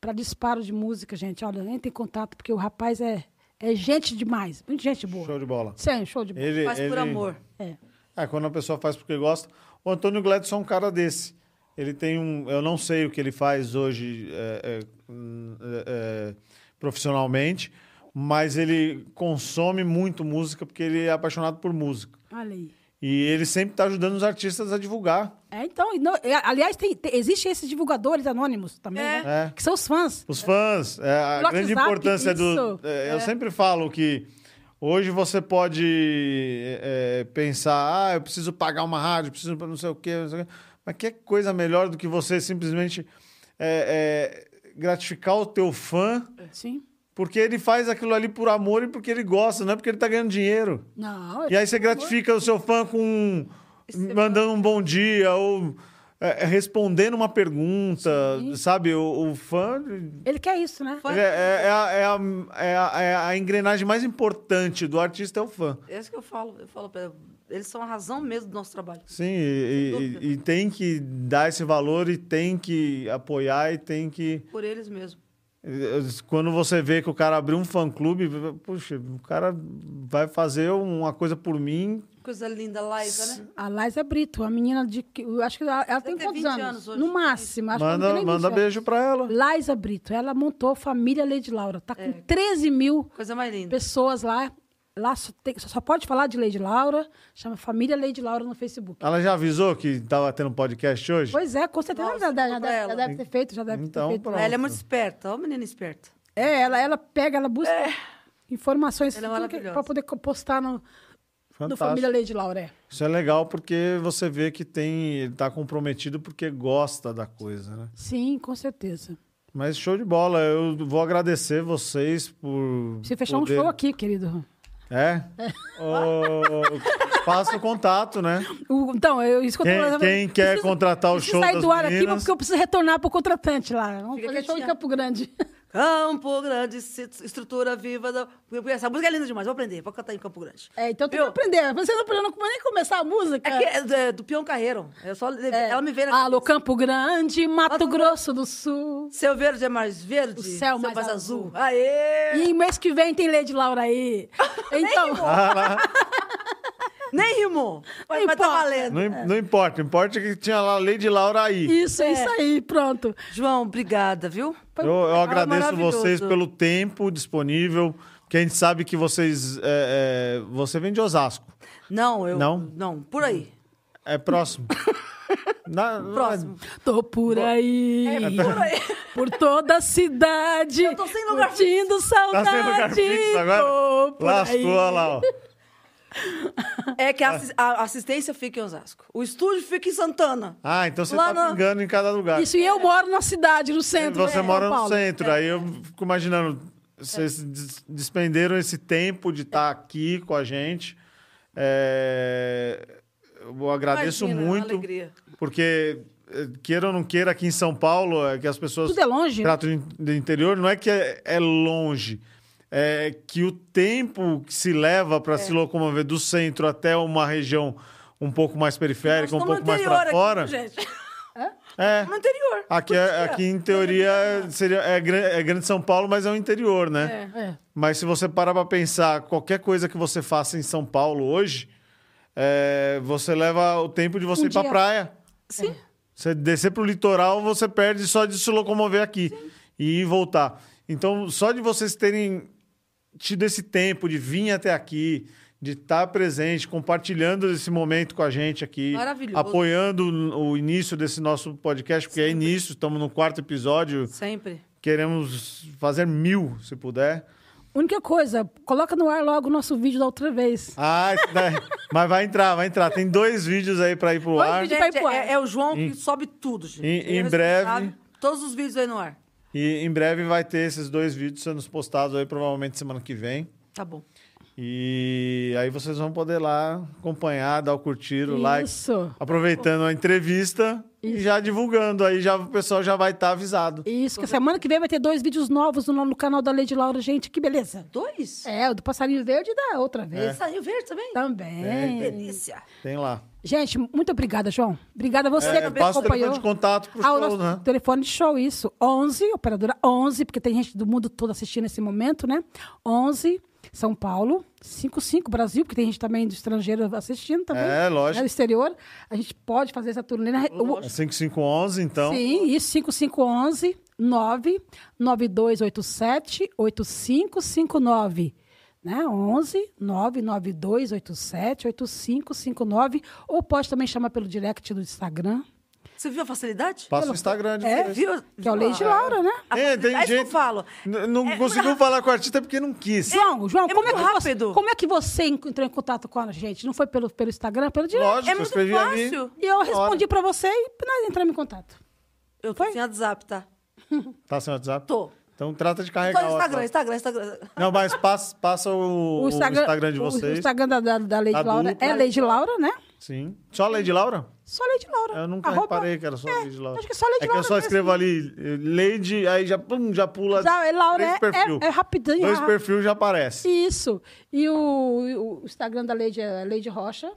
para disparo de música, gente, olha, entra em contato, porque o rapaz é, é gente demais, muito gente boa.
Show de bola.
Sim, show de bola.
Ele,
Faz por
ele-
amor.
É.
É, quando a pessoa faz porque gosta. O Antônio Gladson é um cara desse. Ele tem um. Eu não sei o que ele faz hoje é, é, hum, é, é, profissionalmente, mas ele consome muito música porque ele é apaixonado por música.
Olha aí.
E ele sempre está ajudando os artistas a divulgar.
É, então, e não- é, aliás, tem, tem, existem esses divulgadores anônimos também,
É.
né?
É.
Que são os fãs.
Os fãs, é, a
Pelo
grande
WhatsApp,
importância do.
isso.
é, Eu sempre falo que o- Hoje você pode é, é, pensar, ah, eu preciso pagar uma rádio, preciso não sei o quê, não sei o quê. mas que coisa melhor do que você simplesmente é, é, gratificar o teu fã,
Sim.
porque ele faz aquilo ali por amor e porque ele gosta, não é porque ele tá ganhando dinheiro.
Não,
E aí você gratifica o seu fã com um- mandando um bom dia ou é, respondendo uma pergunta, sabe? O, o fã
ele quer isso, né?
ele é, é- é a, é a- é a- é a engrenagem mais importante do artista é o fã.
É isso que eu falo. Eu falo, Pedro, eles são a razão mesmo do nosso trabalho.
Sim, e,
Sem
e-
dúvida.
e tem que dar esse valor e tem que apoiar e tem que
Por eles mesmo.
Quando você vê que o cara abriu um fã-clube, puxa, o cara vai fazer uma coisa por mim.
Coisa linda, Laísa, né?
A Laisa Brito, a menina de. que- Eu acho que ela, ela tem
ter
quantos
20
anos?
anos hoje.
No máximo. Acho que ela
Manda,
não tem nem né?
manda
20
beijo pra ela.
anos. Laisa Brito, ela montou Família Lady Laura. Tá com
É.
13 mil
Coisa mais linda.
pessoas lá. Lá só, tem- só pode falar de Lady Laura. Chama Família Lady Laura no Facebook.
Ela já avisou que tava tendo um podcast hoje?
Pois é, com certeza
Nossa,
já, deve- já
pra
deve, já
ela.
deve ter feito, já deve
Então,
ter feito.
pronto.
Ela é muito esperta. Ó, menina esperta.
É, ela, ela pega, ela busca informações
É. Ela é
tudo que-
maravilhosa.
pra poder co- postar no, no
Fantástico.
Família Lady Laura. é.
Isso é legal porque você vê que tem, ele tá comprometido porque gosta da coisa, né?
Sim, com certeza.
Mas show de bola, eu vou agradecer vocês por
Você fechar
poder-
um show aqui, querido.
É? Ô, Passa o contato, né?
O- Então, eu isso que eu tô-
Quem-
eu-
quem quer contratar o
preciso
show
sair
das
do ar aqui
meninas?
porque eu preciso retornar pro contratante lá. Vamos
Fica
fazer show em
quietinha.
Campo Grande.
Campo Grande, se- estrutura viva. Da... Porque Essa música é linda demais. Vou aprender. Vou cantar em Campo Grande.
É, então tem que
Viu?
aprender. Você não aprendeu, não pode nem começar a música.
É, que é do- é do Peão Carreiro. Eu só,
É.
Ela me veio na
Alô, Campo Grande, Mato Grosso do Sul.
Seu verde é mais verde,
O céu mais azul.
Aê!
E mês que vem tem Lady Laura aí. Então,
Nem rimou. Mas,
Nem
mas tá
importa.
valendo.
Não, im- não importa, importa é que tinha lá a Lady Laura aí.
isso, isso aí, pronto.
João, obrigada, viu?
Eu,
um
eu agradeço
maravilhoso.
vocês pelo tempo disponível, que a gente sabe que vocês. é, é, você vem de Osasco.
Não, eu.
Não?
Não, por aí.
É próximo. Na- na-
Próximo.
Tô por aí.
Por aí.
Por toda a cidade.
Eu tô sem lugar
curtindo
Tá
saudade.
sem lugar fixo agora?
Tô tipo por aí.
Lascou olha lá, ó.
É que a, assis- a assistência fica em Osasco. O estúdio fica em Santana.
Ah, então você tá
Lá na-
pingando em cada lugar.
Isso, e eu moro na cidade, no centro. de
você
São
mora no
Paulo. É.
centro. Aí eu fico imaginando, vocês des- despenderam esse tempo de estar aqui com a gente. É, eu agradeço
é
Imagina,
muito.
alegria.
Porque, eh, queira ou não queira, aqui em São Paulo, é que as pessoas
Tudo é longe, né?
tratam de- do interior, não é que é, é longe, é que o tempo que se leva
É.
para se locomover do centro até uma região um pouco mais periférica, um
Nós
pouco
estamos no
mais
interior
para
aqui,
fora.
gente.
É.
No interior.
Aqui, é- aqui, em teoria, seria, é, gran- é grande São Paulo, mas é o interior, né?
É.
Mas se você parar para pensar, qualquer coisa que você faça em São Paulo hoje, é, você leva o tempo de você
Um
ir para
dia.
praia. É.
Sim.
Você descer pro litoral, você perde só de se locomover aqui e ir voltar. Então, só de vocês terem tido esse tempo de vir até aqui, de estar presente, compartilhando esse momento com a gente aqui,
Maravilhoso.
apoiando o o início desse nosso podcast, porque é início, estamos no quarto episódio,
Sempre.
queremos fazer mil, se puder.
Única coisa, coloca no ar logo o nosso vídeo da outra vez.
Ah, isso daí- mas vai entrar, vai entrar. Tem dois vídeos aí para ir pro
Dois
ar.
vídeos.
Gente,
vai pro ar.
é, é o João que sobe tudo, gente.
Em-
Ele é
em breve.
responsável. Todos os vídeos aí no ar.
E em breve vai ter esses dois vídeos sendo postados aí, provavelmente semana que vem.
Tá bom.
E aí vocês vão poder lá acompanhar, dar o curtir, o like.
Isso.
Aproveitando a entrevista e já divulgando. Aí já, o pessoal já vai estar avisado.
Isso, que semana que vem vai ter dois vídeos novos no, no canal da Lady Laura, gente. Que beleza.
Dois?
É, Tá. o do passarinho verde e da outra
É.
vez.
Saiu verde também?
Também.
Delícia.
Tem lá.
Gente, muito obrigada, João. Obrigada a você
É,
que me
passa o telefone
acompanhou.
de contato pro
Ah, o
show,
nosso
né?
telefone de show, isso. 11, operadora 11, porque tem gente do mundo todo assistindo nesse momento, né? 11, São Paulo. 55, Brasil, porque tem gente também do estrangeiro assistindo também.
É, lógico.
Né, do exterior. A gente pode fazer essa turnê. Na... o-
É 5511, então.
Sim, isso, 5511 99287 8559. Né? 11 99287 8559. Ou pode também chamar pelo direct do Instagram.
Você viu a facilidade?
Passa o Instagram. de
É,
preferência.
viu?
Que é o Lady Laura, né?
Ah,
É, tem
é isso que
gente...
eu falo.
N- Não
É,
conseguiu falar com o artista porque não quis.
João, João,
é
como, é que
muito rápido.
Você, como é que você entrou em contato com a gente? Não foi pelo, pelo Instagram, pelo direct?
Lógico,
é
eu
muito
escrevi
fácil.
ali.
E eu
na hora.
respondi pra você e nós entramos em contato.
Eu tô sem WhatsApp, tá?
Tá sem WhatsApp?
Tô.
Então trata de
Só
carregar o
Instagram,
WhatsApp.
Instagram, Instagram.
Não, mas passa, passa o, o Instagram, de
o-
vocês.
O Instagram da, da, da Lady
Da
Laura
dupla.
é Lady Laura, né?
Sim. Só Lady Laura?
Só Lady Laura.
Eu nunca
Arroba-
reparei que era só
É,
Lady Laura.
Acho que é só Lady
É que
Laura.
eu só
mesmo.
escrevo ali eh, Lady, aí já, pum, já pula
Já, é Laura,
três
é-
perfil.
é- é rapidinho,
Dois
é-
perfil já aparece.
Isso. E o, o Instagram da Lady é Lady Rocha.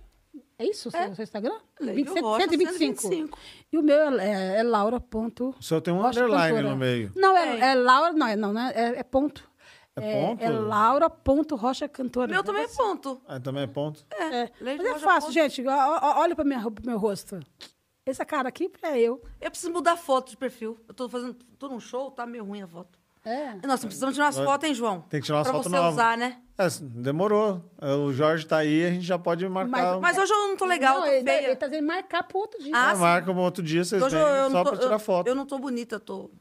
É isso o seu, seu Instagram?
Lady Rocha, 125.
E o meu é, é, é laura. ponto
O senhor tem um
Rocha
underline
Cantora.
no meio.
Não, é,
Tem.
é Laura, não, é, não, né? É, é ponto.
É ponto?
É Laura ponto Rocha Cantora.
Meu também é ponto.
Ah, também é ponto.
É.
Lady
Mas é
Rocha
fácil,
ponto.
gente. Ó, ó, Olha para pro meu rosto. Essa cara aqui é eu.
Eu preciso mudar a foto de perfil. Eu tô fazendo. Tô num show, tá meio ruim a foto.
É.
Nossa, precisamos tirar umas
Vai-
fotos, hein, João?
Tem que tirar umas
pra
fotos
você
novas.
usar, né?
É, s- demorou. É, O Jorge tá aí, a gente já pode marcar. um-
Mas hoje eu não tô legal,
não,
eu tô
ele, tá-
feia.
ele tá dizendo marcar pro outro dia.
Ah,
É, marca um outro dia, vocês vêm
Hoje eu,
só
eu não tô,
pra tirar
eu-
foto.
Eu, não tô bonita, eu tô.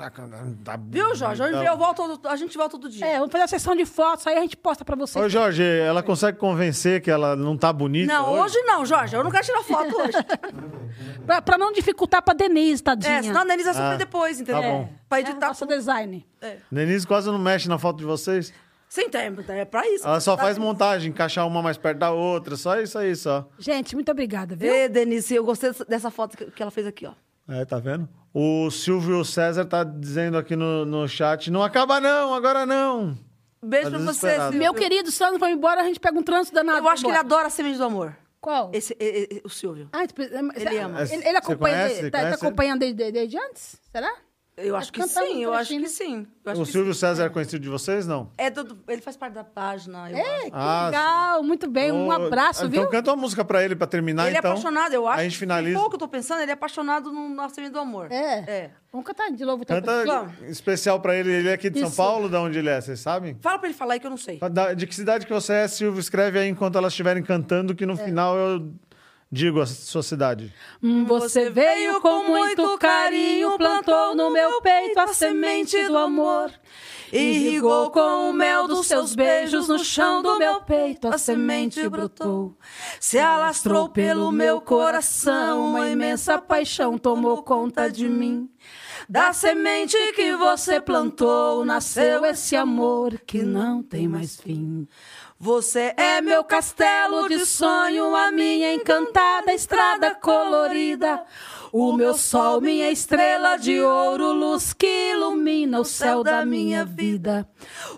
Ah, cara, tá
Viu, Jorge? Hoje
bonitão.
eu volto, todo- a gente volta todo dia.
É, vamos fazer a sessão de fotos, aí a gente posta pra vocês.
Ô, Jorge, ela consegue convencer que ela não tá bonita?
não, hoje não, Jorge. Eu não quero tirar foto hoje.
Pra, pra não dificultar pra Denise, tadinha.
é, senão a Denise assume
Ah,
depois, entendeu?
tá bom.
Pra
É,
editar.
nosso design.
É.
Denise quase não mexe na foto de vocês.
Sem tempo, é pra isso.
Ela só
Tá-
faz montagem, encaixar uma mais perto da outra. Só isso aí, só.
Gente, muito obrigada, viu?
Vê, Denise, eu gostei dessa- dessa foto que- que ela fez aqui, ó.
É, tá vendo? O Silvio César tá dizendo aqui no, no chat: não acaba não, agora não.
Beijo
Tá
pra você,
desesperado.
Silvio.
Meu querido Sandro vai embora, a gente pega um trânsito danado.
Eu acho que ele
Bora.
adora a semente do amor.
Qual?
Esse, e- e- o Silvio.
Ah, esse-
Ele ama.
Ele, ele acompanha,
Você conhece?
ele tá, tá
Conhece ele?
acompanhando desde, desde antes? Será?
Eu
Tá
acho que
cantando
sim,
um
eu acho
trechinho,
que
né?
sim. Eu acho
O
que
Silvio César é conhecido de vocês, não?
sim. É do- ele faz parte da página, eu
É,
acho.
que
Ah,
legal, muito bem, um
Ô,
abraço,
então
viu?
canta uma música pra ele pra terminar,
ele
então.
é apaixonado, eu acho.
A gente finaliza.
Se for o que eu tô pensando, ele é apaixonado no, na semente do amor.
É. Vamos cantar de novo. então, o tempo
é
Canta
aqui.
especial pra ele. Ele é aqui de São
Isso.
Paulo, de onde ele é, vocês sabem?
Fala pra ele falar aí que eu não sei.
Da- De que cidade que você é, Silvio? Escreve aí enquanto elas estiverem cantando, que no
É.
final eu digo a sua cidade.
Hum, Você veio com muito carinho, plantou no meu peito a semente do amor. Irrigou com o mel dos seus beijos no chão do meu peito, a semente brotou.
Se alastrou pelo meu coração, uma imensa paixão tomou conta de mim.
Da semente que você plantou, nasceu esse amor que não tem mais fim.
Você
É meu castelo de sonho, a minha encantada estrada colorida. O meu sol, minha estrela de ouro, luz que ilumina o céu da minha vida.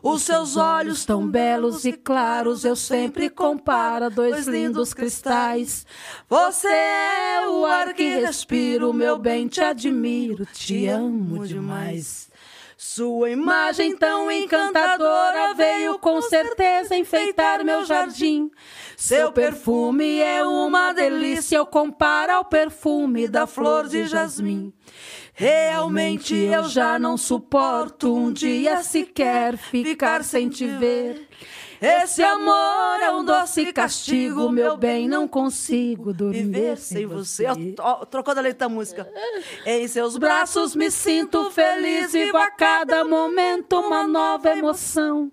Os seus olhos tão belos e claros, eu sempre comparo a dois lindos cristais. Você é o ar que respiro, meu bem, te admiro, te amo demais. Sua
Imagem tão então encantadora veio com certeza enfeitar meu jardim. Seu perfume é uma delícia, eu comparo ao perfume da flor de jasmim.
Realmente eu já não suporto um dia sequer ficar sem te ver.
Esse amor é um doce castigo, meu bem, não consigo
Viver
dormir
sem você.
você.
Ó, ó, trocou da letra da música. Em seus
Os
braços me sinto feliz, vivo a cada momento uma nova emoção.
emoção.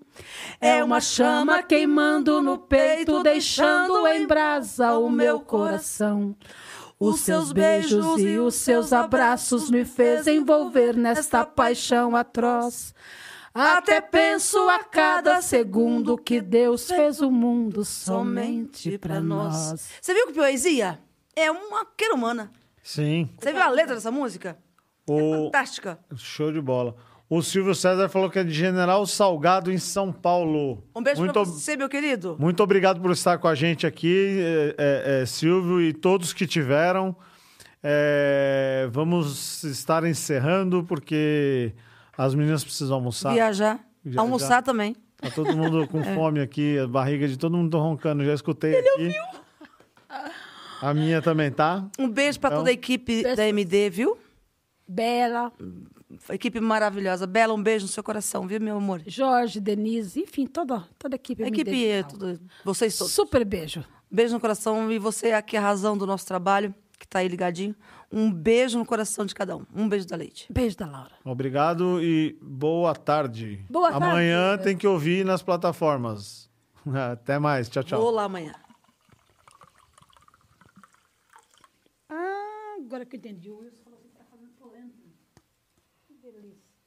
É uma chama queimando no peito, deixando em brasa o meu coração. Os seus beijos e os seus abraços me fez envolver nesta paixão atroz. Até penso a cada segundo que Deus fez o mundo somente para nós.
Você viu que poesia? É uma queira humana.
Sim.
Você viu a letra dessa música? É
O...
Fantástica.
Show de bola. O Silvio César falou que é de General Salgado, em São Paulo.
Um beijo
muito,
pra você, meu querido.
Muito obrigado por estar com a gente aqui, é, é, é, Silvio, e todos que tiveram. É, vamos estar encerrando, porque as meninas precisam almoçar.
Viajar.
Viajar.
Almoçar também.
Tá todo mundo com
É.
fome aqui, a barriga de todo mundo roncando. Já escutei aqui. A minha também tá.
Um beijo pra
Então,
toda a equipe
beijos.
da MD, viu?
Bela,
Equipe maravilhosa. Bela, um beijo no seu coração, viu, meu amor?
Jorge, Denise, enfim, toda, toda a equipe.
Equipe, é tudo- vocês todos.
Super beijo.
Beijo no coração e você aqui é a razão do nosso trabalho. Que tá aí ligadinho. Um beijo no coração de cada um. Um beijo da Leite.
Beijo da Laura.
Obrigado e boa tarde.
Boa tarde.
Amanhã tem que ouvir nas plataformas. Até mais. Tchau, tchau.
Vou lá amanhã.
Ah, agora que eu entendi. O Wilson falou que tá fazendo polenta. Que delícia.